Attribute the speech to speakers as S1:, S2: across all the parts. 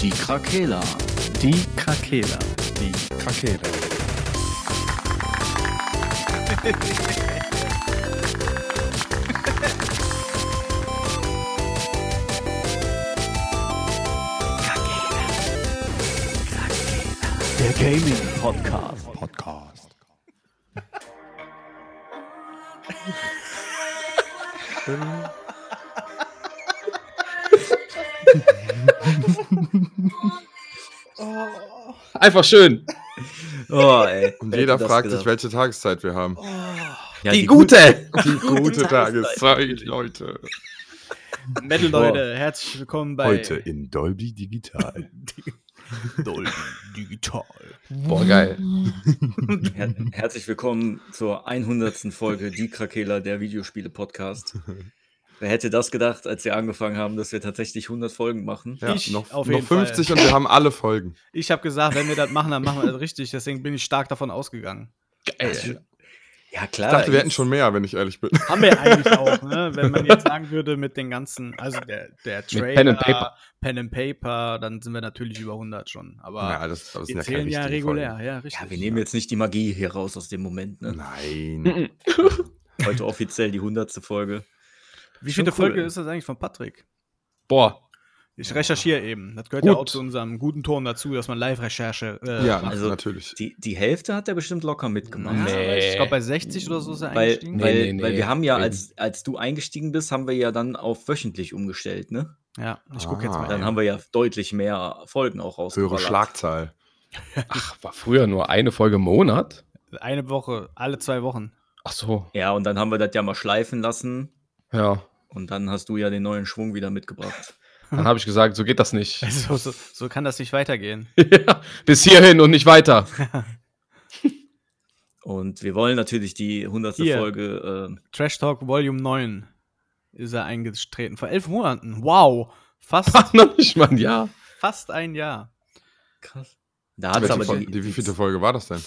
S1: Die Krakela.
S2: Die Krakela.
S1: Die Krakela.
S2: Der Gaming Podcast.
S3: Podcast.
S4: Einfach schön.
S2: Oh, ey.
S3: Und
S2: Wer
S3: jeder
S2: hätte das
S3: fragt
S2: gedacht?
S3: sich, welche Tageszeit wir haben.
S2: Ja,
S4: die, gute.
S3: Die gute
S2: Tageszeit.
S3: Tageszeit, Leute.
S4: Metal Leute, herzlich willkommen bei
S3: Heute in Dolby Digital.
S1: Dolby Digital.
S3: Boah, geil.
S2: Her herzlich willkommen zur 100. Folge Die Krakela, der Videospiele-Podcast. Wer hätte das gedacht, als wir angefangen haben, dass wir tatsächlich 100 Folgen machen?
S3: Ja,
S4: Ich
S3: noch
S4: auf
S3: noch
S4: jeden Fall.
S3: 50 und wir haben alle Folgen.
S4: Ich habe gesagt, wenn wir das machen, dann machen wir das richtig. Deswegen bin ich stark davon ausgegangen.
S3: Geil.
S2: Also, Ja,
S3: Ich
S2: klar.
S3: dachte, wir
S2: jetzt
S3: hätten schon mehr, wenn ich ehrlich bin.
S4: Haben wir eigentlich auch, ne? Wenn man jetzt sagen würde, mit den ganzen, also der, der
S1: Mit
S4: Trailer,
S1: Pen and Paper.
S4: Pen and Paper, dann sind wir natürlich über 100 schon. Aber
S3: Ja, das, das
S4: wir
S3: sind keine
S4: zählen ja,
S3: richtigen
S4: regulär, ja, richtig.
S2: Ja, wir nehmen jetzt nicht die Magie hier raus aus dem Moment.
S3: Folgen.
S2: Ne?
S3: Nein.
S2: Heute offiziell die 100. Folge.
S4: Wie
S2: Schon
S4: viele
S2: cool,
S4: Folge
S2: ey.
S4: ist das eigentlich von Patrick?
S1: Boah,
S4: Ich recherchiere eben. Das gehört ja
S1: Gut.
S4: auch zu unserem guten Ton dazu, dass man Live-Recherche äh,
S3: Ja,
S4: macht.
S2: also-
S3: natürlich.
S2: Die, die Hälfte hat er bestimmt locker mitgemacht.
S4: Ja,
S1: Nee.
S4: Ich glaube, bei 60 oder so ist er
S2: Weil,
S4: eingestiegen.
S2: weil,
S1: nee,
S2: weil
S1: nee.
S2: wir haben ja, als, als du eingestiegen bist, haben wir ja dann auf wöchentlich umgestellt, ne?
S4: ja, ich gucke jetzt
S3: Ah.
S4: mal.
S2: Dann haben wir ja deutlich mehr Folgen auch
S3: Höhere
S2: rausgeballert.
S3: Schlagzahl.
S1: ach, war früher nur eine Folge im Monat?
S4: Eine Woche, alle zwei Wochen.
S1: Ach so,
S2: Ja, und dann haben wir das ja mal schleifen lassen.
S1: ja.
S2: Und dann hast du ja den neuen Schwung wieder mitgebracht.
S1: Dann habe ich gesagt, so geht das nicht.
S4: Also, So, so, so kann das nicht weitergehen.
S1: Ja, Bis hierhin und nicht weiter.
S2: Und wir wollen natürlich die 100.
S4: Hier.
S2: Folge. ähm,
S4: Trash Talk Volume 9 ist er eingetreten. Vor elf Monaten. Wow. Fast,
S1: Noch nicht mal ein Jahr.
S4: fast ein Jahr.
S2: Krass. Da hat es
S3: Welche
S2: aber
S3: Folge- die, wie viele Folge war das denn?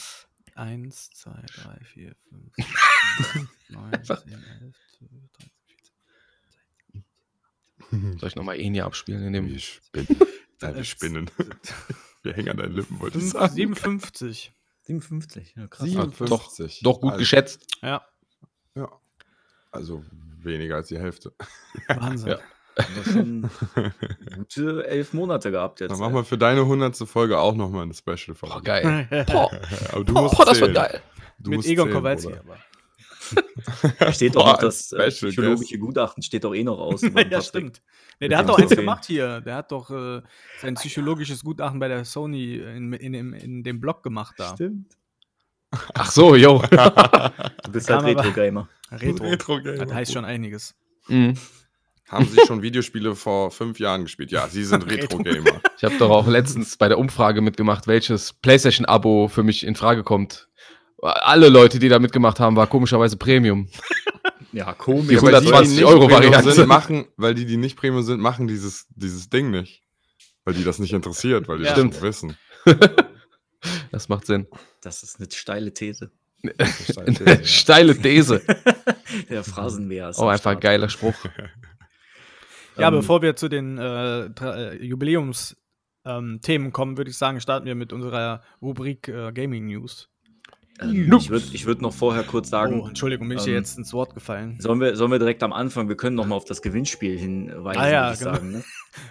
S4: Eins, zwei, drei, vier, fünf, sechs, sieben, acht, neun, zehn, elf, zwölf, dreizehn, vierzehn.
S1: Soll ich nochmal Enya abspielen? In
S3: Wir
S1: dem
S3: spinnen. Nein, wir spinnen. Wir hängen an deinen Lippen, wollte ich
S4: Fünf-
S3: sagen.
S4: 57.
S2: 57. Ja, krass.
S1: Sieben-
S3: 57.
S1: doch gut
S3: also,
S1: geschätzt.
S4: Ja,
S3: Ja. Also weniger als die Hälfte.
S4: Wahnsinn.
S1: Ja.
S2: Haben wir schon gute elf Monate gehabt jetzt.
S3: Dann machen wir für deine 100. Folge auch nochmal eine Special-Folge.
S1: Boah, Oh, geil. Boah,
S3: Aber du
S1: boah,
S3: musst
S1: boah das wird
S3: zählen.
S1: geil.
S3: Du
S4: Mit
S3: musst
S4: Egon
S3: zählen,
S4: Kowalski.
S3: Bruder.
S4: aber.
S2: Da steht
S3: Boah,
S2: auch noch das äh,
S3: als Special
S2: psychologische Gutachten steht doch eh noch aus. über den
S4: ja,
S2: Patrick.
S4: stimmt. Nee,
S2: Mit
S4: der
S2: dem
S4: hat doch eins
S2: Trophäen.
S4: gemacht hier. Der hat doch äh, sein psychologisches Gutachten bei der Sony in, in, in, in dem Blog gemacht da.
S2: Stimmt.
S1: Ach so, yo.
S2: Du bist
S4: Kam
S2: halt
S4: aber-
S2: Retro-Gamer.
S4: Retro.
S3: Retro-Gamer.
S4: Das heißt schon einiges.
S1: Mhm.
S3: Haben sie schon Videospiele vor fünf Jahren gespielt? Ja, sie sind Retro-Gamer.
S1: Ich habe doch auch letztens bei der Umfrage mitgemacht, welches PlayStation-Abo für mich in Frage kommt. Alle Leute, die da mitgemacht haben, war komischerweise Premium.
S2: Ja, komisch.
S1: Die
S3: Ja, weil die, die
S1: 120
S3: nicht
S1: Euro
S3: Premium
S1: Variante.
S3: sind, machen, weil die, die nicht Premium sind, machen dieses, dieses Ding nicht. Weil die das nicht interessiert, weil die
S4: Ja.
S3: das nicht wissen.
S1: Das macht Sinn.
S2: Das ist eine steile These.
S1: Steile These.
S2: Der Phrasenmäher ist
S1: Oh,
S2: am
S1: einfach
S2: Start.
S1: geiler Spruch.
S4: Ja,
S2: Ähm,
S4: bevor wir zu den äh, Tra- äh, Jubiläums- ähm, Themen kommen, würde ich sagen, starten wir mit unserer Rubrik äh, Gaming News.
S2: Ähm, ich würde ich würd noch vorher kurz sagen,
S4: Oh, Entschuldigung, bin ich dir
S2: ähm,
S4: jetzt ins Wort gefallen.
S2: Sollen wir, sollen wir direkt am Anfang, wir können nochmal auf das Gewinnspiel hinweisen,
S4: Ah ja,
S2: würde ich
S4: genau.
S2: sagen. Ne?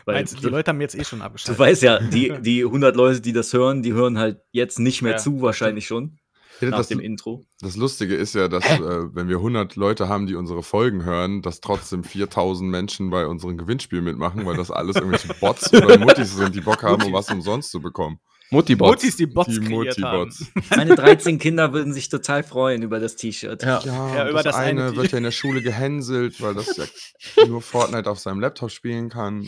S2: Weil
S4: Meinst, du, die
S2: du,
S4: Leute haben jetzt eh schon
S2: du
S4: abgeschaltet.
S2: weißt ja, die, die 100 Leute, die das hören, die hören halt jetzt nicht mehr
S4: Ja,
S2: zu, wahrscheinlich schon,
S3: Ja,
S2: nach
S3: das,
S2: dem Intro.
S3: das Lustige ist ja, dass äh, wenn wir 100 Leute haben, die unsere Folgen hören, dass trotzdem 4000 Menschen bei unserem Gewinnspiel mitmachen, weil das alles irgendwelche Bots oder Muttis sind, die Bock haben, um was umsonst zu bekommen.
S1: Muttibot.
S4: Mutis, die Bots
S3: die
S4: kreiert haben.
S3: Mutti-Bots.
S2: Meine 13 Kinder würden sich total freuen über das T-Shirt.
S1: Ja.
S3: Ja,
S4: Ja,
S3: und
S4: über
S3: das,
S4: das eine
S3: eine wird
S4: Deal.
S3: ja in der Schule gehänselt, weil das ja nur Fortnite auf seinem Laptop spielen kann.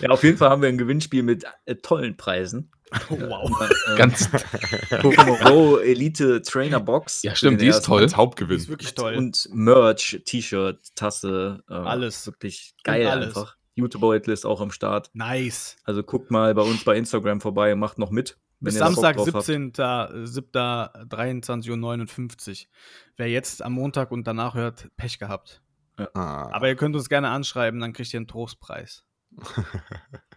S2: Ja, auf jeden Fall haben wir ein Gewinnspiel mit äh, tollen Preisen.
S4: Oh, wow.
S2: Äh,
S1: Ganz.
S2: Pokémon Go Elite Trainer Box.
S1: Ja,
S2: Für
S1: stimmt,
S2: den
S1: die ist
S2: ersten
S1: toll.
S3: Als Hauptgewinn.
S4: Ist wirklich toll.
S2: Und Merch, T-Shirt, Tasse. äh,
S4: Alles.
S2: Wirklich geil
S4: Und alles.
S2: einfach. Jutebeutel ist auch am Start.
S4: nice.
S2: Also guckt mal bei uns bei Instagram vorbei, macht noch mit.
S4: Bis
S2: ihr da Bock
S4: Samstag,
S2: drauf habt.
S4: 17.07.23.59 Uhr. Wer jetzt am Montag und danach hört, Pech gehabt.
S3: Ah,
S4: Aber ihr könnt uns gerne anschreiben, dann kriegt ihr einen Trostpreis.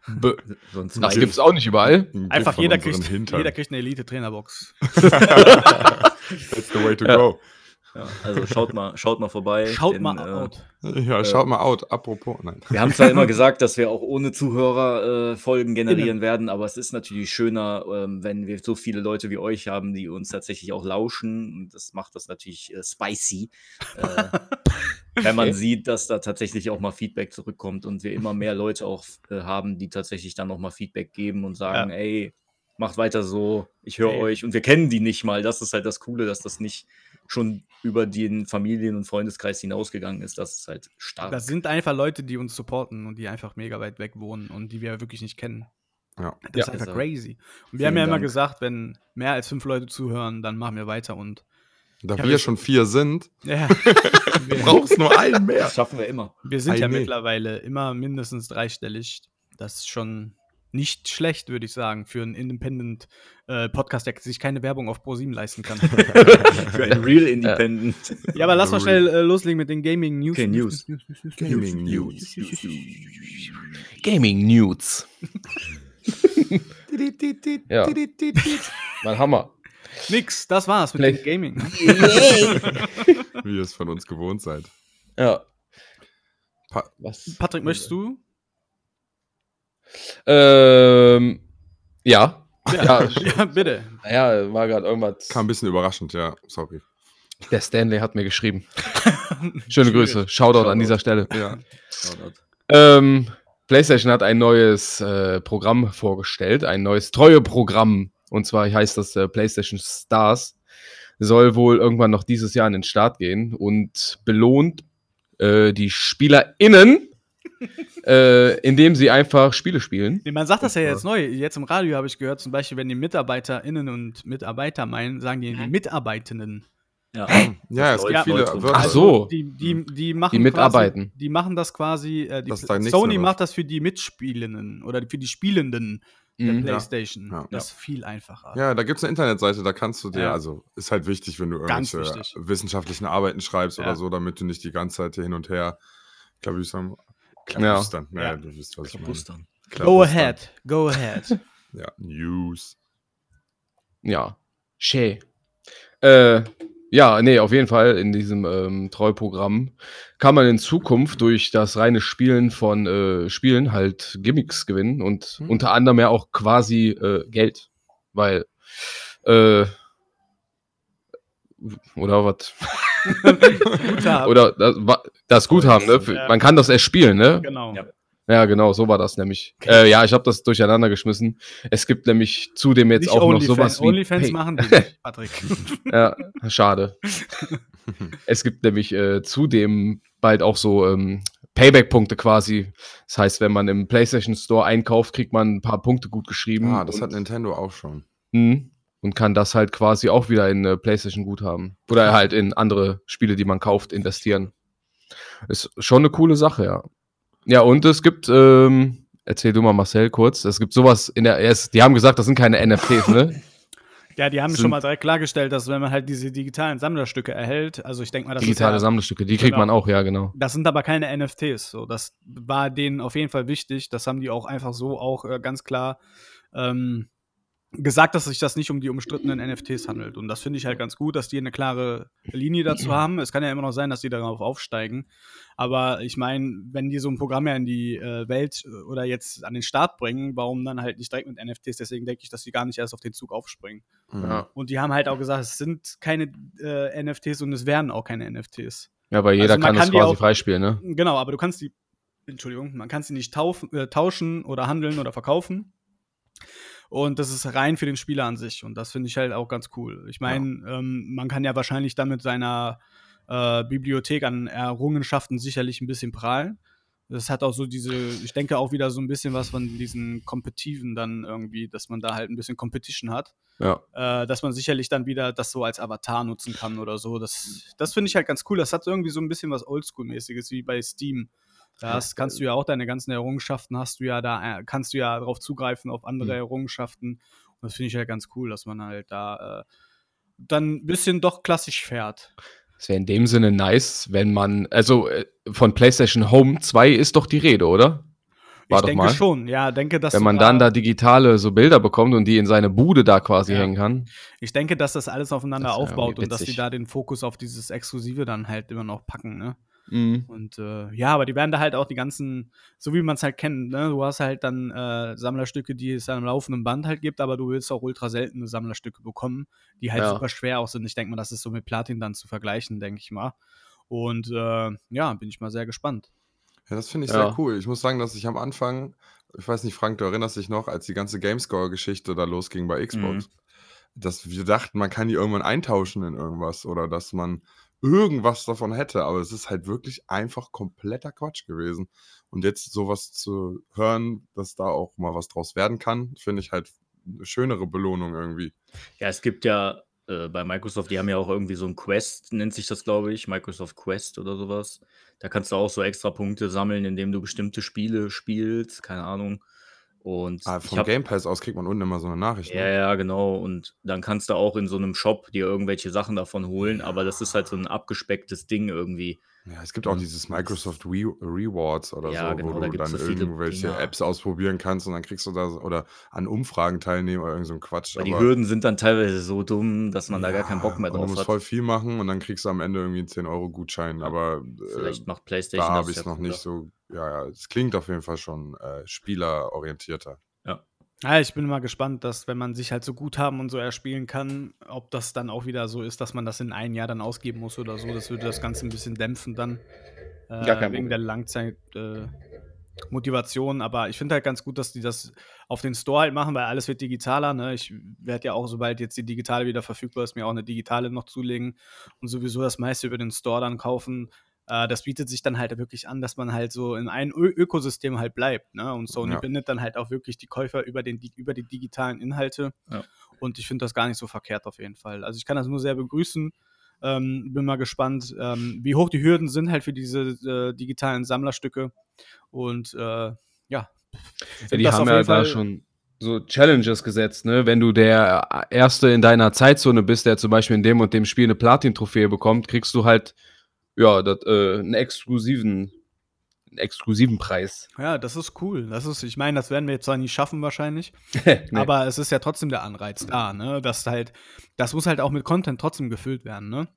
S1: B
S2: So ein
S1: das
S2: Smiley.
S1: gibt's auch nicht überall.
S3: Ein Gift
S4: Einfach
S3: von
S4: jeder
S3: unserem
S4: kriegt,
S3: Hintern.
S4: jeder kriegt eine Elite-Trainerbox.
S3: That's the way to
S1: Ja.
S3: go.
S2: Ja, also schaut mal, schaut mal vorbei.
S4: Schaut
S2: denn,
S4: mal
S2: äh,
S4: out.
S3: Ja, schaut mal out. Apropos, nein.
S2: Wir haben zwar immer gesagt, dass wir auch ohne Zuhörer äh, Folgen generieren werden, aber es ist natürlich schöner, ähm, wenn wir so viele Leute wie euch haben, die uns tatsächlich auch lauschen. Und das macht das natürlich äh, spicy, äh, wenn man sieht, dass da tatsächlich auch mal Feedback zurückkommt und wir immer mehr Leute auch äh, haben, die tatsächlich dann noch mal Feedback geben und sagen, ey, macht weiter so, ich höre
S4: Ey.
S2: euch. Und wir kennen die nicht mal. Das ist halt das Coole, dass das nicht schon über den Familien- und Freundeskreis hinausgegangen ist. Das ist halt stark.
S4: Das sind einfach Leute, die uns supporten und die einfach mega weit weg wohnen und die wir wirklich nicht kennen.
S3: Ja.
S4: Das
S1: Ja.
S4: ist einfach
S2: Also,
S4: crazy. Und wir
S2: vielen
S4: haben ja immer
S2: Dank.
S4: gesagt, wenn mehr als fünf Leute zuhören, dann machen wir weiter und
S3: Da
S4: Ja,
S3: wir
S4: wir-
S3: schon vier sind,
S4: ja,
S3: du
S4: wir,
S3: brauchst nur einen mehr.
S2: das schaffen wir immer.
S4: wir sind
S3: Ei,
S4: ja
S3: nee.
S4: mittlerweile immer mindestens dreistellig. Das ist schon nicht schlecht, würde ich sagen, für einen Independent-Podcast, der sich keine Werbung auf ProSieben leisten kann.
S2: Für ein Real Independent.
S4: ja, aber lass mal schnell äh, loslegen mit den Gaming-News.
S2: Okay, News.
S3: Gaming News.
S4: Hm.
S1: Gaming Nudes. ja. Mein Hammer.
S4: Nix, das war's mit
S1: Vielleicht-
S4: dem Gaming.
S3: Wie ihr es von uns gewohnt seid.
S1: Ja.
S3: Pa-
S1: Was?
S4: Patrick, möchtest du?
S1: Ähm, ja. Ja,
S4: Ja, bitte.
S1: ja, war gerade irgendwas.
S3: Kam ein bisschen überraschend, ja. Sorry.
S1: Der Stanley hat mir geschrieben. Schöne Grüße. Shoutout, an dieser Stelle.
S3: Ja.
S1: Ähm, PlayStation hat ein neues äh, Programm vorgestellt, ein neues Treueprogramm. Und zwar heißt das äh, PlayStation Stars. Soll wohl irgendwann noch dieses Jahr in den Start gehen und belohnt äh, die SpielerInnen, äh, indem sie einfach Spiele spielen.
S4: Nee, man sagt das ja
S3: Ja.
S4: jetzt neu. Jetzt im Radio habe ich gehört, zum Beispiel, wenn die MitarbeiterInnen und Mitarbeiter meinen, sagen die die Mitarbeitenden.
S2: Ja.
S3: Ja, es
S2: Leute-
S3: gibt viele
S2: Leute-
S3: Wörter.
S1: Ach so. Mhm.
S4: Die, die, die, machen
S1: Die mitarbeiten.
S4: Quasi, die machen das quasi. Äh, die,
S3: Das ist dann nichts,
S4: Sony
S3: oder was?
S4: macht das für die Mitspielenden oder für die Spielenden der
S1: Mhm.
S4: PlayStation.
S3: Ja.
S4: Das ist viel einfacher.
S3: Ja, da gibt es eine Internetseite, da kannst du dir,
S4: Ja.
S3: also ist halt wichtig, wenn du
S4: Ganz
S3: irgendwelche
S4: wichtig.
S3: wissenschaftlichen Arbeiten schreibst
S4: Ja.
S3: oder so, damit du nicht die ganze Zeit hier hin und her klabüstern. Klabüstern. Ja. Naja,
S4: Ja.
S3: du wisst, was ich meine.
S2: Klabustern.
S4: Go
S3: Klabüstern.
S4: ahead, go ahead.
S3: Ja, News.
S1: Ja. Schä. Äh, ja, nee, auf jeden Fall in diesem ähm, Treuprogramm kann man in Zukunft durch das reine Spielen von äh, Spielen halt Gimmicks gewinnen und
S3: Hm.
S1: unter anderem ja auch quasi äh, Geld. Weil, äh, oder was?
S4: Guter,
S1: Oder das, wa- das Guthaben, ne? Für,
S4: Ja.
S1: man kann das erspielen, ne?
S4: genau.
S2: Ja.
S1: Ja, genau, so war das nämlich. Äh, ja, ich habe das durcheinander geschmissen. Es gibt nämlich zudem jetzt
S4: Nicht
S1: auch noch
S4: Onlyfans.
S1: sowas wie
S4: Onlyfans
S1: Pay-
S4: machen die nicht, Patrick.
S1: Ja, schade. es gibt nämlich äh, zudem bald auch so ähm, Payback-Punkte quasi. Das heißt, wenn man im PlayStation Store einkauft, kriegt man ein paar Punkte gut geschrieben.
S3: Ah, das
S1: und,
S3: hat Nintendo auch schon.
S1: Mh, und kann das halt quasi auch wieder in äh, PlayStation Guthaben. Oder halt in andere Spiele, die man kauft, investieren. Ist schon eine coole Sache, ja. Ja, und es gibt, ähm, erzähl du mal Marcel kurz, es gibt sowas in der, es, die haben gesagt, das sind keine NFTs, ne?
S4: Ja, die haben
S1: Sind-
S4: schon mal direkt klargestellt, dass wenn man halt diese digitalen Sammlerstücke erhält, also ich denke mal, das
S1: Digitale
S4: ist ja,
S1: Sammlerstücke, die kriegt
S4: Genau.
S1: man auch, ja, genau.
S4: das sind aber keine NFTs. So, das war denen auf jeden Fall wichtig. Das haben die auch einfach so auch äh, ganz klar ähm, gesagt, dass sich das nicht um die umstrittenen NFTs handelt. Und das finde ich halt ganz gut, dass die eine klare Linie dazu haben. Es kann ja immer noch sein, dass die darauf aufsteigen. Aber ich meine, wenn die so ein Programm ja in die äh, Welt äh, oder jetzt an den Start bringen, warum dann halt nicht direkt mit NFTs? Deswegen denke ich, dass die gar nicht erst auf den Zug aufspringen.
S3: Ja.
S4: Und die haben halt auch gesagt, es sind keine äh, NFTs und es werden auch keine NFTs.
S1: Ja, weil jeder
S4: Also man
S1: kann,
S4: kann
S1: es
S4: die
S1: quasi
S4: auch-
S1: freispielen, ne?
S4: Genau, aber du kannst die, Entschuldigung, man kann sie nicht taufen, äh, tauschen oder handeln oder verkaufen. Und das ist rein für den Spieler an sich. Und das finde ich halt auch ganz cool. Ich meine, ähm, man kann ja wahrscheinlich dann mit seiner äh, Bibliothek an Errungenschaften sicherlich ein bisschen prahlen. Das hat auch so diese, ich denke auch wieder so ein bisschen was von diesen Kompetiven dann irgendwie, dass man da halt ein bisschen Competition hat.
S1: Ja.
S4: äh, dass man sicherlich dann wieder das so als Avatar nutzen kann oder so. Das, das finde ich halt ganz cool. Das hat irgendwie so ein bisschen was Oldschool-mäßiges, wie bei Steam. Da hast, kannst du ja auch deine ganzen Errungenschaften hast du ja da, äh, kannst du ja darauf zugreifen, auf andere
S1: Mhm.
S4: Errungenschaften. Und das finde ich halt ganz cool, dass man halt da äh, dann ein bisschen doch klassisch fährt.
S1: Es wäre in dem Sinne nice, wenn man, also äh, von PlayStation Home 2 ist doch die Rede, oder? War
S4: ich
S1: doch
S4: denke
S1: mal.
S4: schon, ja, denke, dass
S1: Wenn
S4: du
S1: man dann da digitale so Bilder bekommt und die in seine Bude da quasi
S4: Ja.
S1: hängen kann.
S4: Ich denke, dass das alles aufeinander
S1: Das wär
S4: aufbaut
S1: irgendwie
S4: und dass die
S1: witzig.
S4: da den Fokus auf dieses Exklusive dann halt immer noch packen, ne?
S1: Mhm.
S4: Und äh, ja, aber die werden da halt auch die ganzen, so wie man es halt kennt, ne? Du hast halt dann äh, Sammlerstücke, die es dann im laufenden Band halt gibt, aber du willst auch ultra seltene Sammlerstücke bekommen, die halt
S1: Ja.
S4: super schwer auch sind. Ich denke mal, das ist so mit Platin dann zu vergleichen, denke ich mal. Und äh, ja, bin ich mal sehr gespannt.
S3: Ja, das finde ich
S1: Ja.
S3: sehr cool. Ich muss sagen, dass ich am Anfang, ich weiß nicht, Frank, du erinnerst dich noch, als die ganze Gamescore-Geschichte da losging bei Xbox, dass wir dachten, man kann die irgendwann eintauschen in irgendwas oder dass man irgendwas davon hätte, aber es ist halt wirklich einfach kompletter Quatsch gewesen. Und jetzt sowas zu hören, dass da auch mal was draus werden kann, finde ich halt eine schönere Belohnung irgendwie.
S2: Ja, es gibt ja äh, bei Microsoft, die haben ja auch irgendwie so ein Quest, nennt sich das, glaube ich, Microsoft Quest oder sowas. Da kannst du auch so extra Punkte sammeln, indem du bestimmte Spiele spielst, keine Ahnung. Und
S3: Ah,
S2: ich
S3: vom
S2: hab-
S3: Game Pass aus kriegt man unten immer so eine Nachricht.
S2: Ja,
S3: ne?
S2: ja, genau. Und dann kannst du auch in so einem Shop dir irgendwelche Sachen davon holen, aber das ist halt so ein abgespecktes Ding irgendwie.
S3: Ja, es gibt auch
S2: Ja.
S3: dieses Microsoft Re Rewards oder
S2: Ja,
S3: so,
S2: genau,
S3: wo
S2: da
S3: du
S2: gibt's
S3: dann
S2: so viele
S3: irgendwelche
S2: Dinger.
S3: Apps ausprobieren kannst und dann kriegst du da so- oder an Umfragen teilnehmen oder irgend so ein Quatsch.
S2: Weil die
S3: aber-
S2: Hürden sind dann teilweise so dumm, dass man da gar keinen
S3: Ja,
S2: Bock mehr
S3: Und du
S2: drauf
S3: musst
S2: hat.
S3: voll viel machen und dann kriegst du am Ende irgendwie einen 10-Euro-Gutschein.
S2: Ja,
S3: aber äh,
S2: Vielleicht macht PlayStation das
S3: da habe ich
S2: ja
S3: es noch
S2: cooler.
S3: nicht so. Ja, ja, es klingt auf jeden Fall schon äh, spielerorientierter.
S4: Ja, ich bin mal gespannt, dass wenn man sich halt so gut haben und so erspielen kann, ob das dann auch wieder so ist, dass man das in ein Jahr dann ausgeben muss oder so. Das würde das Ganze ein bisschen dämpfen dann. Äh,
S1: Gar
S4: wegen
S1: kein Problem.
S4: der Langzeit. Äh, Motivation, aber ich finde halt ganz gut, dass die das auf den Store halt machen, weil alles wird digitaler. Ne? Ich werde ja auch, sobald jetzt die digitale wieder verfügbar ist, mir auch eine digitale noch zulegen und sowieso das meiste über den Store dann kaufen. Äh, das bietet sich dann halt wirklich an, dass man halt so in einem Ö Ökosystem halt bleibt. Ne? Und Sony
S3: Ja.
S4: bindet dann halt auch wirklich die Käufer über, den, di- über die digitalen Inhalte.
S2: Ja.
S4: Und ich finde das gar nicht so verkehrt auf jeden Fall. Also ich kann das nur sehr begrüßen. Ähm, bin mal gespannt, ähm, wie hoch die Hürden sind halt für diese äh, digitalen Sammlerstücke. Und äh, ja.
S1: Ja,
S4: Find
S1: die
S4: das
S1: haben
S4: auf
S1: ja
S4: jeden
S1: da
S4: Fall-
S1: schon so Challenges gesetzt, ne? Wenn du der Erste in deiner Zeitzone bist, der zum Beispiel in dem und dem Spiel eine Platin-Trophäe bekommt, kriegst du halt, ja, dat, äh, einen exklusiven, einen exklusiven Preis.
S4: Ja, das ist cool. Das ist, ich meine, das werden wir jetzt zwar nicht schaffen wahrscheinlich,
S1: Nee.
S4: aber es ist ja trotzdem der Anreiz da, ne? Dass halt, das muss halt auch mit Content trotzdem gefüllt werden, ne?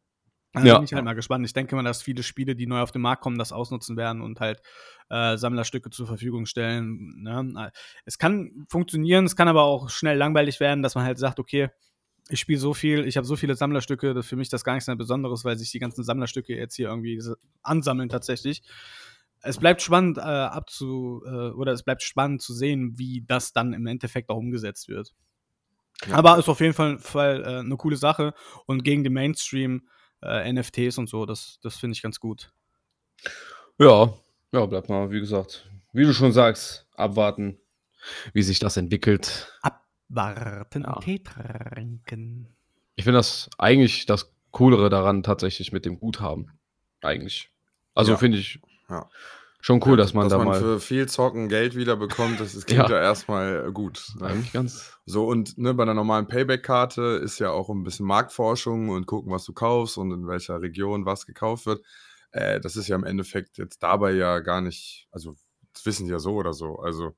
S4: Da
S1: Ja.
S4: bin ich halt mal gespannt. Ich denke mal, dass viele Spiele, die neu auf den Markt kommen, das ausnutzen werden und halt äh, Sammlerstücke zur Verfügung stellen. Ne? Es kann funktionieren, es kann aber auch schnell langweilig werden, dass man halt sagt, okay, ich spiele so viel, ich habe so viele Sammlerstücke, dass für mich das gar nichts mehr Besonderes, weil sich die ganzen Sammlerstücke jetzt hier irgendwie s- ansammeln tatsächlich. Es bleibt spannend äh, abzu äh, oder es bleibt spannend zu sehen, wie das dann im Endeffekt auch umgesetzt wird.
S3: Ja.
S4: Aber ist auf jeden Fall, Fall äh, eine coole Sache und gegen den Mainstream äh, NFTs und so, das, das finde ich ganz gut.
S1: Ja, ja, bleibt mal, wie gesagt, wie du schon sagst, abwarten, wie sich das entwickelt.
S4: Warten,
S1: Ja.
S4: Tee trinken.
S1: Ich finde das eigentlich das Coolere daran tatsächlich mit dem Guthaben. Eigentlich. Also
S3: Ja.
S1: finde ich
S3: Ja.
S1: schon cool, dass man
S3: Dass
S1: da
S3: man
S1: mal.
S3: für viel Zocken Geld wieder bekommt, das ist- klingt ja.
S1: Ja.
S3: erstmal gut. Ne?
S1: eigentlich ganz.
S3: So, und ne, bei einer normalen Payback-Karte ist ja auch ein bisschen Marktforschung und gucken, was du kaufst und in welcher Region was gekauft wird. Äh, das ist ja im Endeffekt jetzt dabei ja gar nicht, also das wissen die ja so oder so, also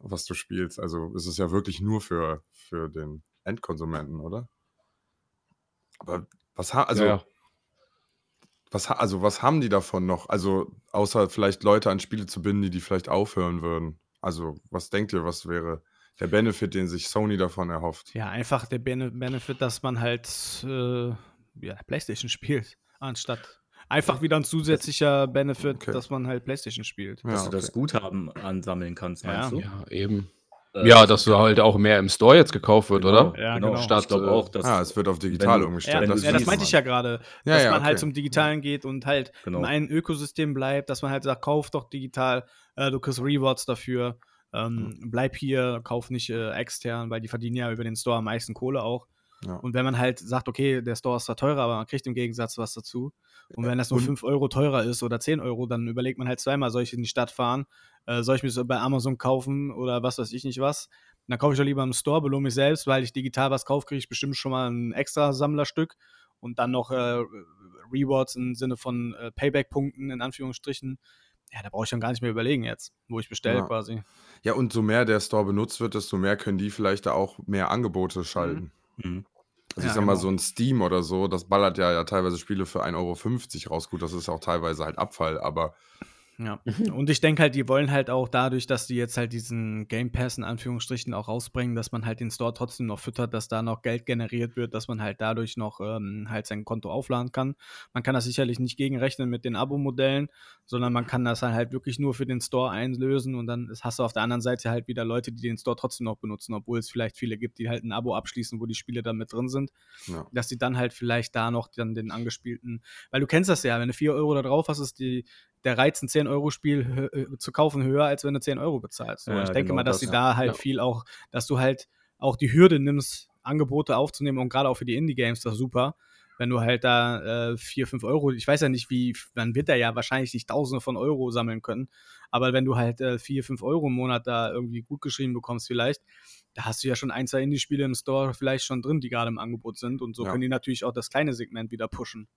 S3: was du spielst. Also es ist ja wirklich nur für, für den Endkonsumenten, oder? Aber was ha also,
S1: ja, ja.
S3: was ha also was haben die davon noch? Also außer vielleicht Leute an Spiele zu binden, die die vielleicht aufhören würden. Also was denkt ihr, was wäre der Benefit, den sich Sony davon erhofft?
S4: Ja, einfach der Bene Benefit, dass man halt äh, ja, Playstation spielt, anstatt einfach wieder ein zusätzlicher Benefit,
S3: Okay.
S4: dass man halt Playstation spielt.
S3: Ja,
S2: Dass du
S3: okay.
S2: das Guthaben ansammeln kannst, meinst du?
S1: ja, eben.
S2: Äh,
S1: Ja, dass du halt auch mehr im Store jetzt gekauft wird,
S2: genau,
S1: oder?
S4: Ja,
S2: genau.
S4: genau.
S2: Ich glaube auch, dass
S3: ah, es wird auf digital
S2: wenn du-
S4: Ja,
S3: umgestellt.
S2: Wenn
S4: das,
S2: du
S4: ja, das
S2: siehst,
S4: meinte ich ja gerade,
S3: Ja,
S4: dass
S3: ja,
S4: man halt
S3: okay.
S4: zum Digitalen geht und halt
S2: Genau.
S4: in ein Ökosystem bleibt, dass man halt sagt, kauf doch digital, äh, du kriegst Rewards dafür, ähm, bleib hier, kauf nicht äh, extern, weil die verdienen ja über den Store am meisten Kohle auch.
S3: Ja.
S4: Und wenn man halt sagt, okay, der Store ist zwar teurer, aber man kriegt im Gegensatz was dazu. Und wenn das nur
S3: Und-
S4: 5 Euro teurer ist oder 10 Euro, dann überlegt man halt zweimal, soll ich in die Stadt fahren, äh, soll ich mir das bei Amazon kaufen oder was weiß ich nicht was. Dann kaufe ich doch lieber im Store, belohne mich selbst, weil ich digital was kaufe, kriege ich bestimmt schon mal ein extra Sammlerstück und dann noch äh, Rewards im Sinne von äh, Payback-Punkten in Anführungsstrichen. ja, da brauche ich dann gar nicht mehr überlegen jetzt, wo ich bestelle
S3: Ja.
S4: quasi.
S3: Ja, und so mehr der Store benutzt wird, desto mehr können die vielleicht da auch mehr Angebote schalten.
S2: Mhm.
S4: Ja,
S3: Also ich sag mal,
S4: genau.
S3: so ein Steam oder so, das ballert ja, ja teilweise Spiele für 1,50 Euro raus. Gut, das ist auch teilweise halt Abfall, aber
S4: Ja. Und ich denke halt, die wollen halt auch dadurch, dass die jetzt halt diesen Game Pass in Anführungsstrichen auch rausbringen, dass man halt den Store trotzdem noch füttert, dass da noch Geld generiert wird, dass man halt dadurch noch ähm, halt sein Konto aufladen kann. Man kann das sicherlich nicht gegenrechnen mit den Abo-Modellen, sondern man kann das dann halt wirklich nur für den Store einlösen und dann ist- hast du auf der anderen Seite halt wieder Leute, die den Store trotzdem noch benutzen, obwohl es vielleicht viele gibt, die halt ein Abo abschließen, wo die Spiele dann mit drin sind,
S3: Ja.
S4: dass die dann halt vielleicht da noch dann den angespielten, weil du kennst das ja, wenn du 4 Euro da drauf hast, ist die der Reiz, ein 10-Euro-Spiel hö- äh, zu kaufen, höher, als wenn du 10 Euro bezahlst. So,
S2: Ja,
S4: ich denke
S2: genau
S4: mal, dass
S2: das,
S4: sie
S2: ja.
S4: da halt
S1: Ja.
S4: viel auch, dass du halt auch die Hürde nimmst, Angebote aufzunehmen und gerade auch für die Indie-Games, das ist super. Wenn du halt da äh, 4, 5 Euro, ich weiß ja nicht, wie, dann wird er ja wahrscheinlich nicht Tausende von Euro sammeln können, aber wenn du halt äh, 4, 5 Euro im Monat da irgendwie gut geschrieben bekommst, vielleicht, da hast du ja schon ein, zwei Indie-Spiele im Store vielleicht schon drin, die gerade im Angebot sind und so
S3: Ja.
S4: können die natürlich auch das kleine Segment wieder pushen.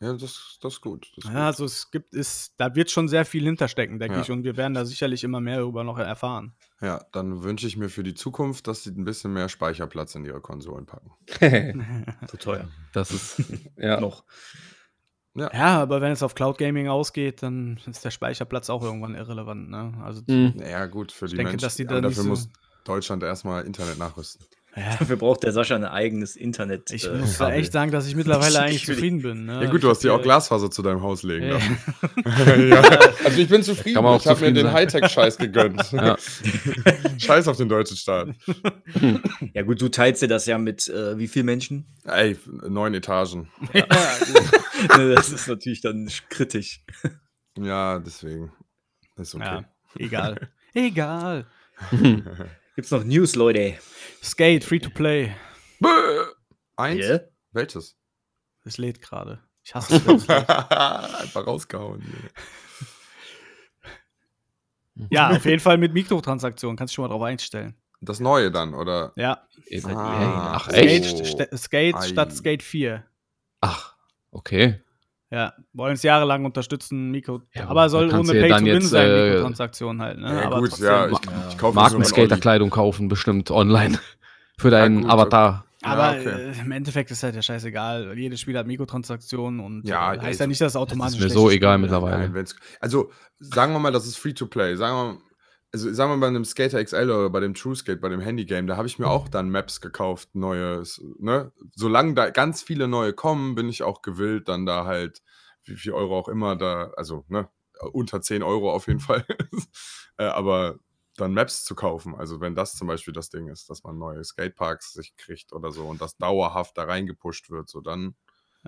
S3: ja, das, das ist gut. Das
S4: Ja,
S3: ist gut.
S4: also es gibt, ist, da wird schon sehr viel hinterstecken, denke
S3: Ja.
S4: ich. Und wir werden da sicherlich immer mehr darüber noch erfahren.
S3: ja, dann wünsche ich mir für die Zukunft, dass sie ein bisschen mehr Speicherplatz in ihre Konsolen packen.
S2: Zu teuer.
S1: Das ist, ja.
S2: Noch.
S4: ja, aber wenn es auf Cloud Gaming ausgeht, dann ist der Speicherplatz auch irgendwann irrelevant. Ne? Also
S1: Mhm.
S3: Ja, gut, für die
S4: denke,
S3: Menschen.
S4: dass die
S3: aber
S4: da nicht
S3: dafür
S4: so-
S3: muss Deutschland erstmal Internet nachrüsten.
S4: ja,
S2: Dafür braucht der Sascha ein eigenes Internet.
S4: ich
S2: äh,
S4: muss
S2: Kabel.
S4: echt sagen, dass ich mittlerweile eigentlich
S2: Ich will-
S4: zufrieden bin. Ne?
S3: Ja, gut, du hast dir auch ne?
S4: klar.
S3: Glasfaser zu deinem Haus legen
S4: Ja.
S3: lassen. ja. Also ich bin zufrieden.
S1: Kann man auch
S3: ich habe mir
S1: zufrieden
S3: den
S1: sein.
S3: Hightech-Scheiß gegönnt.
S1: Ja.
S3: Scheiß auf den deutschen Staat.
S2: Ja, gut, du teilst dir das ja mit äh, wie vielen Menschen?
S3: Ey, neun Etagen.
S2: Ne, das ist natürlich dann sch- kritisch.
S3: Ja, deswegen. Ist okay.
S4: Ja, egal. egal.
S2: Gibt's noch News, Leute?
S4: Skate, Free to Play.
S3: Bäh. Eins?
S2: Ja?
S3: Welches?
S4: Es lädt gerade. Ich hasse es.
S3: Einfach rausgehauen. Junge.
S4: ja, auf jeden Fall mit Mikrotransaktionen. Kannst du schon mal drauf einstellen.
S3: Das neue dann, oder?
S4: Ja.
S3: Ah,
S1: Ach,
S3: so.
S1: echt?
S4: Skate, st- Skate
S3: Ei.
S4: statt Skate 4.
S1: Ach, okay.
S4: Ja, wollen es jahrelang unterstützen, Mikro.
S1: Ja,
S4: aber
S1: da
S4: soll
S1: kannst
S4: ohne
S1: du ja
S4: Pay to
S1: dann
S4: Win
S1: jetzt,
S4: sein,
S1: äh,
S4: Mikrotransaktionen halt. Ne?
S3: Ja,
S4: aber
S3: gut,
S4: trotzdem.
S3: ja, ich,
S2: Ja.
S3: ich kaufe mir so einen Olli.
S1: Markenskaterkleidung kaufen bestimmt online für deinen
S3: gut,
S1: Avatar.
S4: aber
S3: Ja, okay.
S4: äh, im Endeffekt ist halt ja scheißegal. Jedes Spiel hat Mikrotransaktionen und äh,
S3: Ja, ja, also
S4: heißt
S3: ich-
S4: ja nicht, dass es automatisch
S1: ist mir
S4: schlecht
S1: so egal
S4: Spiel ist.
S1: mittlerweile.
S3: Nein, wenn's, also, sagen wir mal, das ist free to play. Sagen wir mal, also, sagen wir mal, bei einem Skater XL oder bei dem True Skate, bei dem Handygame, da habe ich mir auch dann Maps gekauft, neue. s- Ne? Solange da ganz viele neue kommen, bin ich auch gewillt, dann da halt, wie viel Euro auch immer, da, also, ne, unter 10 Euro auf jeden Fall. äh, aber dann Maps zu kaufen. Also, wenn das zum Beispiel das Ding ist, dass man neue Skateparks sich kriegt oder so und das dauerhaft da reingepusht wird, so dann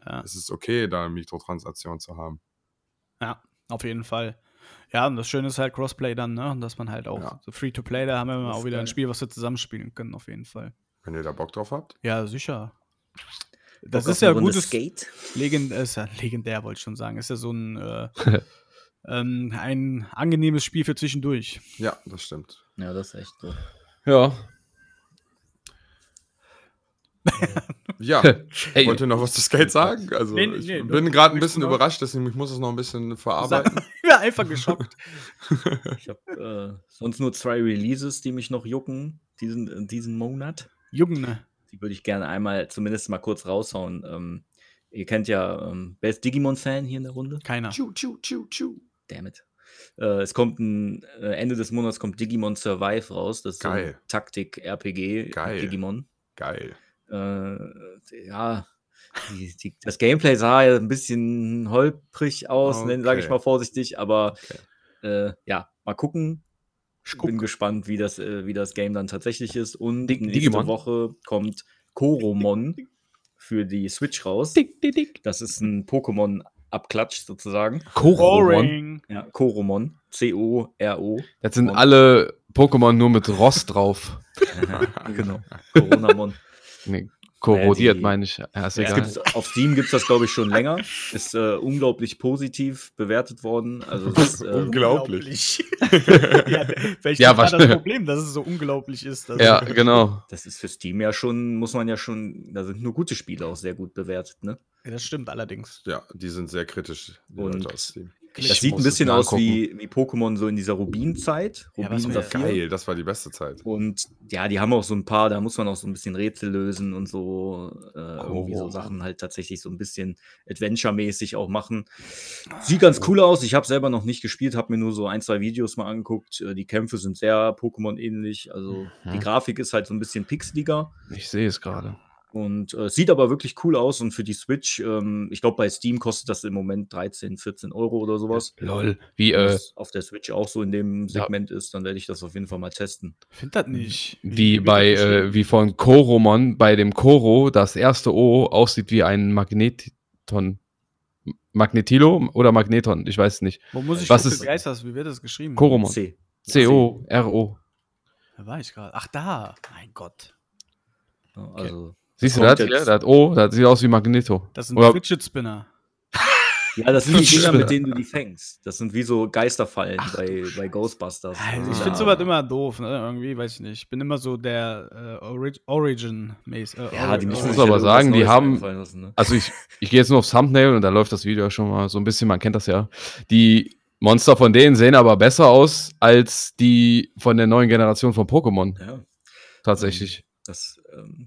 S4: Ja,
S3: ist es okay, da eine Mikrotransaktion zu haben.
S4: ja, auf jeden Fall. Ja, und das Schöne ist halt Crossplay dann, ne? Dass man halt auch
S3: Ja.
S4: so Free to Play, da haben wir mal
S2: Das
S4: auch
S2: ist
S4: wieder ein
S2: geil.
S4: Spiel, was wir zusammenspielen können, auf jeden Fall.
S3: Wenn ihr da Bock drauf habt.
S4: Ja, sicher. Das
S2: Bock auf
S4: ist ja
S2: eine Runde
S4: gutes.
S2: Skate.
S4: Legend, äh, ist ja legendär, wollte ich schon sagen. Ist ja so ein, äh, ähm, ein angenehmes Spiel für zwischendurch.
S3: Ja, das stimmt.
S2: Ja, das ist echt so.
S1: Ja.
S3: Ja,
S1: Hey,
S3: wollt ihr noch was zu Skate sagen? Also
S4: Nee, nee,
S3: ich
S4: nee, du-
S3: bin gerade ein
S4: möchtest
S3: bisschen
S4: du noch-
S3: überrascht, deswegen ich muss es noch ein bisschen verarbeiten.
S4: Ich war einfach geschockt.
S2: Ich habe äh, sonst nur zwei Releases, die mich noch jucken diesen, diesen Monat.
S4: Junge.
S2: Die würde ich gerne einmal zumindest mal kurz raushauen. Ähm, ihr kennt ja, ähm, wer ist Digimon-Fan hier in der Runde?
S4: Keiner.
S2: Damn it. Äh, es kommt ein, äh, Ende des Monats kommt Digimon Survive raus. Das ist so ein
S3: Geil.
S2: Taktik-RPG
S3: Geil.
S2: mit Digimon.
S3: Geil.
S2: äh, ja, die, die, das Gameplay sah ja ein bisschen holprig aus, sage ich
S3: Okay.
S2: mal vorsichtig, aber
S3: Okay.
S2: äh, ja, mal gucken. Ich bin gespannt, wie das, äh, wie das Game dann tatsächlich ist. Und
S1: Dig-
S2: nächste
S1: Digimon.
S2: Woche kommt Koromon für die Switch raus. Das ist ein Pokémon-Abklatsch sozusagen.
S1: Koromon.
S2: Ja, Koromon. C-O-R-O.
S1: Jetzt sind alle Pokémon nur mit Rost drauf.
S2: genau. Coronamon.
S1: Nee, korrodiert,
S2: die-
S1: meine ich. Ja, ist
S2: Es
S1: egal.
S2: gibt's, auf Steam gibt es das, glaube ich, schon länger. Ist äh, unglaublich positiv bewertet worden. Also es ist, äh,
S3: Unglaublich.
S4: ja, vielleicht
S1: Ja,
S4: ja, war das
S1: wahrscheinlich.
S4: Problem, dass es so unglaublich ist. dass-
S1: Ja, genau.
S2: das ist für Steam ja schon, muss man ja schon, da sind nur gute Spiele auch sehr gut bewertet, ne?
S4: Das stimmt allerdings.
S3: Ja, die sind sehr kritisch. Die
S2: Und-
S3: Leute aus Steam.
S4: Wirklich.
S2: Das sieht
S3: muss
S2: ein bisschen
S3: es mir
S2: aus wie, wie Pokémon so in dieser Rubinzeit.
S4: Ja,
S2: Rubin
S4: was mir-
S2: Saphir.
S3: Geil, das war die beste Zeit.
S2: Und ja, die haben auch so ein paar, da muss man auch so ein bisschen Rätsel lösen und so äh, irgendwie so
S3: Oh.
S2: Sachen halt tatsächlich so ein bisschen Adventure-mäßig auch machen. Sieht ganz cool aus. Ich habe selber noch nicht gespielt, habe mir nur so ein, zwei Videos mal angeguckt. Äh, Die Kämpfe sind sehr Pokémon-ähnlich. Also die
S1: Mhm.
S2: Grafik ist halt so ein bisschen pixeliger.
S1: Ich sehe es gerade.
S2: Und äh, sieht aber wirklich cool aus. Und für die Switch, ähm, ich glaube, bei Steam kostet das im Moment 13, 14 Euro oder sowas.
S1: Lol. Wie,
S2: Wenn
S1: äh,
S2: das auf der Switch auch so in dem
S1: Ja.
S2: Segment ist, dann werde ich das auf jeden Fall mal testen.
S4: Find das nicht.
S1: wie
S4: wird
S1: bei,
S4: das beschrieben?
S1: äh, wie von Koromon, bei dem Koro das erste O aussieht wie ein Magneton. Magnetilo oder Magneton, ich weiß es nicht.
S4: Wo muss ich
S1: was
S4: gucken,
S1: ist-
S4: wie heißt das? Wie wird das geschrieben?
S1: Koromon.
S2: C.
S1: oh. C-O-R-O.
S4: Da war ich gerade. Ach, da. Mein Gott.
S2: Ja, Also,
S1: Siehst du
S2: Kommt
S1: das hier?
S2: jetzt.
S1: Das O, das sieht aus wie Magneto.
S4: Das sind
S1: Oder-
S4: Fidget Spinner.
S2: ja, das sind die Dinger,
S1: Schwimmer.
S2: mit denen du die fängst. Das sind wie so Geisterfallen bei, bei Ghostbusters.
S4: Also ich
S3: Ah.
S4: finde sowas immer doof, ne? Irgendwie, weiß ich nicht. Ich bin immer so der äh, Ori Origin-mäßig. Äh,
S2: Ja, die
S4: Ori-
S1: Ich
S2: müssen
S1: muss
S2: sich
S4: Origin.
S1: aber
S2: ja irgendwas
S1: sagen, die
S2: Neues
S1: haben-
S2: einfallen Lassen, ne?
S1: Also ich, ich gehe jetzt nur aufs Thumbnail und da läuft das Video schon mal so ein bisschen, man kennt das ja. Die Monster von denen sehen aber besser aus als die von der neuen Generation von Pokémon,
S2: ja,
S1: tatsächlich.
S2: das, ähm,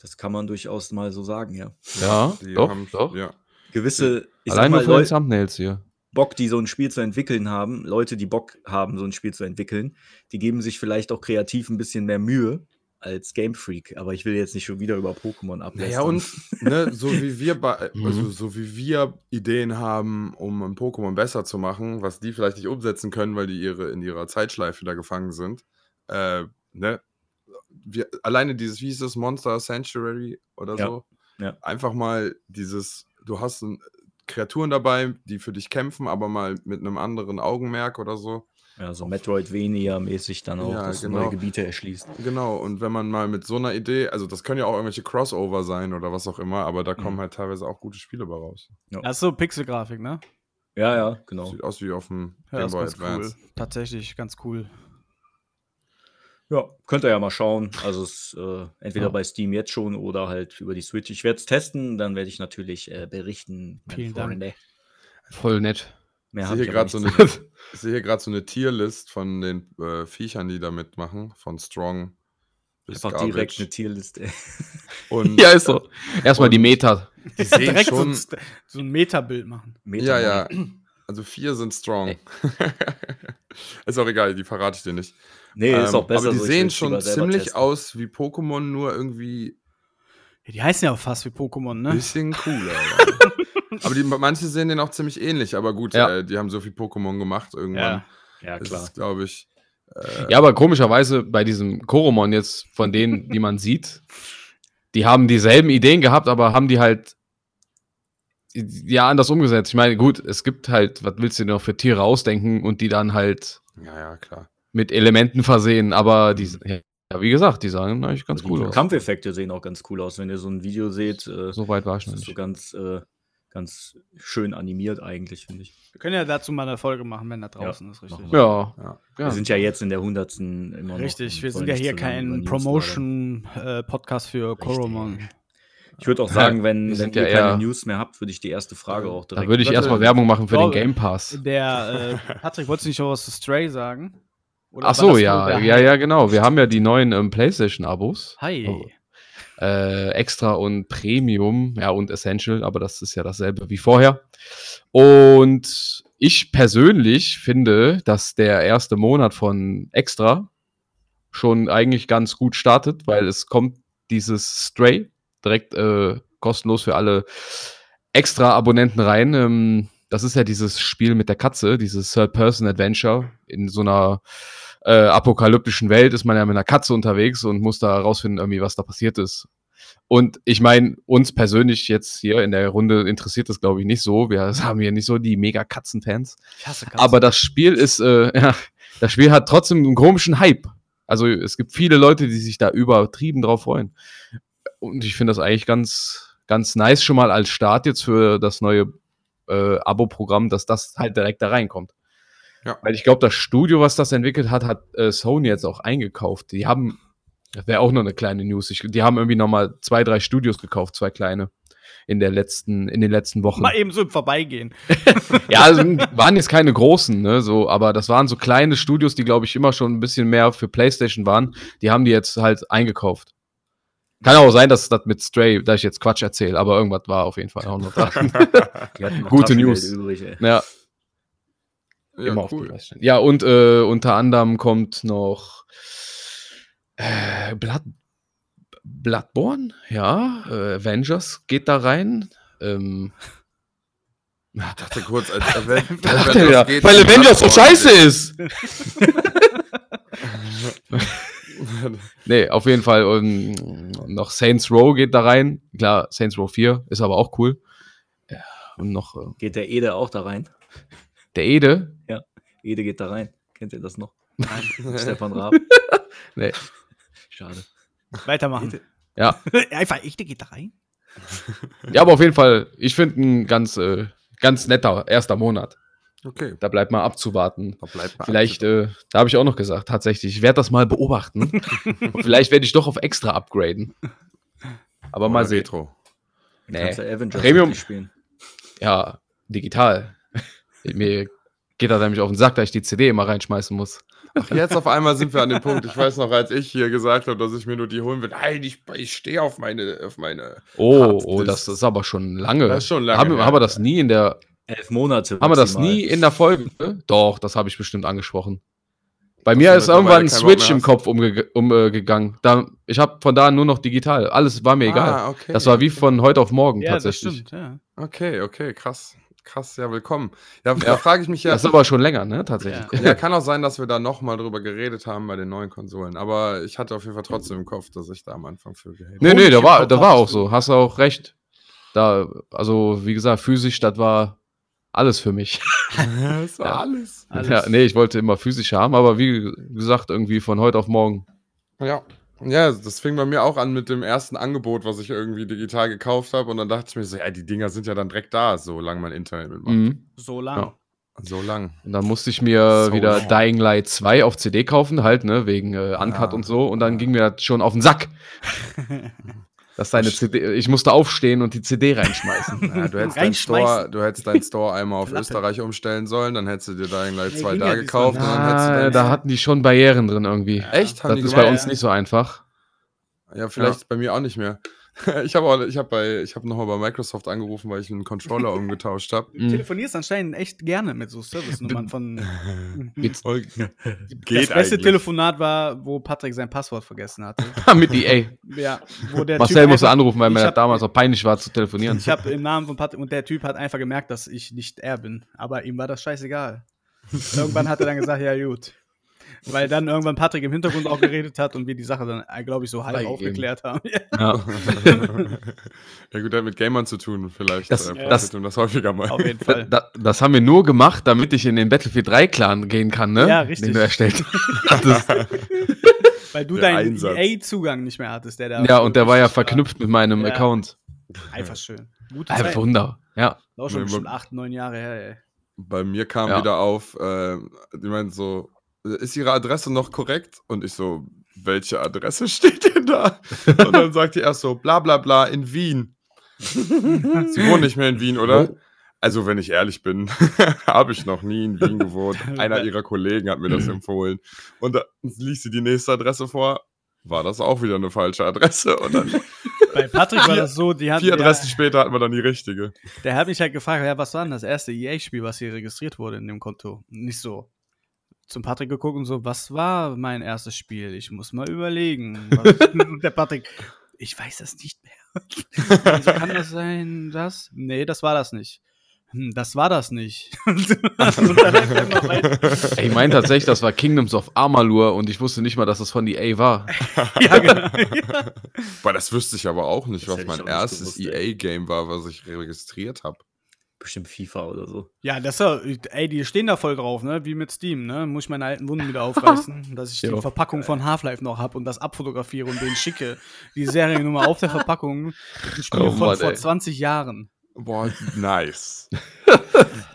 S2: das kann man durchaus mal so sagen, ja.
S1: Ja,
S3: Die
S1: doch,
S3: haben-
S1: doch.
S3: Ja.
S2: Gewisse, ich sag
S1: Allein nur
S2: mal,
S1: von den
S2: Leute,
S1: Thumbnails hier.
S2: Bock, die so ein Spiel zu entwickeln haben, Leute, die Bock haben, so ein Spiel zu entwickeln, die geben sich vielleicht auch kreativ ein bisschen mehr Mühe als Game Freak. Aber ich will jetzt nicht schon wieder über Pokémon ablästern.
S3: Naja, und ne, so wie wir bei,
S1: Mhm.
S3: also so wie wir Ideen haben, um ein Pokémon besser zu machen, was die vielleicht nicht umsetzen können, weil die ihre in ihrer Zeitschleife da gefangen sind. Äh, ne? Wir, alleine dieses, wie hieß das, Monster Sanctuary oder
S2: Ja,
S3: so.
S2: ja.
S3: Einfach mal dieses, du hast ein, Kreaturen dabei, die für dich kämpfen, aber mal mit einem anderen Augenmerk oder so.
S2: ja, so Metroidvania-mäßig dann auch,
S3: Ja,
S2: dass du
S3: genau.
S2: neue Gebiete erschließt.
S3: Genau, und wenn man mal mit so einer Idee, also das können ja auch irgendwelche Crossover sein oder was auch immer, aber da kommen
S2: Mhm.
S3: halt teilweise auch gute Spiele bei raus.
S4: Das ist so Pixelgrafik, ne?
S2: Ja, ja, genau.
S3: Sieht aus wie auf dem
S4: Ja,
S3: Game
S4: das ist
S3: Boy
S4: ganz cool.
S3: Advance.
S4: Tatsächlich, ganz cool.
S2: Ja, könnt ihr ja mal schauen. Also es, äh, entweder
S1: Ja.
S2: bei Steam jetzt schon oder halt über die Switch. Ich werde es testen, dann werde ich natürlich äh, berichten. meine
S4: Vielen Dank.
S2: Freunde.
S1: Voll nett.
S2: Mehr
S3: Ich
S2: hab
S3: sehe
S2: ich aber
S3: gerade
S2: nicht
S3: so
S2: zu
S3: eine-
S2: sagen.
S3: Ich sehe hier gerade so eine Tierlist von den äh, Viechern, die da mitmachen, von Strong bis
S2: Einfach
S3: Garbage.
S2: direkt eine Tierliste.
S3: Und
S1: Ja, ist so. Erstmal die Meta.
S3: die sehen
S4: Direkt so ein,
S3: schon,
S4: St- so ein Metabild machen.
S3: ja, ja, also vier sind Strong. ist auch egal, die verrate ich dir nicht.
S2: Nee, ist
S3: Ähm,
S2: auch besser.
S3: aber die
S2: so, ich
S3: sehen
S2: will's
S3: schon
S2: lieber selber
S3: ziemlich
S2: testen.
S3: aus wie Pokémon, nur irgendwie
S4: Ja, die heißen ja auch fast wie Pokémon, ne?
S3: Bisschen cooler. ja. aber die, manche sehen den auch ziemlich ähnlich, aber gut,
S1: Ja.
S3: äh, die haben so viel Pokémon gemacht irgendwann.
S2: Ja,
S3: das
S2: klar.
S3: ist, glaube ich. Äh,
S1: Ja, aber komischerweise bei diesem Koromon jetzt, von denen, die man sieht, die haben dieselben Ideen gehabt, aber haben die halt ja anders umgesetzt. Ich meine, gut, es gibt halt, was willst du dir noch für Tiere ausdenken und die dann halt
S3: ja, ja, klar.
S1: mit Elementen versehen, aber die, ja, wie gesagt, die sahen eigentlich ganz
S2: Also die
S1: cool aus.
S2: Kampfeffekte sehen auch ganz cool aus, wenn ihr so ein Video seht. Äh,
S1: So weit war ich
S2: das
S1: noch
S2: ist so
S1: nicht.
S2: ganz, äh, ganz schön animiert eigentlich, finde ich.
S4: Wir können ja dazu mal eine Folge machen, wenn da draußen ist, richtig.
S2: machen wir.
S1: Ja,
S3: Ja.
S1: ja.
S2: Wir sind ja jetzt in der hundertsten immer noch
S4: Richtig,
S2: und
S4: wir sind
S2: wollen
S4: ja
S2: nicht
S4: hier
S2: zu lange über
S4: kein
S2: News
S4: Promotion-Podcast für Koromon.
S2: labern. Ich würde auch sagen, wenn,
S1: Wir
S2: wenn
S1: sind
S2: ihr
S1: ja eher-
S2: keine News mehr habt, würde ich die erste Frage auch direkt.
S1: da würde ich erstmal Werbung machen für den Game Pass.
S4: Der äh, Patrick, wolltest du nicht noch was zu Stray sagen? Oder
S1: Ach
S4: war
S1: so,
S4: das
S1: ja,
S4: nur der
S1: ja,
S4: Hype?
S1: ja, genau. Wir haben ja die neuen ähm, PlayStation-Abos.
S4: Hi.
S1: Oh. äh, Extra und Premium, ja, und Essential, aber das ist ja dasselbe wie vorher. Und ich persönlich finde, dass der erste Monat von Extra schon eigentlich ganz gut startet, weil es kommt dieses Stray direkt äh, kostenlos für alle Extra-Abonnenten rein. Ähm, das ist ja dieses Spiel mit der Katze, dieses Third-Person-Adventure. In so einer äh, apokalyptischen Welt ist man ja mit einer Katze unterwegs und muss da herausfinden, irgendwie, was da passiert ist. Und ich meine, uns persönlich jetzt hier in der Runde interessiert das, glaube ich, nicht so. Wir haben hier nicht so die mega Katzenfans.
S4: Ich hasse Katzen.
S1: Aber das Spiel ist, äh, ja, das Spiel hat trotzdem einen komischen Hype. Also es gibt viele Leute, die sich da übertrieben drauf freuen. Und ich finde das eigentlich ganz, ganz nice schon mal als Start jetzt für das neue äh, Abo-Programm, dass das halt direkt da reinkommt.
S3: Ja.
S1: Weil ich glaube, das Studio, was das entwickelt hat, hat äh, Sony jetzt auch eingekauft. Die haben, das wäre auch noch eine kleine News, ich, die haben irgendwie nochmal zwei, drei Studios gekauft, zwei kleine. in der letzten, in den letzten Wochen.
S4: Mal eben so im Vorbeigehen.
S1: Ja, also, waren jetzt keine großen, ne, so, aber das waren so kleine Studios, die, glaube ich, immer schon ein bisschen mehr für PlayStation waren. Die haben die jetzt halt eingekauft. Kann auch sein, dass das mit Stray, da ich jetzt Quatsch erzähle, aber irgendwas war auf jeden Fall auch noch da.
S2: Die hatten noch
S1: Gute
S2: Taschengeld
S1: News.
S2: Übrig, ey.
S1: ja,
S3: Ja,
S1: immer auf die
S3: cool.
S1: Reise stellen. Ja, und äh, unter anderem kommt noch äh, Blood, Bloodborne, ja, äh, Avengers geht da rein. Ähm,
S3: Ich dachte kurz, als Aven
S1: da lacht er wieder, weil Avengers so scheiße ist. Nee, auf jeden Fall. ähm, noch Saints Row geht da rein. Klar, Saints Row 4 ist aber auch cool. Ja, und noch äh,
S2: Geht der Ede auch da rein?
S1: der Ede.
S2: Ede geht da rein. Kennt ihr das noch?
S3: ist.
S2: Stefan Raab.
S1: Nee.
S2: Schade.
S4: Weitermachen.
S1: Ja.
S4: Einfach echte geht da rein.
S1: ja, aber auf jeden Fall, ich finde ein ganz, äh, ganz netter erster Monat.
S3: okay.
S1: Da bleibt mal abzuwarten,
S3: Da bleibt mal
S1: Vielleicht, äh, da habe ich auch noch gesagt, tatsächlich, ich werde das mal beobachten. Und Vielleicht werde ich doch auf extra upgraden. Aber
S3: Oder
S1: mal sehen.
S3: Retro.
S1: Nee.
S2: Kannst du Avengers
S1: Premium-
S2: richtig spielen.
S1: Ja, digital. Mir geht das nämlich auf den Sack, dass ich die CD immer reinschmeißen muss.
S3: Ach, jetzt auf einmal sind wir an dem Punkt. Ich weiß noch, als ich hier gesagt habe, dass ich mir nur die holen will. Nein, ich, ich stehe auf meine, auf meine.
S1: Oh,
S3: Hard
S1: oh
S3: Disk.
S1: das ist aber schon lange.
S3: Das ist schon lange
S1: Haben, wir-
S3: her.
S1: haben wir das nie in der,
S2: Elf Monate.
S1: haben wir das
S2: maximal.
S1: nie in der Folge? Doch, das habe ich bestimmt angesprochen. Bei
S3: Dass
S1: mir
S3: du
S1: ist
S3: mittlerweile
S1: irgendwann ein
S3: keinen Bock mehr
S1: Switch im
S3: hast.
S1: Kopf umgegangen. Um, äh, gegangen. da, ich habe von da an nur noch digital. Alles war mir egal.
S3: Ah, okay.
S1: Das war wie von heute auf morgen
S4: Ja, das
S1: tatsächlich.
S4: stimmt. Ja.
S3: Okay, okay, krass. Krass, ja, willkommen. Ja, da frage ich mich ja.
S1: Das ist aber schon länger, ne? Tatsächlich.
S3: ja, kann auch sein, dass wir da nochmal drüber geredet haben bei den neuen Konsolen. Aber ich hatte auf jeden Fall trotzdem im Kopf, dass ich da am Anfang für gehatet
S1: Nee, nee, da
S4: Honig
S1: war,
S4: im
S1: da
S4: Kopf
S1: war
S4: hast
S1: auch so. Hast du auch recht. Da, also, wie gesagt, physisch, das war alles für mich.
S3: habe. Das war
S1: Ja.
S3: alles.
S4: Alles.
S1: Ja, nee, ich wollte immer physisch haben, aber wie gesagt, irgendwie von heute auf morgen.
S3: Ja. Ja, das fing bei mir auch an mit dem ersten Angebot, was ich irgendwie digital gekauft habe. Und dann dachte ich mir so, ja, die Dinger sind ja dann direkt da, solange mein Internet mitmacht.
S1: Mhm.
S4: So lang.
S1: Ja.
S3: So lang.
S1: Und dann musste ich mir
S3: So
S1: wieder
S3: lang.
S1: Dying Light 2 auf CD kaufen, halt, ne, wegen äh, Uncut
S3: Ja.
S1: und so. Und dann ging mir das schon auf den Sack. Dass deine CD, ich musste aufstehen und die CD reinschmeißen.
S3: Ja, du, hättest deinen
S4: Reinschmeißen.
S3: Store, du hättest deinen Store einmal auf
S4: Klappe.
S3: Österreich umstellen sollen, dann hättest du dir Dying Light
S4: Ja,
S3: 2
S4: ging
S3: da
S4: ja
S3: gekauft und
S4: diesmal.
S3: dann hättest du
S1: Na,
S3: deinen
S1: Ah, da hatten die schon Barrieren drin irgendwie.
S3: Echt? Haben
S1: Das
S3: die
S1: ist
S3: gemacht?
S1: bei uns nicht so einfach.
S3: Ja, vielleicht bei mir auch nicht mehr. Ich habe auch, ich habe bei, ich habe nochmal bei Microsoft angerufen, weil ich einen Controller umgetauscht habe.
S1: Mhm.
S4: Du telefonierst anscheinend echt gerne mit so Service-Nummern von.
S1: Geht's-
S3: Geht
S4: das beste
S3: eigentlich.
S4: Telefonat war, wo Patrick sein Passwort vergessen hatte.
S1: Mit EA.
S4: Ja, wo der
S1: Marcel
S4: Typ
S1: musste
S4: einfach-
S1: anrufen, weil mir
S4: Ich
S1: das
S4: hab-
S1: damals auch peinlich war zu telefonieren.
S4: Ich habe im Namen von Patrick und der Typ hat einfach gemerkt, dass ich nicht er bin. Aber ihm war das scheißegal. Irgendwann hat er dann gesagt, ja gut. Weil dann irgendwann Patrick im Hintergrund auch geredet hat und wir die Sache dann, glaube ich, so halb
S1: Freigegeben.
S4: aufgeklärt haben.
S1: Ja.
S3: ja gut, hat mit Gamern zu tun, vielleicht.
S1: Das-
S3: äh,
S1: das-
S3: passiert ihm das häufiger mal.
S4: Auf jeden
S1: Da,
S4: Fall.
S1: da, das haben wir nur gemacht, damit ich in den Battlefield 3 Clan gehen kann, ne?
S4: Ja, richtig.
S1: Den du erstellt hattest.
S4: Weil du
S3: Der
S4: deinen
S3: Einsatz.
S4: EA-Zugang nicht mehr hattest, der da.
S1: Ja, und der war ja
S4: wirklich
S1: verknüpft mit meinem
S4: Ja.
S1: Account.
S4: Einfach schön. Gute
S1: Ein
S4: Zeit.
S1: Wunder. Ja.
S4: Auch schon bestimmt acht, neun Jahre her,
S3: Bei mir kam
S1: Ja.
S3: wieder auf, äh, die meinen so, ist ihre Adresse noch korrekt? Und ich so, welche Adresse steht denn da? Und dann sagt die erst so, bla bla bla, in Wien. Sie wohnen nicht mehr in Wien, oder? Also, wenn ich ehrlich bin, habe ich noch nie in Wien gewohnt. Einer ihrer Kollegen hat mir das empfohlen. Und dann liest sie die nächste Adresse vor, war das auch wieder eine falsche Adresse. Und dann
S4: ey. Bei Patrick war
S3: Vier-
S4: das so, die hatten.
S3: vier Adressen
S4: Ja,
S3: später hat man dann die richtige.
S4: der hat mich halt gefragt, ja, was war denn das erste EA-Spiel, was hier registriert wurde in dem Konto? Nicht so. Zum Patrick geguckt und so, was war mein erstes Spiel? Ich muss mal überlegen. Was- und der Patrick, ich weiß das nicht mehr. also kann das sein, das? Nee, das war das nicht. Hm, das war das nicht. und dann hat er immer weiter-
S1: Ey, Ich meine tatsächlich, das war Kingdoms of Amalur und ich wusste nicht mal, dass das von EA war.
S4: ja, genau.
S3: Boah, das wüsste ich aber auch nicht,
S2: Das
S3: was
S2: hätte ich
S3: mein
S2: auch nicht
S3: erstes
S2: gewusst, ey.
S3: EA-Game war, was ich registriert habe.
S2: Bestimmt FIFA oder so.
S4: Ja, das ist ja, ey, die stehen da voll drauf, ne? Wie mit Steam, ne? Muss ich meine alten Wunden wieder aufreißen, dass ich
S1: Jo.
S4: die Verpackung von Half-Life noch hab und das abfotografiere und den schicke. Die Seriennummer auf der Verpackung. Ein Spiel
S1: Oh
S4: von
S1: Mann,
S4: vor
S1: ey.
S4: 20 Jahren.
S3: Boah, nice.
S1: Das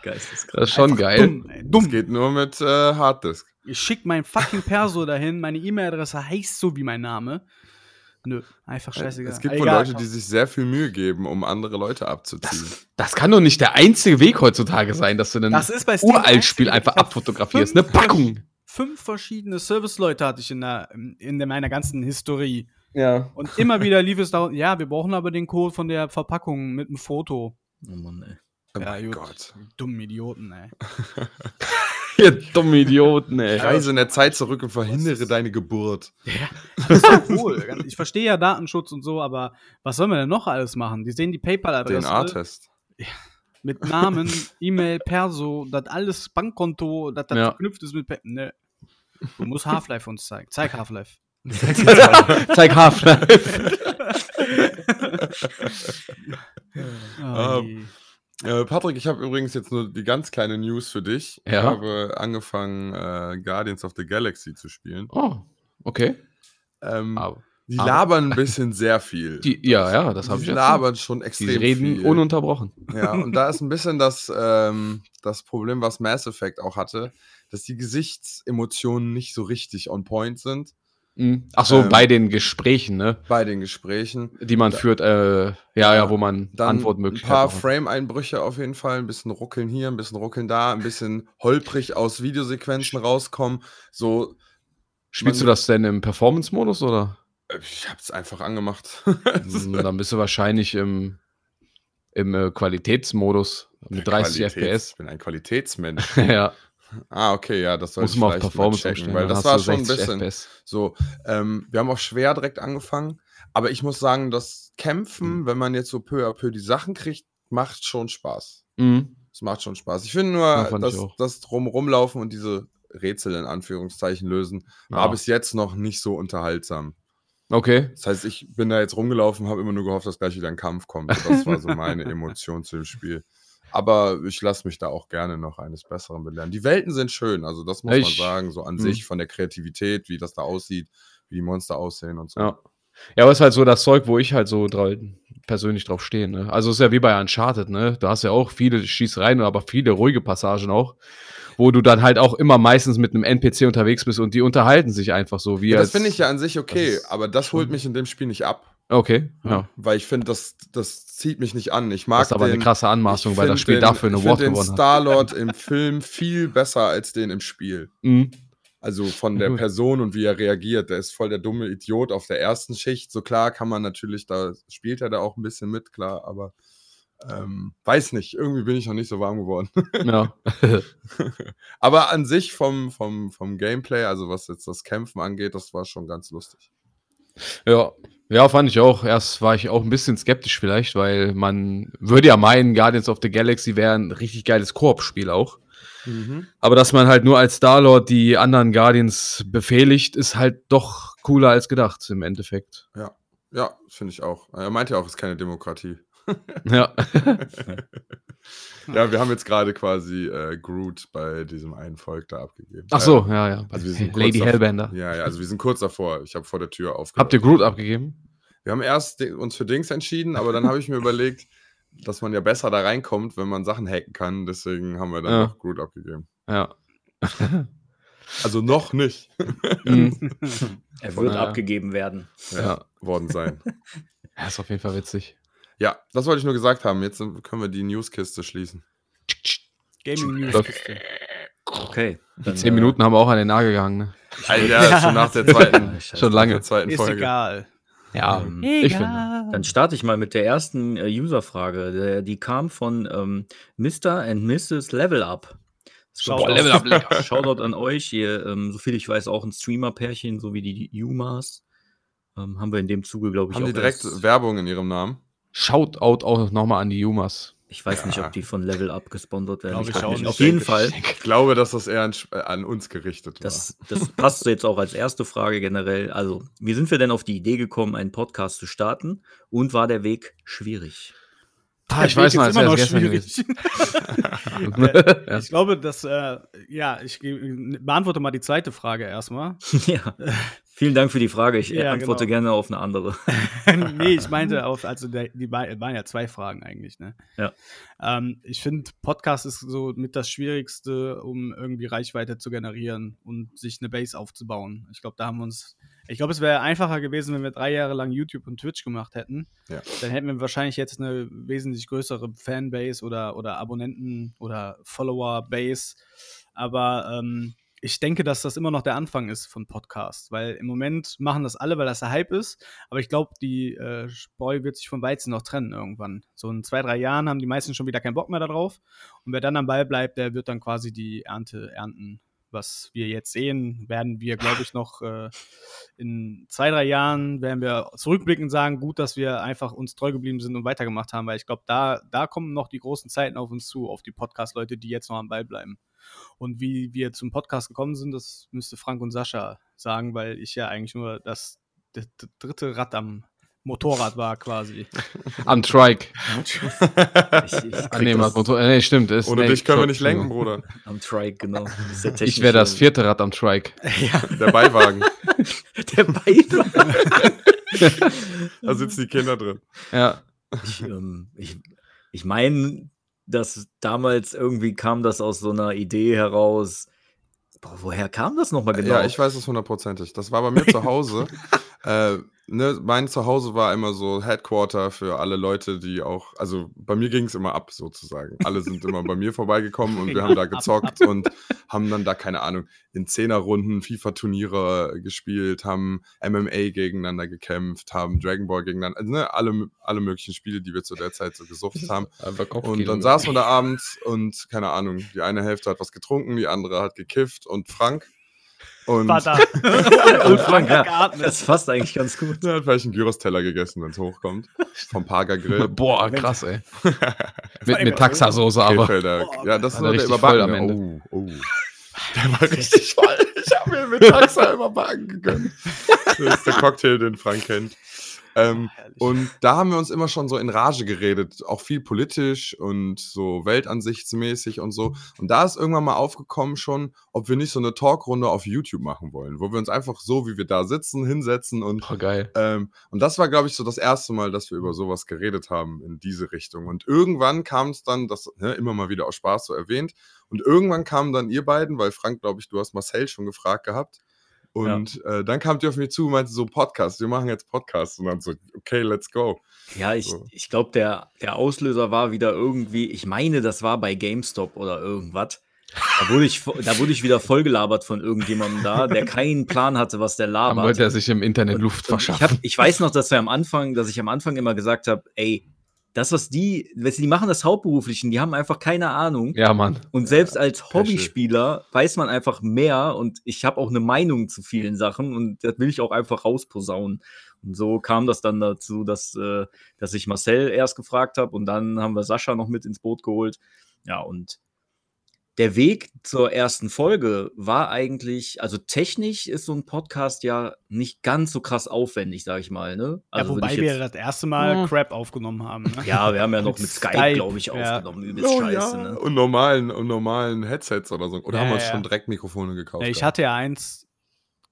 S2: Geisteskrank.
S1: ist schon geil.
S4: Dumm, ey,
S3: Dumm. Das
S4: dumm.
S3: geht nur mit äh, Harddisk.
S4: Ich schick mein fucking Perso dahin, meine E-Mail-Adresse heißt so wie mein Name. Nö,
S1: Äh,
S4: einfach scheißegal.
S3: Es gibt wohl
S4: Egal.
S3: Leute, die sich sehr viel Mühe geben, um andere Leute abzuziehen.
S1: Das kann doch nicht der einzige Weg heutzutage sein, dass du ein
S4: Das ist bei Steam
S1: Uraltspiel
S4: einzige-
S1: einfach
S4: ich hab
S1: abfotografierst. ne? Eine
S4: fünf
S1: Packung.
S4: Fünf verschiedene Serviceleute hatte ich in, der, in der, meiner ganzen Historie.
S1: Ja.
S4: Und immer wieder lief es da unten, ja, wir brauchen aber den Code von der Verpackung mit einem Foto.
S2: Oh Mann, ey.
S3: Oh
S4: Ja,
S3: mein
S4: gut.
S3: Gott.
S4: Dummen Idioten, ey.
S1: Ihr dummen Idioten,
S3: Ich
S1: ey.
S3: reise in der Zeit zurück und verhindere deine Geburt.
S4: Cool. Ich verstehe ja Datenschutz und so, aber was soll man denn noch alles machen? Die sehen die PayPal-Adresse
S3: DNA-Test.
S4: mit Namen, E-Mail, Perso, das alles, Bankkonto, das das
S1: Ja.
S4: verknüpft ist mit PayPal. Ne. Du musst Half-Life uns zeigen. Zeig Half-Life.
S1: Zeig Half-Life.
S4: Ah,
S3: Ähm,
S4: je.
S3: Äh, Patrick, ich habe übrigens jetzt nur die ganz kleine News für dich. Ich
S1: Ja.
S3: habe angefangen, äh, Guardians of the Galaxy zu spielen.
S1: Oh, okay.
S3: Ähm,
S1: Aber
S3: die
S1: aber-
S3: labern ein bisschen sehr viel.
S1: die, ja, ja, das habe
S3: Die
S1: ich jetzt.
S3: labern schon
S1: Die
S3: extrem
S1: reden
S3: viel.
S1: ununterbrochen.
S3: Ja, und da ist ein bisschen das, ähm, das Problem, was Mass Effect auch hatte, dass die Gesichtsemotionen nicht so richtig on point sind
S1: Mhm. Ach so,
S3: Ähm.
S1: bei den Gesprächen, ne,
S3: bei den Gesprächen.
S1: die man
S3: Da-
S1: führt, äh, ja, ja, wo man
S3: Dann ein
S1: Antwortmöglichkeiten
S3: paar
S1: hat.
S3: Frame-Einbrüche auf jeden Fall, ein bisschen ruckeln hier, ein bisschen ruckeln da, ein bisschen holprig aus Videosequenzen rauskommen. So,
S1: Spielst du das denn im Performance-Modus oder?
S3: äh, ich hab's einfach angemacht.
S1: Hm, Dann bist du wahrscheinlich im, im äh, Qualitätsmodus mit 30
S3: Qualität.
S1: FPS.
S3: Ich bin ein Qualitätsmensch.
S1: ja,
S3: Ah, okay, ja, das sollte
S1: muss
S3: ich
S1: man auf
S3: vielleicht mal
S1: Performance
S3: checken,
S1: umstellen.
S3: weil
S1: dann
S3: das
S1: hast
S3: war
S1: du
S3: schon ein
S1: 60
S3: bisschen.
S1: FPS.
S3: So, ähm, wir haben auch schwer direkt angefangen, aber ich muss sagen, das Kämpfen,
S1: Mhm.
S3: wenn man jetzt so peu à peu die Sachen kriegt, macht schon Spaß.
S1: Mhm.
S3: Es macht schon Spaß. Ich finde
S1: Ja,
S3: nur,
S1: fand ich
S3: dass
S1: auch.
S3: das drum rumlaufen und diese Rätsel in Anführungszeichen lösen, war
S1: Ja.
S3: bis jetzt noch nicht so unterhaltsam.
S1: Okay.
S3: Das heißt, ich bin da jetzt rumgelaufen, habe immer nur gehofft, dass gleich wieder ein Kampf kommt. Das war so meine Emotion zu dem Spiel. Aber ich lasse mich da auch gerne noch eines Besseren belehren. Die Welten sind schön, also das muss
S1: Ich-
S3: man sagen, so an
S1: Mhm.
S3: sich von der Kreativität, wie das da aussieht, wie die Monster aussehen und so.
S1: Ja. Ja, aber ist halt so das Zeug, wo ich halt so drau- persönlich drauf stehe. Ne? Also ist ja wie bei Uncharted, ne? Du hast ja auch viele Schießereien, aber viele ruhige Passagen auch, wo du dann halt auch immer meistens mit einem NPC unterwegs bist und die unterhalten sich einfach so wie
S3: Ja, das
S1: als-
S3: finde ich ja an sich okay,
S1: ist
S3: aber das holt
S1: schon-
S3: mich in dem Spiel nicht ab,
S1: Okay, ja.
S3: weil ich finde, das, das zieht mich nicht an. Ich mag
S1: Das ist aber
S3: den,
S1: eine krasse Anmaßung,
S3: ich
S1: weil das
S3: find
S1: Spiel
S3: den,
S1: dafür eine
S3: Ich
S1: Award
S3: finde den
S1: gewonnen hat.
S3: Star-Lord im Film viel besser als den im Spiel.
S1: Mhm.
S3: Also von
S1: Na
S3: der
S1: gut.
S3: Person und wie er reagiert. Der ist voll der dumme Idiot auf der ersten Schicht. So klar kann man natürlich, da spielt er da auch ein bisschen mit, klar, aber ähm, weiß nicht, irgendwie bin ich noch nicht so warm geworden.
S1: Ja.
S3: aber an sich vom, vom, vom Gameplay, also was jetzt das Kämpfen angeht, das war schon ganz lustig.
S1: Ja. Ja, fand ich auch. Erst war ich auch ein bisschen skeptisch vielleicht, weil man würde ja meinen, Guardians of the Galaxy wäre ein richtig geiles Koop-Spiel auch. Aber dass man halt nur als Star-Lord die anderen Guardians befehligt, ist halt doch cooler als gedacht im Endeffekt.
S3: Ja, finde ich auch. Er meinte ja auch, es ist keine Demokratie.
S1: Ja. Ah.
S3: Ja, wir haben jetzt gerade quasi äh, Groot bei diesem einen Volk da abgegeben.
S1: Ach so, ja, ja.
S3: Also wir sind kurz
S1: Lady
S3: auf-
S1: Hellbender.
S3: Äh, ja, ja, also wir sind kurz davor. Ich habe vor der Tür aufgehört.
S1: Habt ihr Groot abgegeben?
S3: Wir haben erst di- uns für Dings entschieden, aber dann habe ich mir überlegt, dass man ja besser da reinkommt, wenn man Sachen hacken kann. Deswegen haben wir dann
S1: Ja.
S3: noch Groot abgegeben.
S1: Ja.
S3: Also noch nicht
S1: Mhm.
S2: Er wird
S1: Ja.
S2: abgegeben werden.
S1: ja.
S3: worden sein.
S1: ja. Ist auf jeden Fall witzig.
S3: Ja, das wollte ich nur gesagt haben. Jetzt sind- können wir die Newskiste schließen.
S4: Gaming News.
S1: Läuft.
S2: Okay. Dann,
S1: Zehn
S2: äh,
S1: Minuten haben wir auch an den Nagel gehangen. Ne?
S3: Alter, ja. schon nach der zweiten,
S2: Scheiße.
S1: Schon Ah. lange.
S3: der zweiten
S4: Ist
S3: Folge.
S4: egal.
S1: Ja.
S2: Ähm,
S1: Ich finde.
S2: Dann starte ich mal mit der ersten äh, User-Frage. Der- Die kam von ähm, Mr. and Mrs. Level Up. Das kommt
S4: Boah,
S2: aus-
S1: Level Up, lecker.
S2: Shoutout an euch. Ihr, ähm, soviel ich weiß, auch ein Streamer-Pärchen, so wie die Yumas. Ähm, haben wir in dem Zuge, glaube ich,
S3: Haben
S2: auch
S3: die direkt
S2: erst-
S3: Werbung in ihrem Namen?
S1: Shoutout auch nochmal an die Jumas.
S2: Ich weiß nicht,
S3: Ja.
S2: ob die von Level Up gesponsert werden.
S4: Glaub ich
S2: weiß
S4: auch
S2: nicht.
S4: nicht.
S2: Auf jeden
S3: Ich
S2: Fall.
S3: Ich glaube, dass das eher an, Sch- äh, an uns gerichtet war.
S2: Das, das passt jetzt auch als erste Frage generell. Also, wie sind wir denn auf die Idee gekommen, einen Podcast zu starten? Und war der Weg schwierig?
S1: Ah, ich
S4: Der
S1: weiß
S4: Weg
S1: noch,
S4: ist
S1: als
S4: immer
S1: wäre
S4: noch
S1: es gestern
S4: schwierig.
S1: gewesen. ja.
S4: Ich glaube, dass, äh, ja, ich ge- beantworte mal die zweite Frage erstmal.
S2: ja. Vielen Dank für die Frage. Ich äh,
S4: Ja,
S2: antworte
S4: genau.
S2: gerne auf eine andere.
S4: nee, ich meinte auf, also der, die bei- waren ja zwei Fragen eigentlich, ne?
S2: Ja.
S4: Ähm, ich finde, Podcast ist so mit das Schwierigste, um irgendwie Reichweite zu generieren und sich eine Base aufzubauen. Ich glaube, da haben wir uns. Ich glaube, es wäre einfacher gewesen, wenn wir drei Jahre lang YouTube und Twitch gemacht hätten.
S3: Ja.
S4: Dann hätten wir wahrscheinlich jetzt eine wesentlich größere Fanbase oder, oder Abonnenten oder Follower-Base. Aber ähm, ich denke, dass das immer noch der Anfang ist von Podcasts, weil im Moment machen das alle, weil das der Hype ist. Aber ich glaube, die äh, Spreu wird sich vom Weizen noch trennen irgendwann. So in zwei, drei Jahren haben die meisten schon wieder keinen Bock mehr darauf. Und wer dann am Ball bleibt, der wird dann quasi die Ernte ernten. Was wir jetzt sehen, werden wir, glaube ich, noch äh, in zwei, drei Jahren werden wir zurückblickend sagen, gut, dass wir einfach uns treu geblieben sind und weitergemacht haben, weil ich glaube, da, da kommen noch die großen Zeiten auf uns zu, auf die Podcast-Leute, die jetzt noch am Ball bleiben. Und wie wir zum Podcast gekommen sind, das müsste Frank und Sascha sagen, weil ich ja eigentlich nur das, das dritte Rad am Motorrad war quasi.
S1: Am Trike.
S2: Ich, ich krieg
S1: Annehmen
S2: das
S1: das Motor. Nee, stimmt. Ist,
S3: Ohne
S1: nee,
S3: dich können wir
S1: Entschuldigung.
S3: nicht lenken, Bruder.
S2: am Trike, genau. Das ist der
S1: Ich wäre das
S2: technische-
S1: vierte Rad am Trike.
S3: Der Beiwagen.
S2: Der Beiwagen.
S3: Da sitzen die Kinder drin.
S1: Ja.
S2: Ich, ähm, ich, ich meine, dass damals irgendwie kam das aus so einer Idee heraus. Boah, woher kam das nochmal genau?
S3: Äh, Ja, ich weiß es hundertprozentig. Das war bei mir zu Hause. äh, ne, mein Zuhause war immer so Headquarter für alle Leute, die auch, also bei mir ging es immer ab sozusagen. Alle sind immer bei mir vorbeigekommen und wir haben da gezockt und haben dann da, keine Ahnung, in Zehnerrunden FIFA-Turniere gespielt, haben MMA gegeneinander gekämpft, haben Dragon Ball gegeneinander, also, ne, alle, alle möglichen Spiele, die wir zu der Zeit so gesucht haben.
S1: Einfach
S3: Und dann saß man da abends und keine Ahnung, die eine Hälfte hat was getrunken, die andere hat gekifft und Frank. Und
S4: War da.
S2: Und Frank,
S4: hat
S2: ja,
S4: geatmet.
S2: das passt eigentlich ganz gut.
S3: der hat vielleicht einen Gyros-Teller gegessen, wenn es hochkommt. Vom Parker Grill.
S1: Boah, krass, ey. mit mit Taxasoße aber.
S3: Krefelder. Ja, das ist
S1: War
S3: nur
S1: der
S3: der
S1: richtig voll
S3: überbackene.
S1: am Ende?
S3: Oh, oh. Der war richtig voll. Ich habe mir mit Taxa überbacken gegönnt. Das ist der Cocktail, den Frank kennt. Ähm, Und da haben wir uns immer schon so in Rage geredet, auch viel politisch und so weltansichtsmäßig und so. Und da ist irgendwann mal aufgekommen schon, ob wir nicht so eine Talkrunde auf YouTube machen wollen, wo wir uns einfach so, wie wir da sitzen, hinsetzen und
S1: Boah, geil.
S3: ähm, und das war, glaube ich, so das erste Mal, dass wir über sowas geredet haben in diese Richtung. Und irgendwann kam es dann, das ne, immer mal wieder aus Spaß so erwähnt, und irgendwann kamen dann ihr beiden, weil Frank, glaube ich, du hast Marcel schon gefragt gehabt. Und äh, dann kamt ihr auf mich zu und meinte so, Podcast, wir machen jetzt Podcast. Und dann so, okay, let's go.
S2: Ja, ich,
S3: So.
S2: ich glaube, der, der Auslöser war wieder irgendwie, ich meine, das war bei GameStop oder irgendwas. Da wurde ich, vo- da wurde ich wieder vollgelabert von irgendjemandem da, der keinen Plan hatte, was der
S1: Dann
S2: labert.
S1: wollte er sich im Internet Luft
S2: Und ich, hab,
S1: verschaffen.
S2: ich weiß noch, dass wir am Anfang, dass ich am Anfang immer gesagt habe, ey, das, was die, weißt du, die machen das hauptberuflichen, die haben einfach keine Ahnung.
S1: Ja, Mann.
S2: Und selbst als
S3: Pechel.
S2: Hobbyspieler weiß man einfach mehr und ich habe auch eine Meinung zu vielen Sachen und das will ich auch einfach rausposaunen. Und so kam das dann dazu, dass, äh, dass ich Marcel erst gefragt habe und dann haben wir Sascha noch mit ins Boot geholt. Ja, und der Weg zur ersten Folge war eigentlich, also technisch ist so ein Podcast ja nicht ganz so krass aufwendig, sag ich mal. Ne?
S4: Ja,
S2: Also wenn
S4: wobei
S2: ich
S4: wir
S2: jetzt-
S4: das erste Mal
S1: Ja.
S4: Crap aufgenommen haben. Ne?
S2: ja, wir haben ja noch
S4: mit
S2: mit Skype,
S4: Skype,
S2: glaube ich,
S4: ja.
S2: aufgenommen. Übelst scheiße. Ne?
S3: Oh Und normalen, und normalen Headsets oder so. Oder
S4: Ja,
S3: haben wir uns
S4: ja,
S3: schon
S4: ja.
S3: direkt Mikrofone gekauft?
S4: Ja, ich
S3: gehabt?
S4: hatte ja eins.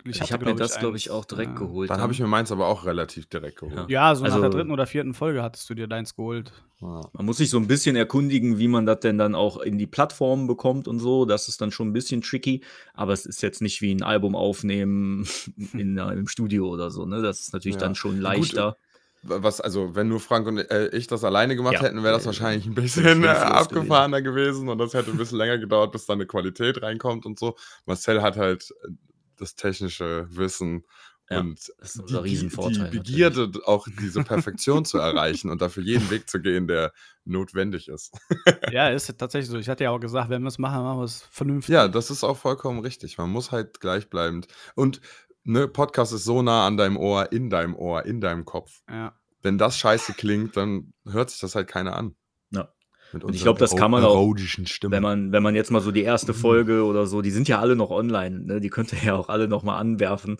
S2: Ich, habe mir
S4: glaub
S2: das, glaube ich,
S4: eins.
S2: auch direkt
S4: ja.
S2: geholt.
S3: Dann habe ich mir meins aber auch relativ direkt geholt.
S4: Ja, so
S2: Also-
S4: nach der dritten oder vierten Folge hattest du dir deins geholt.
S3: Ja.
S2: man muss sich so ein bisschen erkundigen, wie man das denn dann auch in die Plattformen bekommt und so. Das ist dann schon ein bisschen tricky, aber es ist jetzt nicht wie ein Album aufnehmen in, äh, im Studio oder so. Ne? Das ist natürlich
S3: Ja.
S2: dann schon leichter.
S3: Was, also, wenn nur Frank und äh, ich das alleine gemacht
S2: Ja.
S3: hätten, wäre das wahrscheinlich ein bisschen
S2: Wenn's
S3: äh,
S2: los gewesen.
S3: abgefahrener gewesen und das hätte ein bisschen länger gedauert, bis da eine Qualität reinkommt und so. Marcel hat halt äh, das technische Wissen
S2: Ja,
S3: äh, und
S2: Das ist unser
S3: die-
S2: Riesenvorteil.
S3: die
S2: natürlich.
S3: Begierde, auch diese Perfektion zu erreichen und dafür jeden Weg zu gehen, der notwendig ist.
S4: Ja, ist tatsächlich so. Ich hatte ja auch gesagt, wenn wir es machen, machen wir es vernünftig.
S3: Ja, das ist auch vollkommen richtig. Man muss halt gleichbleibend. Und ne, Podcast ist so nah an deinem Ohr, in deinem Ohr, in deinem Kopf.
S4: Ja.
S3: wenn das scheiße klingt, dann hört sich das halt keiner an.
S2: Ja.
S3: Mit
S2: Und ich glaub, das kann man auch,
S3: erodischen Stimmen.
S2: Wenn man, wenn man jetzt mal so die
S3: Mhm.
S2: erste Folge oder so, die sind ja alle noch online, ne? die könnt ihr ja auch alle noch mal anwerfen.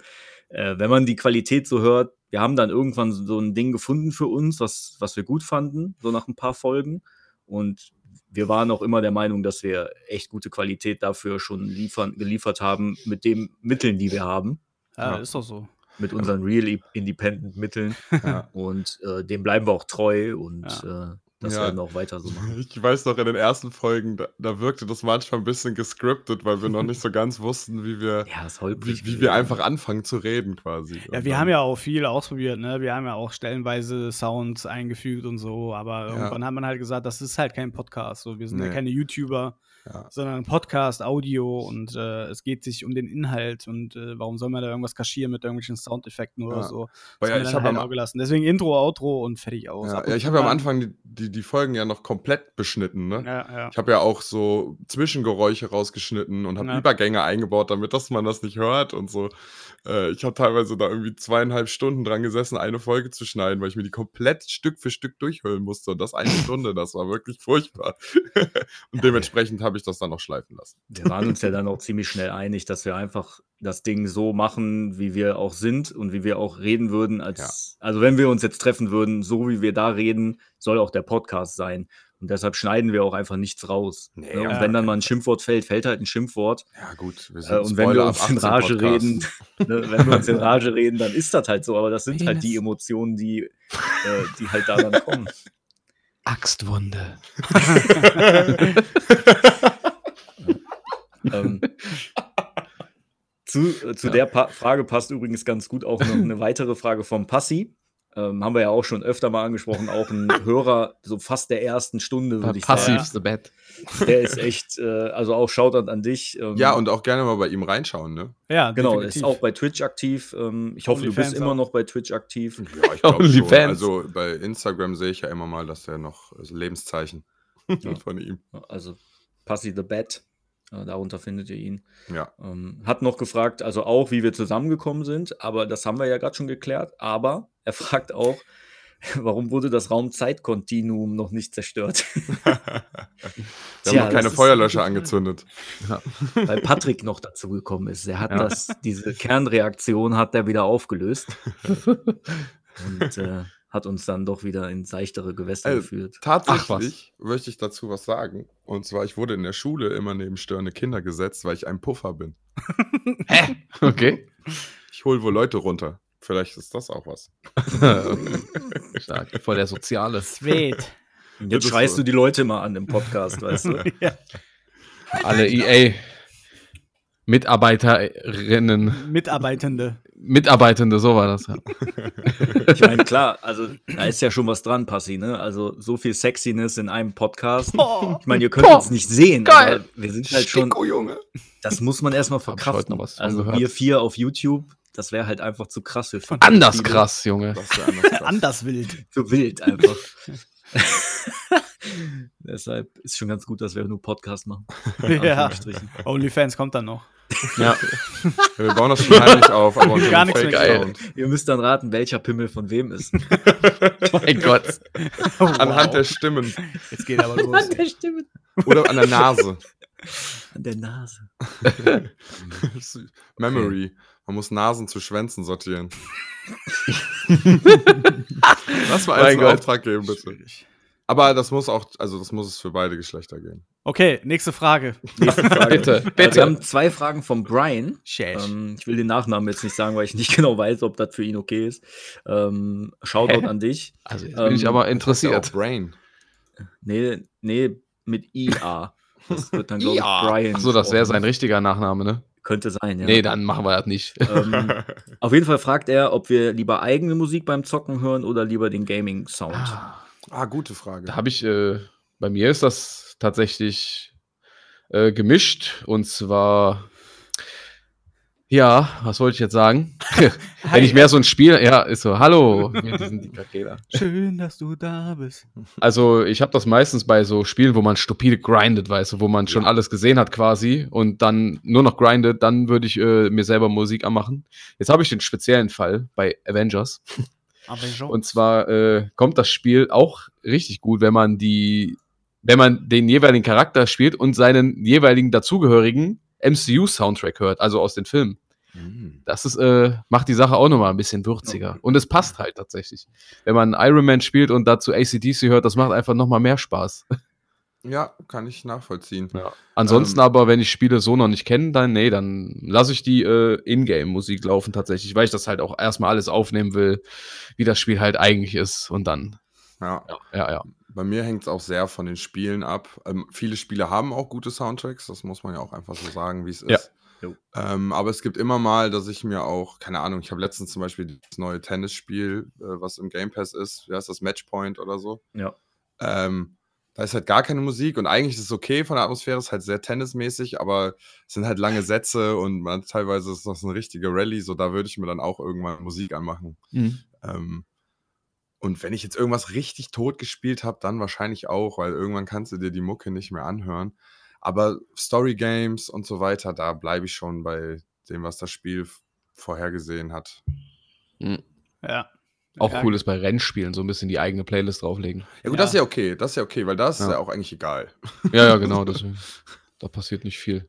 S2: Äh, wenn man die Qualität so hört, wir haben dann irgendwann so- so ein Ding gefunden für uns, was, was wir gut fanden, so nach ein paar Folgen. Und wir waren auch immer der Meinung, dass wir echt gute Qualität dafür schon liefern, geliefert haben mit den Mitteln, die wir haben.
S4: Ja,
S3: Ja.
S4: ist doch so.
S2: mit unseren real independent Mitteln.
S3: Ja.
S2: Und äh, dem bleiben wir auch treu und äh, das
S3: Ja.
S2: werden wir auch weiter so machen.
S3: Ich weiß noch, in den ersten Folgen, da, da wirkte das manchmal ein bisschen gescriptet, weil wir noch nicht so ganz wussten, wie wir,
S2: Ja, das holt
S3: wie, wie wir einfach anfangen zu reden quasi.
S4: Ja,
S3: Und
S4: wir
S3: dann-
S4: haben ja auch viel ausprobiert, ne? Wir haben ja auch stellenweise Sounds eingefügt und so, aber
S3: Ja.
S4: irgendwann hat man halt gesagt, das ist halt kein Podcast. So, wir sind ja
S3: Nee.
S4: keine YouTuber,
S3: Ja.
S4: sondern ein Podcast, Audio und äh, es geht sich um den Inhalt und äh, warum soll man da irgendwas kaschieren mit irgendwelchen Soundeffekten oder
S3: Ja.
S4: so. Das
S3: Weil ja,
S4: haben wir
S3: ich
S4: dann
S3: hab
S4: halt
S3: am-
S4: auch gelassen. Deswegen Intro, Outro und fertig aus. Ab
S3: Ja,
S4: und
S3: ja, ich
S4: zu
S3: habe ja am
S4: mal-
S3: Anfang die, die, die Folgen ja noch komplett beschnitten, ne?
S4: Ja, ja.
S3: Ich habe ja auch so Zwischengeräusche rausgeschnitten und habe
S4: Ja.
S3: Übergänge eingebaut, damit dass man das nicht hört und so. Äh, ich habe teilweise da irgendwie zweieinhalb Stunden dran gesessen, eine Folge zu schneiden, weil ich mir die komplett Stück für Stück durchhöhlen musste. Und das eine Stunde, das war wirklich furchtbar. und dementsprechend habe ich das dann noch schleifen lassen.
S2: Wir waren uns ja dann auch ziemlich schnell einig, dass wir einfach das Ding so machen, wie wir auch sind und wie wir auch reden würden. Als, Also wenn wir uns jetzt treffen würden, so wie wir da reden, soll auch der Podcast sein. Und deshalb schneiden wir auch einfach nichts raus.
S3: Nee,
S2: Ne? und
S4: ja.
S2: wenn dann mal ein Schimpfwort fällt, fällt halt ein Schimpfwort.
S3: Ja, gut. Wir
S2: Äh, und wenn wir
S3: Spoiler ab
S2: uns in
S3: 18
S2: Rage
S3: Podcast.
S2: reden, ne, wenn wir uns in Rage reden, dann ist das halt so. Aber das sind halt
S1: Penis.
S2: die Emotionen, die, äh, die halt da dann kommen.
S1: Axtwunde.
S2: Ähm, zu äh, zu der pa Frage passt übrigens ganz gut auch noch eine weitere Frage vom Passi. Ähm, haben wir ja auch schon öfter mal angesprochen, auch ein Hörer, so fast der ersten Stunde, würde ich sagen.
S1: Passivste Bett.
S2: Der ist echt, äh, also auch Shoutout an dich. ähm,
S3: Ja, und auch gerne mal bei ihm reinschauen, ne?
S4: ja
S2: genau,
S4: definitiv.
S2: ist auch bei Twitch aktiv. Ähm, ich hoffe, du bist
S4: Onlyfans
S2: immer
S4: auch.
S2: noch bei Twitch aktiv.
S3: Ja, ich glaube schon.
S1: Onlyfans.
S3: Also bei Instagram sehe ich ja immer mal, dass er noch also Lebenszeichen von ihm.
S2: Also Passi the Bat, äh, darunter findet ihr ihn.
S3: Ja.
S2: Ähm, hat noch gefragt, also auch, wie wir zusammengekommen sind, aber das haben wir ja gerade schon geklärt. Aber er fragt auch, warum wurde das Raumzeitkontinuum noch nicht zerstört?
S3: Wir
S2: Tja,
S3: haben noch keine
S2: das ist-
S3: Feuerlöscher angezündet.
S2: Weil Patrick noch dazu gekommen ist. Er hat
S1: Ja.
S2: das, diese Kernreaktion hat er wieder aufgelöst und äh, hat uns dann doch wieder in seichtere Gewässer
S3: Also,
S2: geführt.
S3: Tatsächlich möchte ich dazu was sagen. Und zwar, ich wurde in der Schule immer neben störende Kinder gesetzt, weil ich ein Puffer bin.
S1: Okay.
S3: Ich hole wohl Leute runter. Vielleicht ist das auch was.
S1: Stark. Voll der Soziale.
S4: Wait.
S2: Und
S3: das
S2: jetzt
S3: ist
S2: schreist
S3: so.
S2: du die Leute mal an im Podcast, weißt du?
S1: Alle E EA. Mitarbeiterinnen.
S4: Mitarbeitende.
S1: Mitarbeitende, so war das. Ja.
S2: Ich meine, klar, also da ist ja schon was dran, Passi, ne? Also so viel Sexiness in einem Podcast.
S4: Oh,
S2: Ich meine, ihr könnt
S1: Boah.
S2: uns nicht sehen,
S1: Geil.
S2: aber wir sind halt schon,
S3: Stinko, Junge.
S2: das muss man erstmal
S1: Hab ich heute
S2: verkraften.
S1: noch was von
S2: Also
S1: gehört.
S2: wir vier auf YouTube, das wäre halt einfach zu krass für
S1: Anders krass, Junge.
S3: Das ist anders. krass.
S4: Anders wild.
S2: Zu wild einfach. Deshalb ist schon ganz gut, dass wir nur Podcast machen. in
S4: ja.
S2: Anführungsstrichen.
S4: OnlyFans kommt dann noch.
S3: Ja,
S1: Ja.
S3: wir bauen das schon heimlich auf, aber unter
S4: Gar
S3: einem
S4: nichts mehr
S3: Fake-Account.
S2: Ihr müsst dann raten, welcher Pimmel von wem ist.
S1: mein Gott.
S4: Oh,
S3: Anhand der Stimmen
S4: Jetzt geht aber los.
S2: der Stimme.
S3: oder an der Nase.
S2: An der Nase.
S3: Memory. Man muss Nasen zu Schwänzen sortieren. Lass mal
S1: Mein
S3: einen
S1: Gott.
S3: Auftrag geben, bitte. Aber das muss auch, also das muss es für beide Geschlechter gehen.
S4: Okay, nächste Frage.
S2: Nächste Frage.
S1: Bitte,
S2: Also, wir
S1: bitte.
S2: haben zwei Fragen von Brian.
S4: Schäsch.
S2: Ähm, ich will den Nachnamen jetzt nicht sagen, weil ich nicht genau weiß, ob das für ihn okay ist. Ähm, Shoutout
S1: Hä?
S2: an dich.
S1: Also jetzt bin ich
S2: Ähm,
S1: aber
S3: Ja, auch
S1: interessiert.
S3: Brain.
S2: Nee, nee, mit IA. Das wird dann, glaube ich,
S3: IA.
S2: Brian.
S1: Achso, das wäre sein
S2: gesprochen.
S1: richtiger Nachname, ne?
S2: Könnte sein, ja.
S1: Nee, dann machen wir das nicht.
S2: ähm, auf jeden Fall fragt er, ob wir lieber eigene Musik beim Zocken hören oder lieber den Gaming-Sound.
S3: Ah, gute Frage.
S1: Da habe ich, äh, bei mir ist das tatsächlich äh, gemischt. Und zwar, ja, was wollte ich jetzt sagen? Wenn ich mehr so ein Spiel, ja, ist so, hallo, wir sind die Kakela.
S4: Schön, dass du da bist.
S1: Also ich habe das meistens bei so Spielen, wo man stupide grindet, weißt du, wo man schon alles gesehen hat quasi und dann nur noch grindet, dann würde ich äh, mir selber Musik anmachen. Jetzt habe ich den speziellen Fall bei Avengers.
S4: Aber schon.
S1: Und zwar äh, kommt das Spiel auch richtig gut, wenn man die, wenn man den jeweiligen Charakter spielt und seinen jeweiligen dazugehörigen MCU-Soundtrack hört, also aus den Filmen.
S3: Hm.
S1: Das ist, äh, macht die Sache auch nochmal ein bisschen würziger. Und es passt halt tatsächlich. Wenn man Iron Man spielt und dazu ACDC hört, das macht einfach nochmal mehr Spaß.
S3: Ja, kann ich nachvollziehen.
S1: Ja. Ansonsten
S3: Ähm,
S1: aber, wenn ich Spiele so noch nicht kenne, dann nee, dann lasse ich die äh, Ingame-Musik laufen tatsächlich, weil ich das halt auch erstmal alles aufnehmen will, wie das Spiel halt eigentlich ist und dann.
S3: Ja.
S1: Ja, ja. ja.
S3: Bei mir hängt es auch sehr von den Spielen ab. Ähm, viele Spiele haben auch gute Soundtracks, das muss man ja auch einfach so sagen, wie es
S1: Ja.
S3: ist.
S2: Jo.
S3: Ähm, aber es gibt immer mal, dass ich mir auch, keine Ahnung, ich habe letztens zum Beispiel das neue Tennisspiel, äh, was im Game Pass ist, wie heißt das, Matchpoint oder so.
S2: Ja.
S3: Ähm, da ist halt gar keine Musik und eigentlich ist es okay von der Atmosphäre, ist halt sehr tennismäßig, aber es sind halt lange Sätze und man, teilweise ist das eine richtige Rallye, so da würde ich mir dann auch irgendwann Musik anmachen.
S1: Mhm.
S3: Ähm, und wenn ich jetzt irgendwas richtig tot gespielt habe, dann wahrscheinlich auch, weil irgendwann kannst du dir die Mucke nicht mehr anhören. Aber Story Games und so weiter, da bleibe ich schon bei dem, was das Spiel f- vorhergesehen hat.
S4: Ja.
S1: Auch
S4: ja,
S1: cool ist bei Rennspielen so ein bisschen die eigene Playlist drauflegen.
S3: Ja gut,
S4: Ja.
S3: das ist ja okay, das ist ja okay, weil das ist
S1: Ja.
S3: ja auch eigentlich egal.
S1: Ja, ja, genau. Deswegen. Da passiert nicht viel.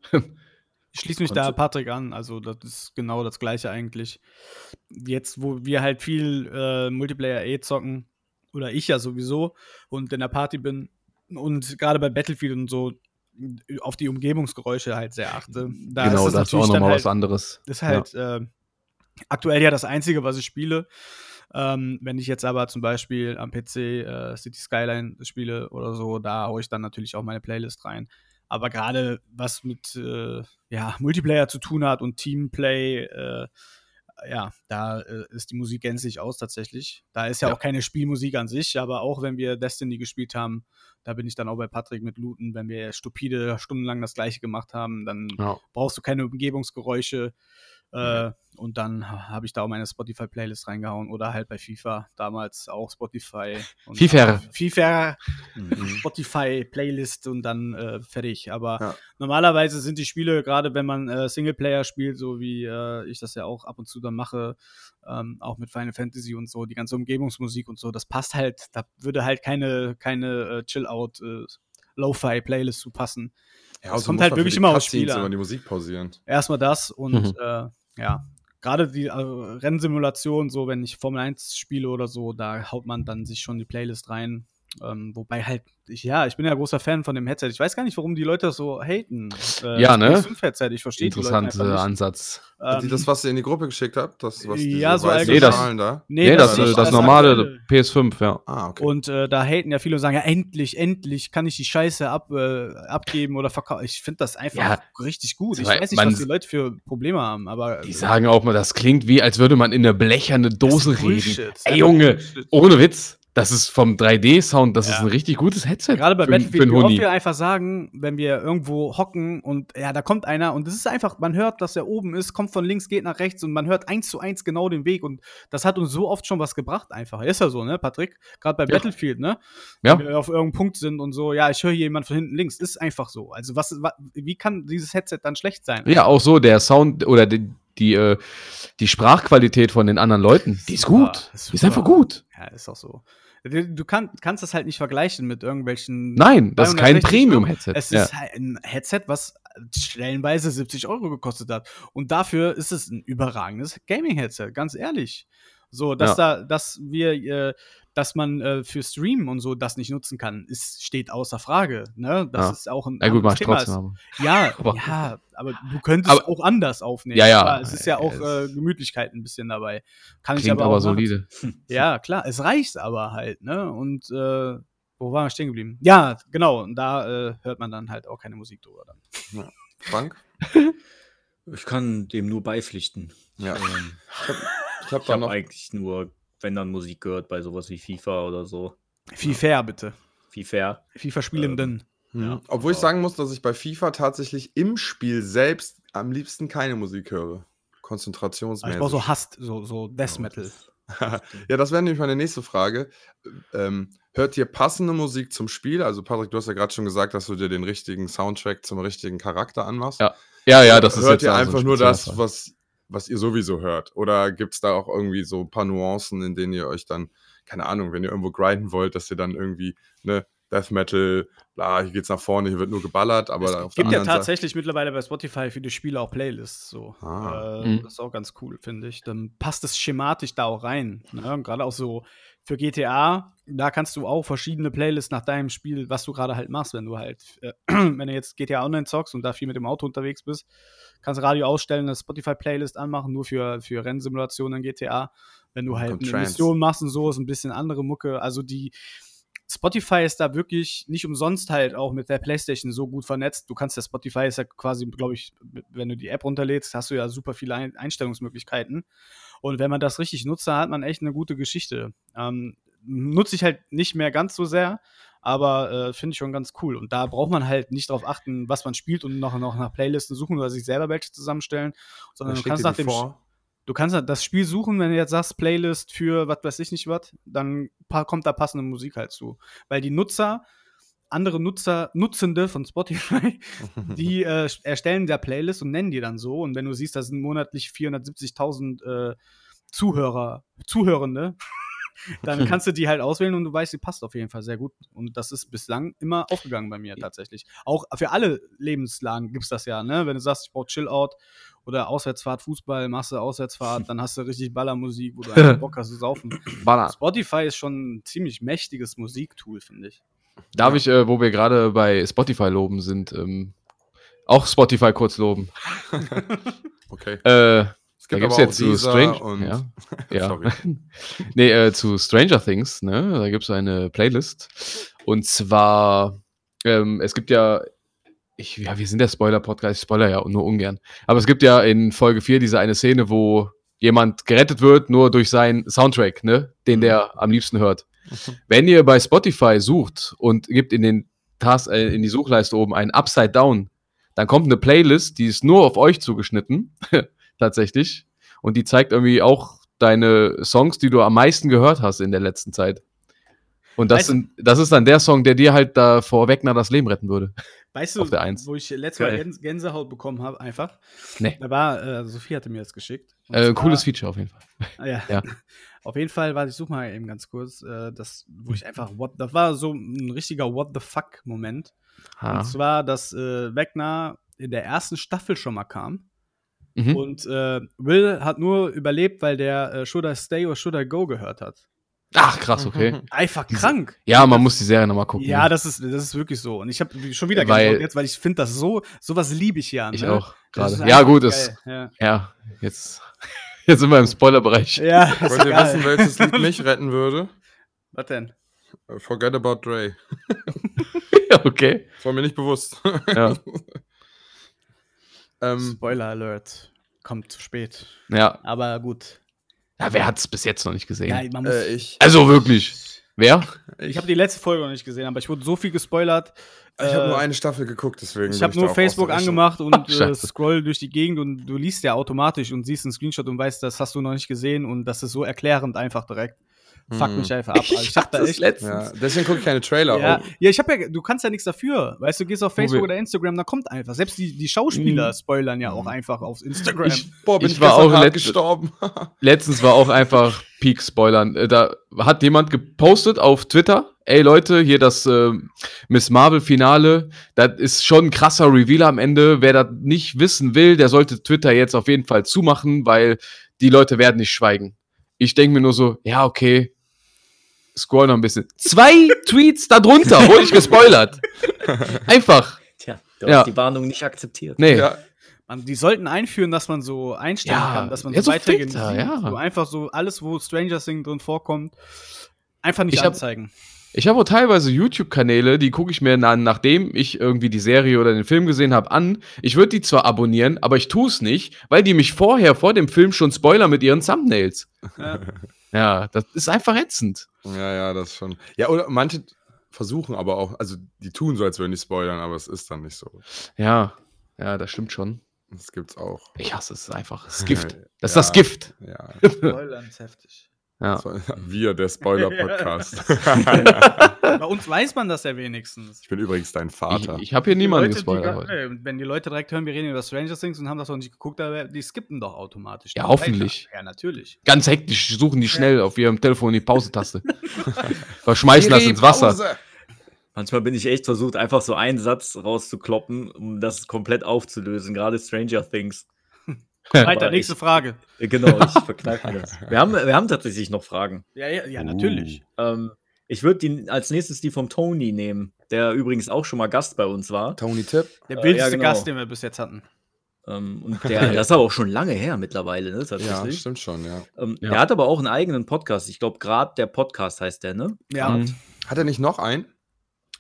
S4: Ich schließe mich da Patrick an. Also, das ist genau das Gleiche eigentlich. Jetzt, wo wir halt viel äh, Multiplayer eh zocken, oder ich ja sowieso, und in der Party bin und gerade bei Battlefield und so äh, auf die Umgebungsgeräusche halt sehr achte. Da
S1: genau,
S4: ist das,
S1: das ist auch
S4: natürlich dann
S1: nochmal
S4: halt,
S1: was anderes.
S4: Das ist halt äh, aktuell ja das Einzige, was ich spiele. Ähm, wenn ich jetzt aber zum Beispiel am PC äh, City Skyline spiele oder so, da haue ich dann natürlich auch meine Playlist rein. Aber gerade was mit äh, ja, Multiplayer zu tun hat und Teamplay, äh, ja, da äh, ist die Musik gänzlich aus tatsächlich. Da ist ja,
S1: Ja.
S4: auch keine Spielmusik an sich, aber auch wenn wir Destiny gespielt haben, da bin ich dann auch bei Patrick mit Looten, wenn wir stupide stundenlang das gleiche gemacht haben, dann
S1: Ja.
S4: brauchst du keine Umgebungsgeräusche. Äh, und dann ha- habe ich da auch meine Spotify-Playlist reingehauen oder halt bei FIFA damals auch Spotify. Und
S1: FIFA.
S4: FIFA,
S2: Mhm.
S4: Spotify-Playlist und dann äh, fertig. Aber
S3: Ja.
S4: normalerweise sind die Spiele, gerade wenn man äh, Singleplayer spielt, so wie äh, ich das ja auch ab und zu dann mache, ähm, auch mit Final Fantasy und so, die ganze Umgebungsmusik und so, das passt halt, da würde halt keine, keine äh, Chill-Out- äh, Lo-Fi-Playlist zu passen.
S3: Ja,
S4: Das
S3: außer
S4: kommt
S3: Also muss
S4: halt
S3: man für
S4: wirklich
S3: die
S4: immer aufs
S3: Cutscenes
S4: Spiel an.
S3: immer die Musik pausieren.
S4: Erstmal das und
S1: Mhm.
S4: äh, ja, gerade die äh, Rennsimulation, so wenn ich Formel 1 spiele oder so, da haut man dann sich schon die Playlist rein. Ähm, wobei halt, ich, ja, ich bin ja großer Fan von dem Headset. Ich weiß gar nicht, warum die Leute das so haten. Äh,
S1: Ja, ne? äh,
S4: das Headset. Ich verstehe die Leute einfach
S1: Interessanter
S4: nicht.
S1: Ansatz.
S3: Hat die das, was ihr in die Gruppe geschickt habt, das, was diese
S4: Ähm, Ja, so
S3: weißen
S1: allgemein. Nee, das-
S3: Zahlen da?
S1: Nee, das,
S3: das
S1: das,
S3: ist-
S1: das
S3: das
S1: normale PS5, ja.
S3: Ah, okay.
S4: Und äh, da haten ja viele und sagen, ja, endlich, endlich kann ich die Scheiße ab, äh, abgeben oder verkaufen. Ich finde das einfach
S1: Ja.
S4: richtig gut. Ich
S1: Weil
S4: weiß nicht,
S1: man-
S4: was die Leute für Probleme haben, aber
S1: Die sagen auch mal, das klingt wie, als würde man in eine blecherne
S4: Das ist
S1: Dose
S4: Bullshit.
S1: reden.
S4: Das ist
S1: Ey,
S4: einfach
S1: Junge,
S4: Bullshit.
S1: ohne Witz, das ist vom 3D-Sound, das
S4: Ja.
S1: ist ein richtig gutes Headset.
S4: Gerade bei
S1: für,
S4: Battlefield,
S1: für
S4: wie
S1: einen
S4: oft
S1: Huni.
S4: wir einfach sagen, wenn wir irgendwo hocken und ja, da kommt einer und es ist einfach, man hört, dass er oben ist, kommt von links, geht nach rechts und man hört eins zu eins genau den Weg und das hat uns so oft schon was gebracht einfach. Ist ja so, ne, Patrick? Gerade bei
S1: Ja.
S4: Battlefield, ne?
S1: Ja.
S4: Wenn wir auf irgendeinem Punkt sind und so, ja, ich höre hier jemand von hinten links, ist einfach so. Also was, wa- wie kann dieses Headset dann schlecht sein?
S1: Ja, auch so, der Sound oder die, die, äh, die Sprachqualität von den anderen Leuten, die ist
S4: Super,
S1: gut. Die ist
S4: super.
S1: einfach gut.
S4: Ja, ist auch so. Du du kann, kannst das halt nicht vergleichen mit irgendwelchen
S1: Nein, das ist kein
S4: 360 Euro.
S1: Premium-Headset.
S4: Es
S1: Ja.
S4: ist halt ein Headset, was stellenweise 70 Euro gekostet hat. Und dafür ist es ein überragendes Gaming-Headset, ganz ehrlich. So, dass da, dass wir, äh, dass man äh, für Streamen und so das nicht nutzen kann, ist, steht außer Frage. Ne? Das
S1: Ja.
S4: ist auch ein
S1: Na gut, mach
S4: anderes
S1: ich
S4: Thema.
S1: trotzdem. aber-
S4: Ja,
S1: Aber-
S4: ja, aber du könntest
S1: Aber-
S4: auch anders aufnehmen.
S1: Ja, ja.
S4: Aber es ist ja auch äh,
S1: Es-
S4: Gemütlichkeit ein bisschen dabei. Kann ich
S1: Klingt
S4: aber,
S1: aber,
S4: auch machen.
S1: solide.
S4: Ja, klar, es reicht aber halt, ne? Und äh, wo waren wir stehen geblieben? Ja, genau, und da äh, hört man dann halt auch keine Musik drüber dann.
S3: Frank?
S2: Ich kann dem nur beipflichten.
S3: Ja.
S2: Ähm,
S3: Ich habe
S2: ich
S3: da
S2: habe
S3: noch
S2: eigentlich nur, wenn dann Musik gehört, bei sowas wie FIFA oder so.
S4: Viel fair, bitte.
S2: FIFA.
S4: FIFA
S3: Ähm,
S4: spielenden.
S2: Ja.
S3: Mhm. Obwohl ich sagen muss, dass ich bei FIFA tatsächlich im Spiel selbst am liebsten keine Musik höre.
S4: Ah, ich
S3: Konzentrationsmäßig.
S4: brauche Also so Hast, so, so Death Metal.
S3: ja, das wäre nämlich meine nächste Frage. Ähm, hört ihr passende Musik zum Spiel? Also, Patrick, du hast ja gerade schon gesagt, dass du dir den richtigen Soundtrack zum richtigen Charakter anmachst.
S1: Ja, Ja, ja, das ist
S3: Hört
S1: jetzt
S3: ihr
S1: da so ein
S3: einfach nur das,
S1: Spezialfall.
S3: was, was ihr sowieso hört? Oder gibt es da auch irgendwie so ein paar Nuancen, in denen ihr euch dann, keine Ahnung, wenn ihr irgendwo grinden wollt, dass ihr dann irgendwie ne, Death Metal, bla, hier geht's nach vorne, hier wird nur geballert, aber
S4: es
S3: auf der
S4: gibt ja
S3: anderen Seite.
S4: tatsächlich mittlerweile bei Spotify für die Spiele auch Playlists. So.
S3: Ah.
S4: Äh,
S1: Mhm.
S4: Das ist auch ganz cool, finde ich. Dann passt es schematisch da auch rein. Ne? Und Gerade auch so für GTA, da kannst du auch verschiedene Playlists nach deinem Spiel, was du gerade halt machst, wenn du halt, äh, wenn du jetzt GTA Online zockst und da viel mit dem Auto unterwegs bist, kannst Radio ausstellen, eine Spotify-Playlist anmachen, nur für, für Rennsimulationen in GTA. Wenn du halt
S3: Kommt
S4: eine
S3: Trance.
S4: Mission machst und so, ist ein bisschen andere Mucke. Also die Spotify ist da wirklich nicht umsonst halt auch mit der PlayStation so gut vernetzt. Du kannst ja Spotify ist ja quasi, glaube ich, wenn du die App runterlädst, hast du ja super viele Ein Einstellungsmöglichkeiten. Und wenn man das richtig nutzt, dann hat man echt eine gute Geschichte. Ähm, nutze ich halt nicht mehr ganz so sehr, aber äh, finde ich schon ganz cool. Und da braucht man halt nicht darauf achten, was man spielt und noch, noch nach Playlisten suchen oder sich selber welche zusammenstellen,
S3: Da
S4: sondern du
S3: schlägt
S4: kannst
S3: dir
S4: nach
S3: die
S4: dem Du kannst halt das Spiel suchen, wenn du jetzt sagst, Playlist für was weiß ich nicht was, dann pa- kommt da passende Musik halt zu. Weil die Nutzer, andere Nutzer, Nutzende von Spotify, die äh, erstellen da Playlist und nennen die dann so. Und wenn du siehst, da sind monatlich 470.000 äh, Zuhörer, Zuhörende, dann kannst du die halt auswählen und du weißt, die passt auf jeden Fall sehr gut. Und das ist bislang immer aufgegangen bei mir tatsächlich. Auch für alle Lebenslagen gibt es das ja, ne? Wenn du sagst, ich brauche Chill-Out oder Auswärtsfahrt, Fußball, machst du Auswärtsfahrt, dann hast du richtig Ballermusik oder einfach Bock hast du saufen.
S1: Banner.
S4: Spotify ist schon ein ziemlich mächtiges Musiktool, finde ich.
S1: Darf ich, äh, wo wir gerade bei Spotify loben sind, ähm, auch Spotify kurz loben.
S3: Okay.
S1: Äh,
S3: Es
S1: da
S3: gibt
S1: gibt's
S3: aber auch
S1: jetzt zu
S3: Deezer
S1: Strange.
S3: und
S1: ja. ja.
S3: Sorry.
S1: Nee, äh, zu Stranger Things, ne? Da gibt es eine Playlist. Und zwar, ähm, es gibt ja, ich, ja, wir sind der Spoiler-Podcast, ich spoiler ja nur ungern. Aber es gibt ja in Folge 4 diese eine Szene, wo jemand gerettet wird, nur durch seinen Soundtrack, ne?
S3: Mhm.
S1: Den der am liebsten hört. Wenn ihr bei Spotify sucht und gebt in den Task, äh, in die Suchleiste oben einen Upside Down, dann kommt eine Playlist, die ist nur auf euch zugeschnitten, tatsächlich. Und die zeigt irgendwie auch deine Songs, die du am meisten gehört hast in der letzten Zeit. Und das,
S4: Weißt-
S1: sind, das ist dann der Song, der dir halt da vorweg nach das Leben retten würde.
S4: Weißt du,
S1: Auf der Eins.
S4: wo ich letztes Mal
S1: Geil.
S4: Gänse- Gänsehaut bekommen habe, einfach?
S1: Nee.
S4: Da war, äh, Sophie hatte mir das geschickt. Und
S1: Äh,
S4: zwar-
S1: cooles Feature auf jeden Fall.
S4: Ah, Ja.
S1: Ja.
S4: Auf jeden Fall, warte, ich suche mal eben ganz kurz, äh, das, wo ich einfach, what, das war so ein richtiger What the fuck-Moment.
S1: Ha.
S4: Und zwar, dass äh, Wegner in der ersten Staffel schon mal kam.
S1: Mhm.
S4: Und äh, Will hat nur überlebt, weil der äh, Should I Stay or Should I Go gehört hat.
S1: Ach, krass, okay.
S4: Einfach
S1: Diese-
S4: krank.
S1: Ja, man muss die Serie nochmal gucken.
S4: Ja, das ist, das ist wirklich so. Und ich habe schon wieder
S1: Weil-
S4: Gänsehaut jetzt, weil ich finde das so, sowas liebe ich ja. Ne?
S1: ich auch
S4: Das ist
S1: gerade. Ja,
S4: einfach
S1: gut,
S4: geil.
S1: ist,
S4: Ja,
S1: ja, jetzt, jetzt sind wir im Spoilerbereich.
S4: ja ist
S3: Wollt ihr
S4: geil.
S3: wissen, welches Lied mich retten würde? Äh,
S4: Was denn?
S3: Forget About Dre.
S1: okay.
S3: Das war mir nicht bewusst.
S1: Ja.
S3: ähm,
S4: Spoiler Alert. Kommt zu spät.
S1: ja.
S4: Aber gut.
S1: ja wer hat es bis jetzt noch nicht gesehen?
S4: Ja, man muss,
S3: äh, ich
S1: Also wirklich. Wer?
S4: ich habe die letzte Folge noch nicht gesehen, aber ich wurde so viel gespoilert.
S3: ich habe
S4: äh,
S3: nur eine Staffel geguckt, deswegen.
S4: Ich
S3: bin
S4: habe
S3: da
S4: nur
S3: auch
S4: Facebook
S3: aus der Wäsche.
S4: angemacht und äh,
S1: Scheiße.
S4: scroll durch die Gegend und du liest ja automatisch und siehst einen Screenshot und weißt, das hast du noch nicht gesehen und das ist so erklärend einfach direkt. Fuck
S3: Hm.
S4: mich einfach ab. Also ich hab da echt.
S3: Ja, deswegen gucke ich keine Trailer.
S4: Ja,
S3: Oh,
S4: ja, ich habe ja, du kannst ja nichts dafür. Weißt du, gehst auf Facebook
S1: wir- Mhm.
S4: oder Instagram, da kommt einfach. Selbst die, die Schauspieler spoilern ja auch einfach auf Instagram.
S1: Ich,
S3: boah, bin
S1: Ich
S3: ich,
S1: war
S3: gestern
S1: auch
S3: hart
S1: letzt-
S3: gestorben.
S1: letztens war auch einfach Peak Spoilern. Äh, Da hat jemand gepostet auf Twitter, ey Leute, hier das äh, Miss Marvel Finale, das ist schon ein krasser Reveal am Ende. Wer das nicht wissen will, der sollte Twitter jetzt auf jeden Fall zumachen, weil die Leute werden nicht schweigen. Ich denke mir nur so, ja, okay. Scroll noch ein bisschen. Zwei Tweets darunter wurde ich gespoilert. Einfach.
S2: Tja, du
S1: Ja.
S2: hast die Warnung nicht akzeptiert.
S1: Nee.
S3: ja,
S4: Man, die sollten einführen, dass man so einstellen
S1: Ja,
S4: kann, dass man
S1: ja,
S4: so
S1: so
S4: Beiträge nicht
S1: Filter,
S4: sieht.
S1: ja.
S4: So einfach so alles, wo Stranger Things drin vorkommt, einfach nicht
S1: Ich hab-
S4: anzeigen.
S1: Ich habe auch teilweise YouTube-Kanäle, die gucke ich mir dann, nachdem ich irgendwie die Serie oder den Film gesehen habe, an. Ich würde die zwar abonnieren, aber ich tue es nicht, weil die mich vorher vor dem Film schon Spoiler mit ihren Thumbnails.
S4: Ja.
S1: Ja, das ist einfach ätzend.
S3: ja, ja, das schon. Ja, oder manche versuchen aber auch, also die tun so, als würden die spoilern, aber es ist dann nicht so.
S1: Ja, ja, das stimmt schon.
S3: Das gibt's auch.
S1: Ich hasse es einfach. Das ist Gift. Das ist
S3: Ja.
S1: das Gift.
S3: Ja,
S4: Spoilern ist heftig.
S1: Ja.
S3: das war, wir, der Spoiler-Podcast.
S4: Bei uns weiß man das ja wenigstens.
S3: ich bin übrigens dein
S1: Ich,
S3: Vater.
S1: ich habe hier niemanden
S4: Die Leute, die
S1: gespoilert
S4: gar-
S1: heute.
S4: Ey, wenn die Leute direkt hören, wir reden über Stranger Things und haben das noch nicht geguckt, aber die skippen doch automatisch.
S1: Ja,
S4: die
S1: hoffentlich.
S4: Weiter. Ja, natürlich.
S1: Ganz hektisch suchen die schnell auf ihrem Telefon die Pausetaste. Verschmeißen das ins Wasser.
S3: Pause.
S2: Manchmal bin ich echt versucht, einfach so einen Satz rauszukloppen, um das komplett aufzulösen, gerade Stranger Things.
S4: Weiter, nächste Frage.
S2: Äh, Genau, ich verkneife mir das. Wir haben, wir haben tatsächlich noch Fragen.
S4: Ja, ja, ja
S1: Oh.
S5: Uh.
S4: natürlich.
S2: Ähm, ich würde als nächstes die vom Tony nehmen, der übrigens auch schon mal Gast bei uns war.
S3: Tony Tipp.
S4: Der
S2: Äh, ja,
S4: wildeste
S2: genau.
S4: Gast, den wir bis jetzt hatten.
S2: Ähm, und der, das ist aber auch schon lange her mittlerweile, ne?
S3: Ja,
S2: Tatsächlich.
S3: stimmt schon, ja.
S2: ähm,
S1: Ja.
S2: Er hat aber auch einen eigenen Podcast. Ich glaube, gerade der Podcast heißt der, ne?
S4: Ja,
S3: Mhm.
S1: Mhm.
S3: Hat er nicht noch einen?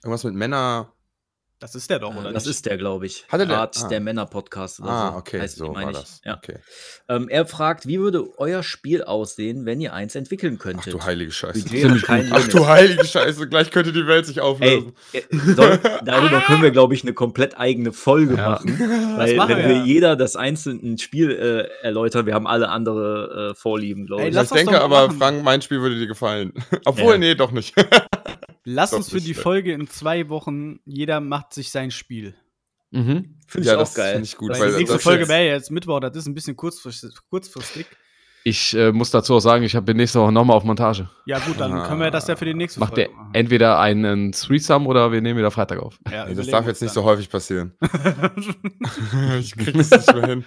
S3: Irgendwas mit Männer.
S4: das ist der doch, oder?
S2: Das ist der, glaube ich.
S3: Hatte der-
S2: Grad
S3: ah.
S2: der Männer-Podcast. oder
S3: Ah, okay,
S2: heißt die,
S3: so
S2: meine
S3: war
S2: ich.
S3: das.
S2: Ja.
S3: Okay.
S2: Ähm, er fragt, wie würde euer Spiel aussehen, wenn ihr eins entwickeln
S3: Ach
S2: könntet?
S3: du heilige Scheiße.
S2: Budget hat kein
S3: Ach
S2: Limit.
S3: du heilige Scheiße, gleich könnte die Welt sich auflösen.
S2: Ey, äh, soll, darüber können wir, glaube ich, eine komplett eigene Folge
S1: Ja.
S2: machen. Weil,
S4: machen
S2: wenn
S4: wir
S2: wir
S4: ja.
S2: jeder das einzelne Spiel äh, erläutern, wir haben alle andere äh, Vorlieben, glaube
S4: Ey,
S2: ich.
S4: lass
S3: ich
S4: uns doch mal
S3: denke aber,
S4: machen.
S3: Frank, mein Spiel würde dir gefallen. Obwohl,
S2: Ja.
S3: nee, doch nicht.
S4: Lass
S3: Doch
S4: uns für
S3: nicht
S4: die
S3: schlecht.
S4: Folge in zwei Wochen, jeder macht sich sein Spiel.
S1: Mhm.
S2: Finde
S3: ja, das finde ich gut.
S4: Weil
S3: Weil
S4: die nächste
S3: das-
S4: Folge wäre ja jetzt Mittwoch, das ist ein bisschen kurzfristig. kurzfristig.
S1: Ich äh, muss dazu auch sagen, ich hab- bin nächste Woche nochmal auf Montage.
S4: Ja, gut, dann können wir das ja für die nächste
S1: Macht der
S4: Folge machen.
S1: entweder einen Threesome oder wir nehmen wieder Freitag auf.
S4: Ja,
S3: Nee, das
S4: überlegen
S3: darf
S4: wir
S3: jetzt nicht
S4: uns
S3: so häufig passieren. ich krieg das nicht mehr hin.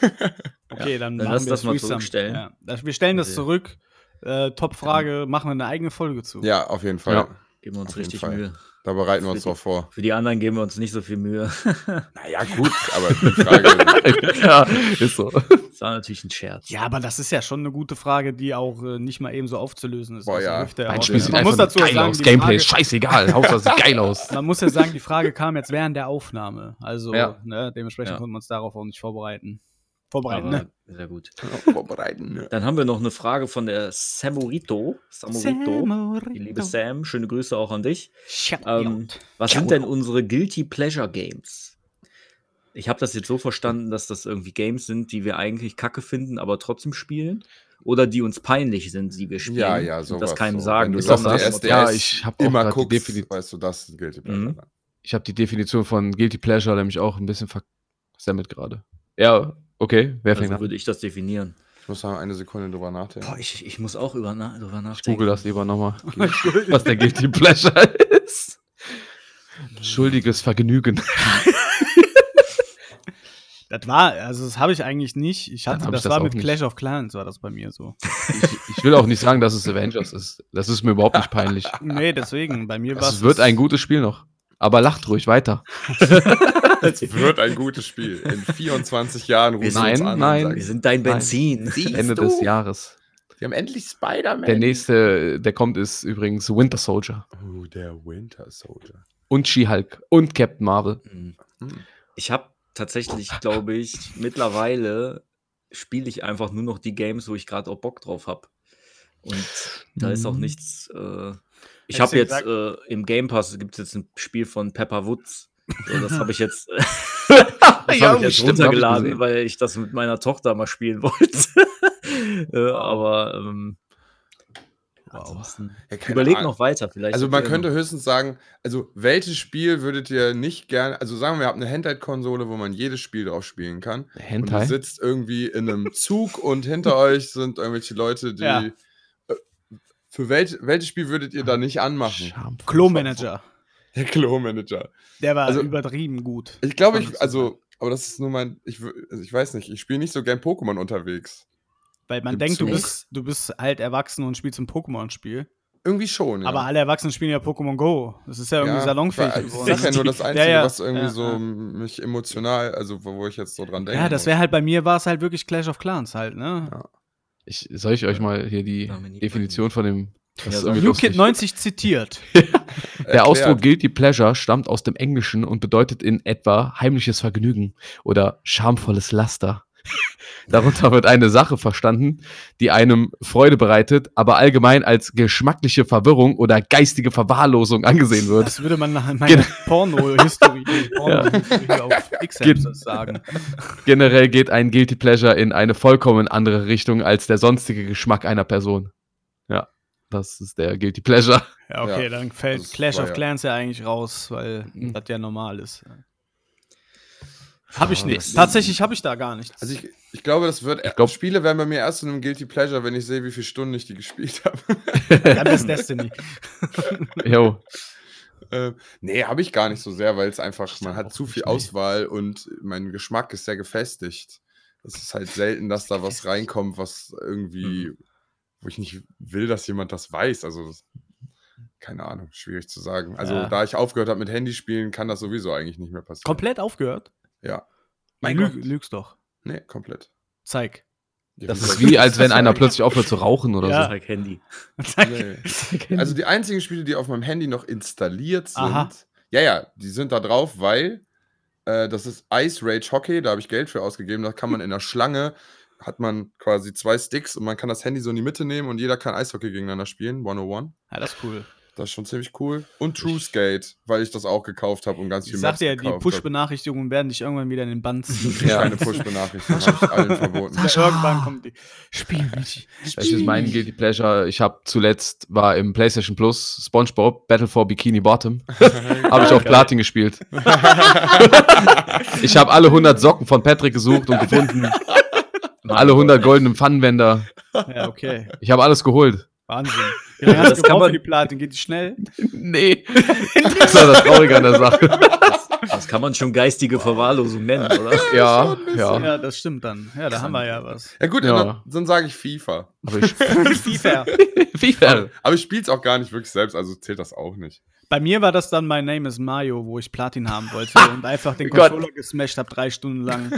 S4: dann. Okay, dann,
S2: Dann
S4: machen
S2: lass
S4: wir
S2: das mal
S4: Threesome.
S2: zurückstellen.
S4: Ja. Das- Wir stellen das
S2: Okay.
S4: zurück. Äh, Top-Frage, machen wir eine eigene Folge zu.
S3: Ja, auf jeden Fall.
S1: Ja.
S2: Geben wir uns
S3: Auf jeden
S2: richtig
S3: Fall.
S2: Mühe.
S3: Da bereiten wir uns drauf vor.
S2: Für die anderen geben wir uns nicht so viel Mühe.
S3: Naja, gut, aber die Frage.
S1: ja, ist so.
S2: Das war natürlich ein Scherz.
S4: Ja, aber das ist ja schon eine gute Frage, die auch äh, nicht mal eben so aufzulösen ist.
S3: Boah,
S4: Aus der
S3: ja.
S4: Hüfte
S1: Mein
S4: heraus.
S1: Spiel sieht
S4: man
S1: einfach
S4: muss dazu
S1: nur
S4: auch
S1: geil
S4: sagen,
S1: aus.
S4: die
S1: Gameplay
S4: Frage-
S1: ist scheißegal. Hauptsache es sieht geil aus.
S4: Man muss ja sagen, die Frage kam jetzt während der Aufnahme. Also
S1: Ja.
S4: ne, dementsprechend
S2: Ja.
S4: konnten wir uns darauf auch nicht vorbereiten. Vorbereiten,
S2: Aber
S4: ne?
S2: sehr gut.
S3: Vorbereiten. ne?
S2: Dann haben wir noch eine Frage von der Samorito. Samorito. Die liebe Sam, schöne Grüße auch an dich. Ähm, was sind denn unsere Guilty Pleasure Games? Ich habe das jetzt so verstanden, dass das irgendwie Games sind, die wir eigentlich kacke finden, aber trotzdem spielen. Oder die uns peinlich sind, die wir spielen.
S3: Ja, ja,
S2: und
S3: sowas.
S2: Das keinem
S3: so.
S2: sagen. Also,
S3: Wenn du
S1: ist
S3: das
S1: doch
S3: auf
S1: das.
S3: SDS
S1: Ja, ich hab auch
S3: immer
S1: grad die
S3: guckst,
S1: Definition.
S3: weißt du, das gilt die
S2: Mhm.
S3: Blätter.
S1: Ich habe die Definition von Guilty Pleasure nämlich auch ein bisschen versammelt gerade. Ja, okay. Wer fängt
S2: also
S1: an?
S2: würde ich das definieren.
S3: Ich muss mal eine Sekunde drüber nachdenken.
S2: Boah, ich, ich muss auch über na, drüber
S1: Ich google
S2: nachdenken.
S1: das lieber nochmal, was der Guilty Pleasure ist. Schuldiges Vergnügen.
S4: Das war, also das habe ich eigentlich nicht. Ich hatte,
S1: Dann hab
S4: das,
S1: ich das
S4: war
S1: auch
S4: mit
S1: nicht.
S4: Clash of Clans, war das bei mir so.
S1: Ich, ich will auch nicht sagen, dass es Avengers ist. Das ist mir überhaupt nicht peinlich.
S4: Nee, deswegen, bei mir war
S1: Es wird ein gutes Spiel noch. Aber lacht ruhig weiter.
S3: Es wird ein gutes Spiel. In 24 Jahren rufen
S1: Nein,
S3: uns an
S1: nein.
S3: und
S2: Wir
S3: sagen,
S2: sind dein
S1: Nein.
S2: Benzin.
S1: Ende des Jahres.
S3: wir haben endlich Spider-Man.
S1: Der nächste, der kommt, ist übrigens Winter Soldier.
S3: Oh, der Winter Soldier.
S1: Und She-Hulk. Und Captain Marvel.
S2: Hm.
S3: Hm.
S2: Ich habe tatsächlich, glaube ich, mittlerweile spiele ich einfach nur noch die Games, wo ich gerade auch Bock drauf habe. Und da ist auch
S1: Mhm.
S2: nichts. Äh, ich
S4: Hättest
S2: habe
S4: du
S2: jetzt
S4: gesagt-
S2: äh, im Game Pass gibt es jetzt ein Spiel von Pepper Woods. So, das habe ich jetzt, das
S1: Ja,
S2: hab ich jetzt
S1: stimmt, hab ich
S2: runtergeladen,
S1: gesehen.
S2: weil ich das mit meiner Tochter mal spielen wollte. äh, aber ähm, ansonsten-
S3: Ja, keine
S2: überleg
S3: Ahnung.
S2: noch weiter. Vielleicht
S3: Also
S2: habt
S3: man
S2: ihr
S3: könnte
S2: noch-
S3: höchstens sagen, also welches Spiel würdet ihr nicht gerne, also sagen wir, ihr habt eine Handheld-Konsole, wo man jedes Spiel drauf spielen kann. Und ihr
S1: Hentai.
S3: sitzt irgendwie in einem Zug und hinter euch sind irgendwelche Leute, die.
S4: Ja.
S3: Äh, Für welch, welches Spiel würdet ihr da nicht anmachen?
S1: Schamvoll.
S4: Klo-Manager.
S3: Der Klo-Manager.
S4: Der war
S3: Also-
S4: übertrieben gut.
S3: Ich glaube,
S4: Kann man
S3: ich,
S4: so
S3: also, aber das ist nur mein, ich, wür- also ich weiß nicht, ich spiele nicht so gern Pokémon unterwegs.
S4: Weil man
S3: Im
S4: denkt, du
S3: Zug.
S4: bist, du bist halt erwachsen und spielst ein Pokémon-Spiel.
S3: Irgendwie schon, ja.
S4: Aber alle Erwachsenen spielen ja Pokémon Go. Das ist ja irgendwie
S3: Ja,
S4: salonfähig
S3: weil-
S4: geworden.
S3: Ich sag ja nur das Einzige,
S4: ja.
S3: was irgendwie
S4: Ja,
S3: so
S4: ja.
S3: mich emotional, also wo, wo ich jetzt so dran denke.
S4: Ja, das wäre halt bei mir, war es halt wirklich Clash of Clans halt, ne?
S1: Ich, soll ich euch mal hier die
S2: Dominik,
S1: Definition von dem. Das
S2: Ja,
S1: ist
S2: sag
S1: irgendwie
S4: New
S1: lustig.
S4: Kid 90 zitiert.
S1: Der Ausdruck Guilty Pleasure stammt aus dem Englischen und bedeutet in etwa heimliches Vergnügen oder schamvolles Laster. Darunter wird eine Sache verstanden, die einem Freude bereitet, aber allgemein als geschmackliche Verwirrung oder geistige Verwahrlosung angesehen wird.
S4: Das würde man nach meiner Porno-Historie Porno auf X-Hamsters sagen.
S1: Generell geht ein Guilty Pleasure in eine vollkommen andere Richtung als der sonstige Geschmack einer Person. Ja, das ist der Guilty Pleasure.
S4: Ja, okay,
S3: Ja.
S4: dann fällt
S3: Also es
S4: Clash
S3: war
S4: of
S3: ja-
S4: Clans ja eigentlich raus, weil
S1: Mhm.
S4: das ja normal ist. Habe ich
S3: Ja,
S4: nichts.
S3: das-
S4: Tatsächlich habe ich da gar nichts.
S3: Also ich, ich glaube, das wird.
S1: glaub-
S3: Spiele werden bei mir erst zu einem Guilty Pleasure, wenn ich sehe, wie viele Stunden ich die gespielt habe.
S4: Dann ist Destiny.
S1: Jo.
S3: Äh, nee, habe ich gar nicht so sehr, weil es einfach,
S2: Ich
S3: man hat
S2: auch
S3: zu
S2: nicht,
S3: viel
S2: nee.
S3: Auswahl und mein Geschmack ist sehr gefestigt. Es ist halt selten, dass da was reinkommt, was irgendwie, wo ich nicht will, dass jemand das weiß. Also, das, keine Ahnung, schwierig zu sagen. Also,
S4: Ja.
S3: da ich aufgehört habe mit Handyspielen, kann das sowieso eigentlich nicht mehr passieren.
S4: Komplett aufgehört?
S3: Ja.
S4: Mein
S2: Mein
S4: Lüg,
S2: Gott.
S4: Lügst doch.
S3: Nee, komplett.
S4: Zeig.
S1: Das ist wie, als wenn einer plötzlich aufhört zu rauchen oder
S4: Ja.
S1: so.
S2: Zeig Handy.
S3: Nee. Also die einzigen Spiele, die auf meinem Handy noch installiert sind,
S4: Aha.
S3: ja, ja, die sind da drauf, weil äh, das ist Ice Rage Hockey, da habe ich Geld für ausgegeben, da kann man in der Schlange, hat man quasi zwei Sticks und man kann das Handy so in die Mitte nehmen und jeder kann Eishockey gegeneinander spielen, 101.
S4: Ja, das ist cool.
S3: Das ist schon ziemlich cool. Und True Skate, weil ich das auch gekauft habe und ganz viel
S4: Ich sagte ja,
S3: Maps
S4: die
S3: gekauft hab.
S4: Push-Benachrichtigungen werden dich irgendwann wieder in den Bann ziehen.
S1: Ja.
S3: Keine Push-Benachrichtigung, habe ich allen verboten.
S1: Sascha.
S4: Irgendwann kommt die. Spiel mich.
S1: Das ist mein Guilty Pleasure. Ich habe zuletzt, war im PlayStation Plus SpongeBob Battle for Bikini Bottom. habe ich auf Platin gespielt. ich habe alle 100 Socken von Patrick gesucht und gefunden. alle 100 goldenen Pfannenwender.
S4: Ja, okay.
S1: Ich habe alles geholt.
S4: Wahnsinn. Wie lange
S2: Ja,
S4: hast
S2: das
S4: du
S2: kann
S4: gebraucht
S2: man-
S4: für die Platin? Geht die schnell?
S1: Nee. Das war das Traurige an der Sache.
S2: Das kann man schon geistige Verwahrlosung nennen, oder?
S1: Ja, ja.
S4: Ja, das stimmt dann. Ja, da haben wir ja was.
S3: Ja gut,
S1: Ja.
S3: dann, dann sage ich FIFA.
S1: Aber ich,
S4: FIFA.
S1: FIFA.
S3: Aber ich spiele es auch gar nicht wirklich selbst, also zählt das auch nicht.
S4: Bei mir war das dann My Name is Mario, wo ich Platin haben wollte und einfach den
S1: Gott.
S4: Controller gesmashed habe, drei Stunden lang.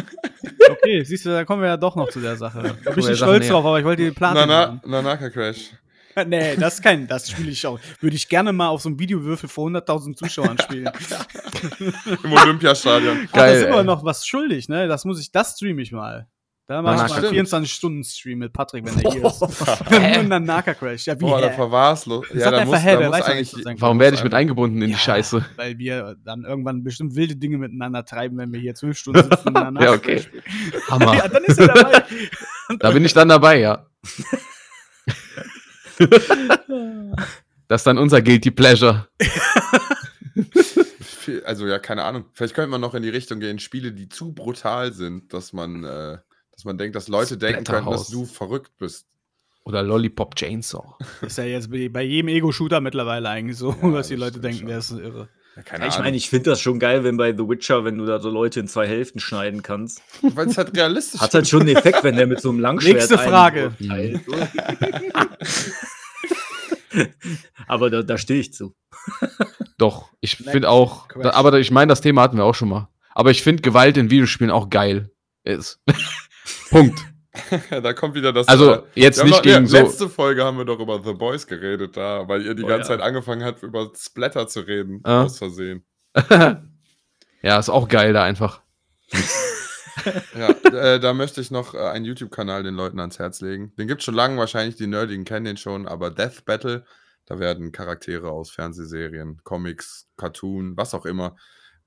S4: Okay, siehst du, da kommen wir ja doch noch zu der Sache. Da bin ich
S1: der
S4: nicht
S1: Sache
S4: stolz
S1: näher.
S4: drauf, aber ich wollte die Platin
S3: Nana,
S4: haben.
S3: Nanaka Crash.
S4: Nee, das ist kein, das spiele ich auch. Würde ich gerne mal auf so einem Videowürfel vor 100.000 Zuschauern spielen.
S3: Im Olympiastadion.
S4: Geil,
S1: Geil,
S4: Ah, das ist immer
S1: ey.
S4: noch was schuldig, ne? Das muss ich, das streame ich mal. Da mache
S1: Nanaka.
S4: ich mal einen 24-Stunden-Stream mit Patrick, wenn er hier ist.
S1: Hä?
S4: Und dann Naka Crash. Ja, wie
S3: Boah, da
S4: hä?
S3: verwar's los.
S4: Sagt einfach hä, der weiß doch nicht, was sein
S1: Warum werde ich mit eingebunden in die
S4: Ja.
S1: Scheiße?
S4: Weil wir dann irgendwann bestimmt wilde Dinge miteinander treiben, wenn wir hier zwölf Stunden sitzen. und danach-
S1: Ja, okay.
S4: Ja,
S1: Hammer.
S4: dann ist er dabei.
S1: Da bin ich dann dabei, ja. Das ist dann unser Guilty Pleasure.
S3: Viel- Also ja, keine Ahnung. Vielleicht könnte man noch in die Richtung gehen, Spiele, die zu brutal sind, dass man, äh, dass man denkt, dass Leute denken können, dass
S1: Splatterhouse.
S3: du verrückt bist.
S1: Oder Lollipop Chainsaw.
S4: Ist ja jetzt bei bei jedem Ego-Shooter mittlerweile eigentlich so,
S3: Ja,
S4: dass die
S3: das
S4: Leute
S3: stimmt
S4: denken,
S3: schon.
S4: der ist
S2: Ja,
S4: irre.
S3: Ja, keine
S2: ich meine,
S3: Ahnung.
S2: ich finde das schon geil, wenn bei The Witcher, wenn du da so Leute in zwei Hälften schneiden kannst.
S3: Weil es halt realistisch
S2: Hat halt schon einen Effekt, wenn der mit so einem Langschwert
S4: Nächste
S2: einen
S4: Frage.
S2: urteilt, oder? Aber da, da stehe ich zu.
S1: Doch, ich
S4: Next
S1: finde auch,
S4: question.
S1: da, aber ich meine, das Thema hatten wir auch schon mal. Aber ich finde Gewalt in Videospielen auch geil. Ist. Punkt.
S3: ist. da kommt wieder das. äh,
S1: Also
S3: wir
S1: jetzt
S3: haben
S1: nicht
S3: noch, ja,
S1: gegen so.
S3: Letzte Folge haben wir doch über The Boys geredet, da, weil ihr die
S2: Oh,
S3: ganze
S2: ja.
S3: Zeit angefangen habt, über Splatter zu reden.
S1: Ah.
S3: Aus Versehen.
S1: Ja, ist auch geil da einfach.
S3: Ja, äh, da möchte ich noch äh, einen YouTube-Kanal den Leuten ans Herz legen. Den gibt's schon lange, wahrscheinlich die Nerdigen kennen den schon, aber Death Battle, da werden Charaktere aus Fernsehserien, Comics, Cartoon, was auch immer,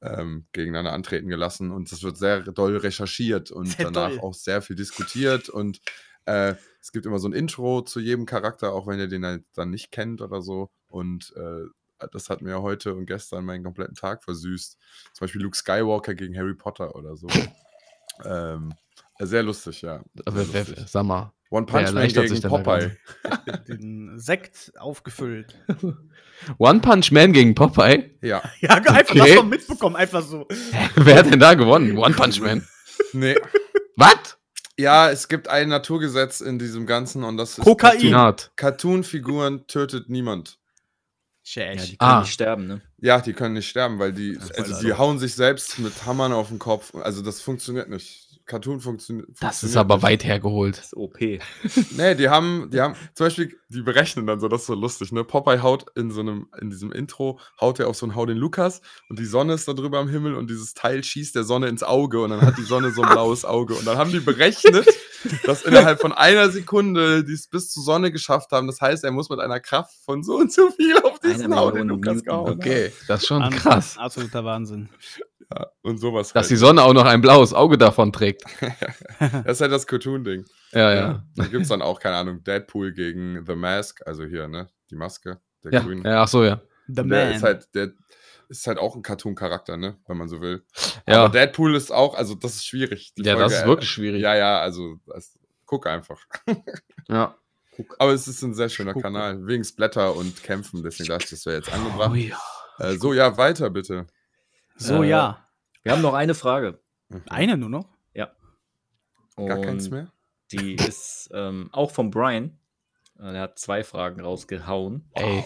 S3: ähm, gegeneinander antreten gelassen. Und das wird sehr doll recherchiert und
S4: Sehr
S3: danach
S4: doll.
S3: auch sehr viel diskutiert. Und äh, es gibt immer so ein Intro zu jedem Charakter, auch wenn ihr den halt dann nicht kennt oder so. Und äh, das hat mir heute und gestern meinen kompletten Tag versüßt. Zum Beispiel Luke Skywalker gegen Harry Potter oder so. ähm, sehr lustig, ja.
S1: Aber, wer,
S3: lustig.
S1: sag mal.
S3: One Punch Man
S1: erleichtert
S3: gegen
S1: sich dann halt
S3: Popeye.
S4: Den Sekt aufgefüllt.
S1: One Punch Man gegen Popeye?
S3: Ja,
S4: Ja, einfach
S1: Okay.
S4: das doch mitbekommen, einfach so.
S1: Wer hat denn da gewonnen? One Punch Man.
S3: nee.
S1: Was?
S3: Ja, es gibt ein Naturgesetz in diesem Ganzen und das ist
S4: Kokain.
S3: Cartoon-
S1: Peanut.
S3: Cartoon-Figuren tötet niemand.
S2: Ja,
S4: Schäch.
S2: die kann
S1: Ah.
S2: nicht sterben, ne?
S3: Ja, die können nicht sterben, weil die,
S2: Das ist
S3: also
S2: leider
S3: die
S2: so.
S3: hauen sich selbst mit Hammern auf den Kopf. Also das funktioniert nicht. Cartoon funktio funktioniert.
S1: Das ist aber
S3: nicht.
S1: weit hergeholt.
S2: Das ist OP.
S3: Nee, die haben, die haben, zum Beispiel, die berechnen dann so, das ist so lustig, ne? Popeye haut in so einem, in diesem Intro, haut er auf so einen Hau den Lukas und die Sonne ist da drüber am Himmel und dieses Teil schießt der Sonne ins Auge und dann hat die Sonne so ein blaues Auge. Und dann haben die berechnet, dass innerhalb von einer Sekunde die es bis zur Sonne geschafft haben. Das heißt, er muss mit einer Kraft von so und so viel auf
S2: Einer
S3: diesen Hau den
S2: Million
S3: Lukas
S2: Newton.
S3: gehauen. haben.
S1: Okay, das ist schon
S4: Wahnsinn,
S1: krass.
S4: Absoluter Wahnsinn.
S3: Ja, und sowas.
S1: Dass die
S3: halt.
S1: Sonne auch noch ein blaues Auge davon trägt.
S3: Das ist halt das Cartoon-Ding.
S1: Ja, ja.
S3: Da gibt es dann auch, keine Ahnung, Deadpool gegen The Mask, also hier, ne? Die Maske, der
S1: Ja,
S3: Grüne.
S1: ja ach so, ja.
S4: The
S3: Und Der ist halt, der ist halt auch ein Cartoon-Charakter, ne? Wenn man so will.
S1: Ja,
S3: Aber Deadpool ist auch, also das ist schwierig. Die
S1: ja das
S3: Folge,
S1: ist
S3: äh,
S1: wirklich schwierig.
S3: Ja, ja, also das, guck einfach.
S1: Ja.
S3: Aber es ist ein sehr schöner
S4: Guck.
S3: Kanal, wegen Splatter und Kämpfen, deswegen dachte ich, das wäre jetzt angebracht.
S1: Oh ja.
S3: Äh, so, ja, weiter bitte.
S4: So,
S2: Äh,
S4: ja.
S2: Wir haben noch eine Frage.
S4: Eine nur noch?
S3: Gar keins
S2: Und
S3: mehr?
S2: Die ist ähm, auch von Brian. Äh, Er hat zwei Fragen rausgehauen.
S1: Ey.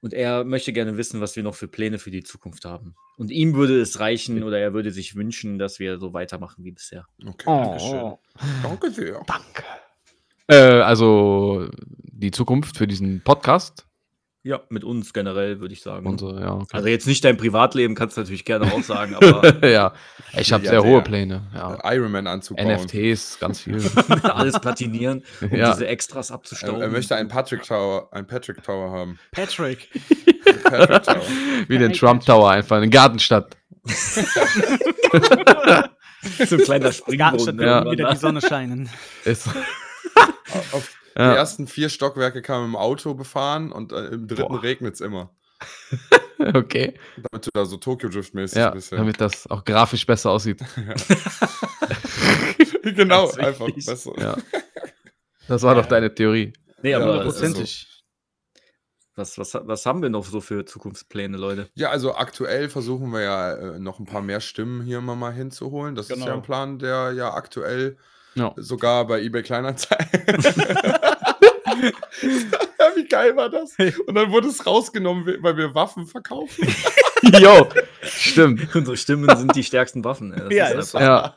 S2: Und er möchte gerne wissen, was wir noch für Pläne für die Zukunft haben. Und ihm würde es reichen oder er würde sich wünschen, dass wir so weitermachen wie bisher.
S3: Okay,
S1: Oh.
S3: Dankeschön. Danke sehr.
S1: Äh, also die Zukunft für diesen Podcast.
S2: Ja, mit uns generell, würde ich sagen.
S1: Unsere, ja, okay.
S2: Also jetzt nicht dein Privatleben, kannst du natürlich gerne auch sagen, aber
S1: ja, ich habe
S3: Ja,
S1: sehr hohe
S3: der.
S1: Pläne. Ja.
S3: Äh, Iron Man Anzug bauen.
S1: NFTs, ganz viel.
S2: alles platinieren, um
S1: ja.
S2: diese Extras
S3: Er,
S2: abzustauben.
S3: er möchte einen Patrick Tower, einen Patrick Tower haben.
S4: Patrick.
S3: Patrick Tower.
S1: Wie den Trump Tower einfach, eine Gartenstadt.
S2: so ein kleiner
S4: Gartenstadt
S2: Springbrunnen.
S4: wird
S1: Ja.
S4: wieder die Sonne scheinen.
S1: Ist,
S3: Auf- Auf die
S1: ja,
S3: ersten vier Stockwerke kam im Auto befahren und äh, im dritten
S1: Boah.
S3: regnet es immer.
S1: okay.
S3: Damit du da so Tokyo Drift mäßig
S1: Ja,
S3: bist.
S1: damit das auch grafisch besser aussieht.
S3: genau,
S2: Ganz wichtig.
S3: einfach besser.
S1: Ja. Das war doch deine Theorie.
S2: Nee, aber
S3: das ist so.
S4: Hundertprozentig.
S2: was, was, was haben wir noch so für Zukunftspläne, Leute?
S3: Ja, also aktuell versuchen wir ja äh, noch ein paar mehr Stimmen hier immer mal hinzuholen. Das ist
S4: Genau.
S3: ja ein Plan, der ja aktuell
S1: Ja.
S3: sogar bei eBay Kleinanzeigen. Wie geil war das? Und dann wurde es rausgenommen, weil wir Waffen verkaufen.
S1: Jo, stimmt.
S2: Unsere Stimmen sind die stärksten Waffen. ey. Das
S4: Ja,
S2: ist
S4: ist
S2: einfach-
S1: Ja,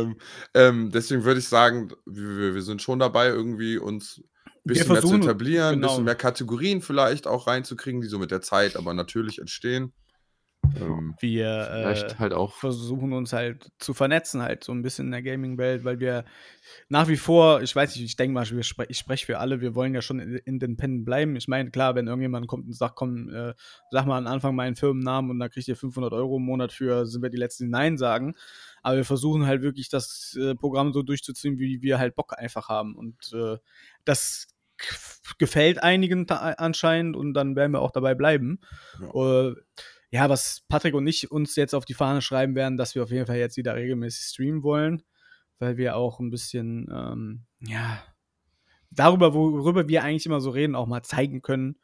S3: ähm, ähm, deswegen würde ich sagen, wir, wir sind schon dabei, irgendwie uns ein
S4: Wir
S3: bisschen mehr zu
S4: versuchen-
S3: etablieren, ein
S4: genau.
S3: bisschen mehr Kategorien vielleicht auch reinzukriegen, die so mit der Zeit aber natürlich entstehen. Ähm,
S4: Wir äh,
S1: vielleicht halt auch.
S4: versuchen uns halt zu vernetzen, halt so ein bisschen in der Gaming-Welt, weil wir nach wie vor, ich weiß nicht, ich denke mal, wir spre ich spreche für alle, wir wollen ja schon in- independent bleiben. Ich meine, klar, wenn irgendjemand kommt und sagt, komm, äh, sag mal am Anfang meinen Firmennamen und dann kriegt ihr 500 Euro im Monat für, sind wir die Letzten, die Nein sagen. Aber wir versuchen halt wirklich das äh, Programm so durchzuziehen, wie wir halt Bock einfach haben. Und äh, das k- gefällt einigen ta- anscheinend und dann werden wir auch dabei bleiben. Äh, ja, was Patrick und ich uns jetzt auf die Fahne schreiben werden, dass wir auf jeden Fall jetzt wieder regelmäßig streamen wollen, weil wir auch ein bisschen, ähm, ja, darüber, worüber wir eigentlich immer so reden, auch mal zeigen können.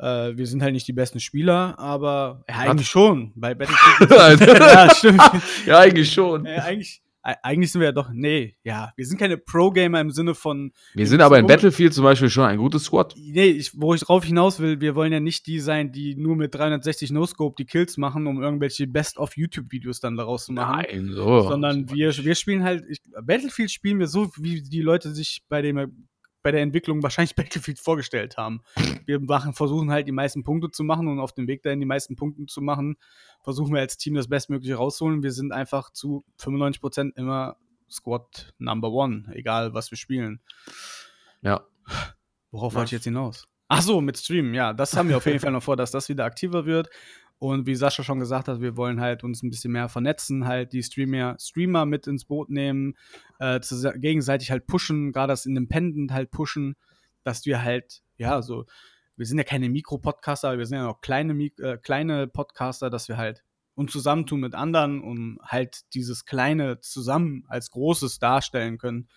S4: Äh, wir sind halt nicht die besten Spieler, aber ja, eigentlich schon. Bei Battlefield.
S1: Alter.
S4: ja, stimmt.
S1: ja, eigentlich schon.
S4: Äh, eigentlich, äh, eigentlich sind wir ja doch, nee, ja, wir sind keine Pro-Gamer im Sinne von,
S1: Wir sind aber in Battlefield zum Beispiel schon ein gutes Squad.
S4: nee, ich, wo ich drauf hinaus will, wir wollen ja nicht die sein, die nur mit 360 No-Scope die Kills machen, um irgendwelche Best-of-YouTube-Videos dann daraus zu machen.
S1: Nein, so.
S4: sondern wir, wir spielen halt, ich, Battlefield spielen wir so, wie die Leute sich bei, dem, bei der Entwicklung wahrscheinlich Battlefield vorgestellt haben. Wir machen, versuchen halt die meisten Punkte zu machen und auf dem Weg dahin die meisten Punkte zu machen, versuchen wir als Team das Bestmögliche rausholen. Wir sind einfach zu 95% immer Squad Number One, egal was wir spielen.
S1: Ja.
S4: Worauf wollte ich jetzt hinaus? Ach so, mit Streamen, ja. Das haben wir auf jeden Fall noch vor, dass das wieder aktiver wird. Und wie Sascha schon gesagt hat, wir wollen halt uns ein bisschen mehr vernetzen, halt die Streamer, Streamer mit ins Boot nehmen, äh, zu, gegenseitig halt pushen, gerade das Independent halt pushen, dass wir halt, ja, so, wir sind ja keine Mikro-Podcaster, wir sind ja noch kleine, Mik- äh, kleine Podcaster, dass wir halt uns zusammentun mit anderen, um halt dieses Kleine zusammen als Großes darstellen können.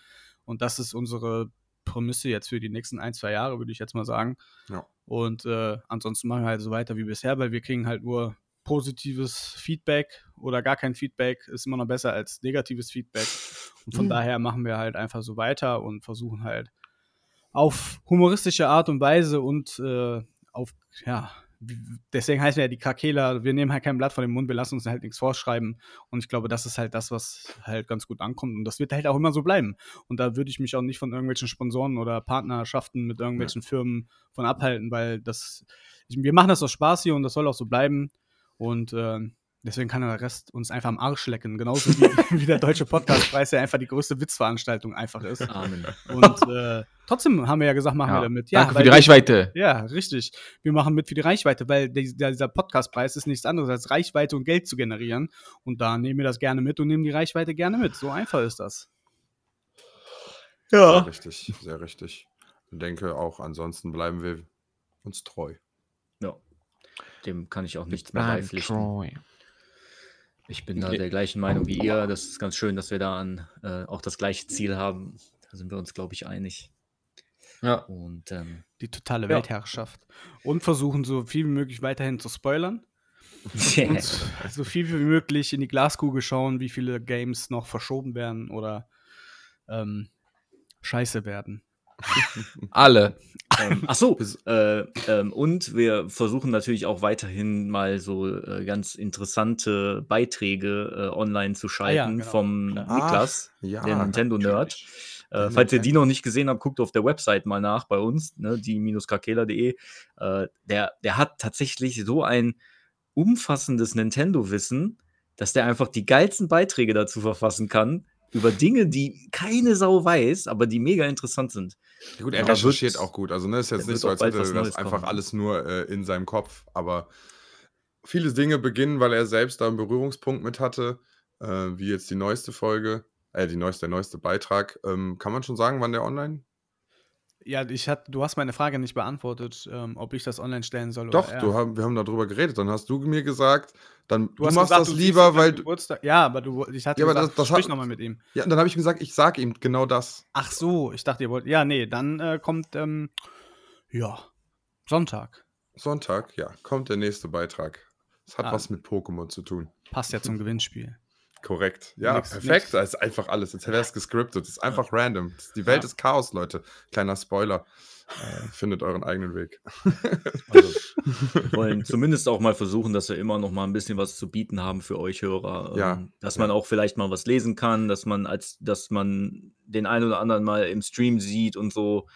S4: Und das ist unsere Prämisse jetzt für die nächsten ein, zwei Jahre, würde ich jetzt mal sagen.
S3: Ja.
S4: Und äh, ansonsten machen wir halt so weiter wie bisher, weil wir kriegen halt nur positives Feedback oder gar kein Feedback ist immer noch besser als negatives Feedback. Und von daher machen wir halt einfach so weiter und versuchen halt auf humoristische Art und Weise und äh, auf, ja, w- deswegen heißen wir ja die Kakela, wir nehmen halt kein Blatt von dem Mund, wir lassen uns halt nichts vorschreiben. Und ich glaube, das ist halt das, was halt ganz gut ankommt. Und das wird halt auch immer so bleiben. Und da würde ich mich auch nicht von irgendwelchen Sponsoren oder Partnerschaften mit irgendwelchen Firmen von abhalten, weil das, ich, wir machen das aus Spaß hier und das soll auch so bleiben. Und äh, deswegen kann der Rest uns einfach am Arsch lecken. Genauso wie, wie der Deutsche Podcastpreis ja einfach die größte Witzveranstaltung einfach ist.
S2: Amen.
S4: Und äh, trotzdem haben wir ja gesagt, machen
S1: Ja.
S4: wir damit. Ja,
S1: Danke für
S4: weil
S1: die
S4: wir-
S1: Reichweite.
S4: ja, richtig. Wir machen mit für die Reichweite, weil die- dieser Podcastpreis ist nichts anderes als Reichweite und Geld zu generieren. Und da nehmen wir das gerne mit und nehmen die Reichweite gerne mit. So einfach ist das.
S3: Sehr richtig, sehr richtig. Ich denke auch, ansonsten bleiben wir uns treu.
S2: Ja. Dem kann ich auch nichts mehr beipflichten. Ich bin da
S1: Okay.
S2: der gleichen Meinung wie ihr. Das ist ganz schön, dass wir da an, äh, auch das gleiche Ziel haben. Da sind wir uns, glaube ich, einig.
S1: Ja.
S2: Und ähm,
S4: die totale
S1: Ja.
S4: Weltherrschaft. Und versuchen so viel wie möglich weiterhin zu spoilern. Und so so viel wie möglich in die Glaskugel schauen, wie viele Games noch verschoben werden oder ähm, scheiße werden.
S1: Alle.
S2: ähm, ach so, äh, ähm, und wir versuchen natürlich auch weiterhin mal so äh, ganz interessante Beiträge äh, online zu schalten
S4: ja, genau,
S2: vom
S4: klar.
S2: Niklas,
S3: Ja,
S2: der Nintendo-Nerd. Äh,
S3: Nintendo
S2: falls ihr die
S3: Nerd.
S2: noch nicht gesehen habt, guckt auf der Website mal nach bei uns, ne, die-kakela.de. Äh, der, der hat tatsächlich so ein umfassendes Nintendo-Wissen, dass der einfach die geilsten Beiträge dazu verfassen kann, über Dinge, die keine Sau weiß, aber die mega interessant sind.
S3: Ja, gut, er
S2: Ja, da
S3: recherchiert
S2: wird's-
S3: auch gut. Also, ne, ist
S2: da
S3: jetzt
S2: wird
S3: nicht so,
S2: auch
S3: als
S2: bald
S3: hätte
S2: was
S3: das
S2: Neues
S3: einfach
S2: kommen.
S3: alles nur äh, in seinem Kopf. Aber viele Dinge beginnen, weil er selbst da einen Berührungspunkt mit hatte. Äh, wie jetzt die neueste Folge, äh, die neueste, der neueste Beitrag. Ähm, kann man schon sagen, wann der online?
S4: Ja, ich hat, du hast meine Frage nicht beantwortet, ähm, ob ich das online stellen soll
S3: Doch,
S4: oder er.
S3: du haben, wir haben darüber geredet. Dann hast du mir gesagt, dann du,
S4: Du hast
S3: machst
S4: gesagt,
S3: das
S4: du siehst
S3: lieber,
S4: ihn am
S3: weil du,
S4: Geburtstag. Ja, aber du, ich hatte
S3: Ja, aber
S4: gesagt,
S3: das- das
S4: sprich
S3: hat-
S4: nochmal mit ihm.
S3: ja, und dann habe ich gesagt, ich sage ihm genau das.
S4: Ach so, ich dachte, ihr wollt. Ja, nee, dann äh, kommt, ähm, ja, Sonntag.
S3: Sonntag, ja, kommt der nächste Beitrag. Das hat
S4: Ah.
S3: was mit Pokémon zu tun.
S4: Passt ja zum Gewinnspiel.
S3: Korrekt. Ja,
S4: Nix,
S3: perfekt.
S4: nix.
S3: Das ist einfach alles. Jetzt wäre es gescriptet. Das ist einfach random. Das- Die Welt ist Chaos, Leute. Kleiner Spoiler. Äh, Findet euren eigenen Weg.
S2: Also, wir wollen zumindest auch mal versuchen, dass wir immer noch mal ein bisschen was zu bieten haben für euch Hörer. ähm,
S3: Ja,
S2: Dass man auch vielleicht mal was lesen kann, dass man als, dass man den einen oder anderen mal im Stream sieht und so.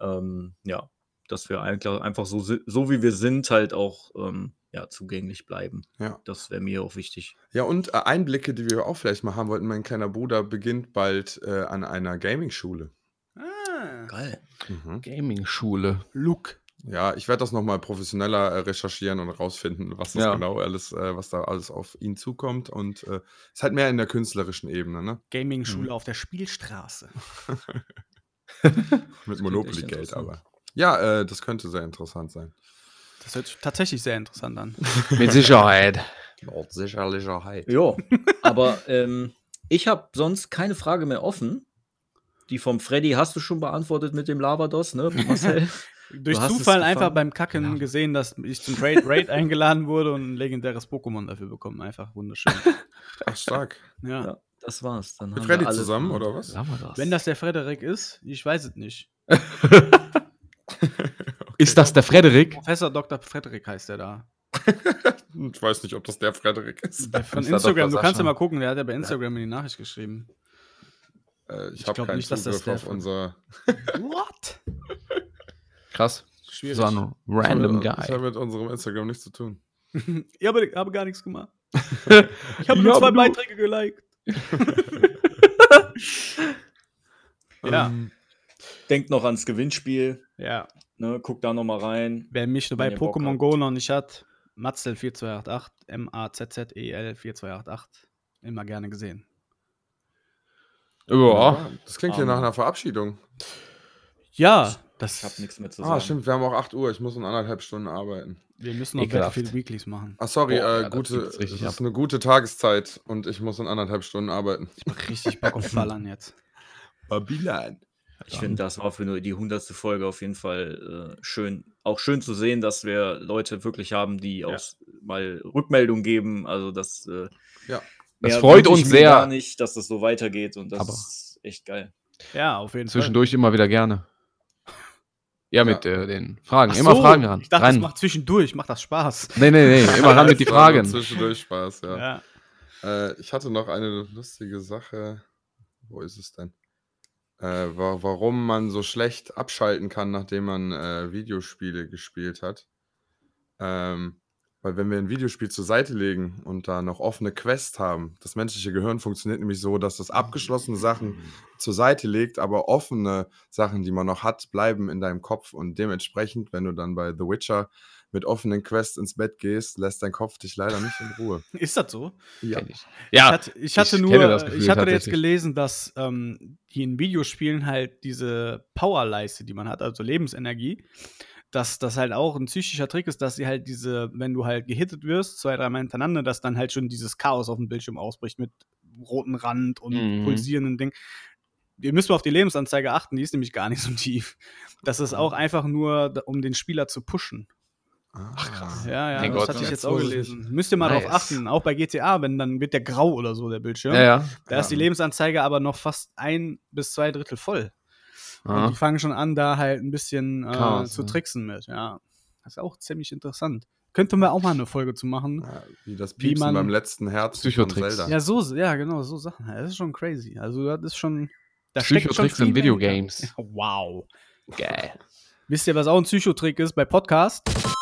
S2: Ähm, ja, dass wir eigentlich einfach so, si- so wie wir sind, halt auch ähm, ja, zugänglich bleiben.
S3: Ja.
S2: Das wäre mir auch wichtig.
S3: Ja, und äh, Einblicke, die wir auch vielleicht mal haben wollten. Mein kleiner Bruder beginnt bald äh, an einer Gaming-Schule.
S4: Ah.
S2: Geil.
S3: Mhm.
S1: Gaming-Schule.
S4: Luke.
S3: Ja, ich werde das nochmal professioneller äh, recherchieren und rausfinden, was das
S1: Ja.
S3: genau alles, äh, was da alles auf ihn zukommt. Und äh, ist halt mehr in der künstlerischen Ebene, ne?
S4: Gaming-Schule auf der Spielstraße.
S3: Mit
S2: klingt echt
S3: Monopoly-Geld
S2: interessant.
S3: aber. Ja, äh, das könnte sehr interessant sein.
S4: Das hört sich tatsächlich sehr interessant an.
S1: Mit Sicherheit.
S3: Sicherlich auch
S2: Ja, aber ähm, ich habe sonst keine Frage mehr offen. Die vom Freddy hast du schon beantwortet mit dem Lavados, ne, Marcel?
S4: Durch
S2: hast es
S4: Zufall
S2: gefangen.
S4: einfach beim Kacken
S3: Genau.
S1: Ja.
S4: gesehen, dass ich zum Raid, Raid eingeladen wurde und ein legendäres Pokémon dafür bekommen. Einfach wunderschön.
S3: Ach, stark.
S4: Ja.
S2: Ja, das war's. Dann
S3: Mit
S2: haben wir
S3: Freddy
S2: alle-
S3: zusammen, oder was?
S4: Wenn das der Frederik ist, ich weiß es nicht.
S1: Ist das der Frederik?
S4: Professor Dr. Frederik heißt er da.
S3: Ich weiß nicht, ob das der Frederik ist.
S4: Der von
S1: ist der
S4: Instagram,
S1: Dr.
S4: du kannst ja
S1: Sascha.
S4: mal gucken, der hat ja bei Instagram in die Nachricht geschrieben.
S3: Äh, ich
S4: Ich
S3: habe
S4: glaub
S3: keinen
S4: nicht, dass das
S3: Zugriff
S4: der
S3: auf
S4: Fre-
S3: unser.
S4: What?
S1: Krass.
S4: Schwierig.
S1: So ein random
S3: das hat
S1: Guy.
S3: mit unserem Instagram nichts zu tun.
S4: ich habe, habe gar nichts gemacht. Ich
S1: Ja,
S4: habe nur zwei
S1: aber du-
S4: Beiträge geliked. Ja.
S1: Mhm.
S3: Ähm,
S2: Denkt noch ans Gewinnspiel,
S4: Ja.
S2: ne? guckt da nochmal rein.
S4: Wer mich bei
S2: Wenn ihr Bock
S4: Pokémon
S2: habt.
S4: Go noch nicht hat, Matzel4288, M-A-Z-Z-E-L 4288, immer gerne gesehen.
S1: Ja.
S3: Das klingt hier nach einer Verabschiedung.
S4: Ja, das,
S2: Ich habe nichts mehr zu sagen.
S3: Ah, stimmt, wir haben auch 8 Uhr. Ich muss in anderthalb Stunden arbeiten.
S4: wir müssen noch
S1: Ekelhaft.
S4: Battlefield Weeklies machen.
S3: Ah, sorry,
S1: Boah,
S3: äh,
S1: ja, das
S3: gute,
S1: geht jetzt
S3: das
S1: richtig
S3: ist
S1: ab.
S3: eine gute Tageszeit und ich muss in anderthalb Stunden arbeiten.
S4: Ich mach richtig Bock auf Ballern jetzt.
S3: Babylon.
S2: Ich finde, das war für nur die hundertste Folge auf jeden Fall äh, schön. Auch schön zu sehen, dass wir Leute wirklich haben, die auch mal Rückmeldung geben. Also das, äh,
S3: Ja.
S1: Das
S2: mehr
S1: freut
S2: wünsch ich
S1: uns
S2: mir
S1: sehr.
S2: Gar nicht, dass das so weitergeht und das
S1: Aber-
S2: ist echt geil.
S4: Ja, auf jeden
S1: Zwischendurch immer wieder gerne. Ja, mit äh, den Fragen.
S4: Fall. Ach
S1: immer
S4: so,
S1: Fragen ran.
S4: Ich dachte,
S1: ran.
S4: das macht zwischendurch, macht das Spaß.
S1: nee, nee, nee. Immer ran mit die
S3: Das war nur
S1: Fragen.
S3: Zwischendurch Spaß, ja.
S4: Ja.
S3: Äh, ich hatte noch eine lustige Sache. Wo ist es denn? Äh, wa warum man so schlecht abschalten kann, nachdem man äh, Videospiele gespielt hat. Ähm, weil wenn wir ein Videospiel zur Seite legen und da noch offene Quest haben, das menschliche Gehirn funktioniert nämlich so, dass das abgeschlossene Sachen zur Seite legt, aber offene Sachen, die man noch hat, bleiben in deinem Kopf und dementsprechend, wenn du dann bei The Witcher mit offenen Quests ins Bett gehst, lässt dein Kopf dich leider nicht in Ruhe.
S4: Ist das so?
S3: Ja.
S1: Kenn ich. Ja,
S4: ich hatte, ich hatte
S1: ich
S4: nur,
S1: kenne das Gefühl
S4: ich hatte jetzt
S1: tatsächlich.
S4: gelesen, dass ähm, die in Videospielen halt diese Powerleiste, die man hat, also Lebensenergie, dass das halt auch ein psychischer Trick ist, dass sie halt diese, wenn du halt gehittet wirst, zwei, dreimal hintereinander, dass dann halt schon dieses Chaos auf dem Bildschirm ausbricht mit rotem Rand und
S1: Mhm.
S4: pulsierenden Ding. ihr müsst mal auf die Lebensanzeige achten, die ist nämlich gar nicht so tief. Das ist auch einfach nur, da- um den Spieler zu pushen.
S3: Ach krass.
S4: Ja, ja,
S1: Mein
S4: das
S1: Gott.
S4: hatte ich jetzt
S3: Jetzt
S4: auch
S3: muss ich-
S4: gelesen. Müsst ihr mal
S1: Nice.
S4: drauf achten, auch bei GTA, wenn dann wird der grau oder so, der Bildschirm.
S1: Ja, ja.
S4: Da ist die Lebensanzeige aber noch fast ein bis zwei Drittel voll. Und
S1: Ah.
S4: die fangen schon an, da halt ein bisschen äh,
S1: Chaos,
S4: zu
S1: ne?
S4: tricksen mit. Ja, das ist auch ziemlich interessant. Könnte man auch mal eine Folge zu machen.
S3: Ja, wie das
S4: Wie
S3: Piepsen
S4: man-
S3: beim letzten Herz
S1: Psychotricks.
S3: Zelda.
S4: Ja, so, ja, genau, so Sachen. Das ist schon crazy. Also, das ist schon. Da steckt schon
S1: Psychotricks
S4: viel
S1: in
S4: dahinter.
S1: Videogames.
S4: Wow.
S1: Geil.
S4: Wisst ihr, was auch ein Psychotrick ist bei Podcast?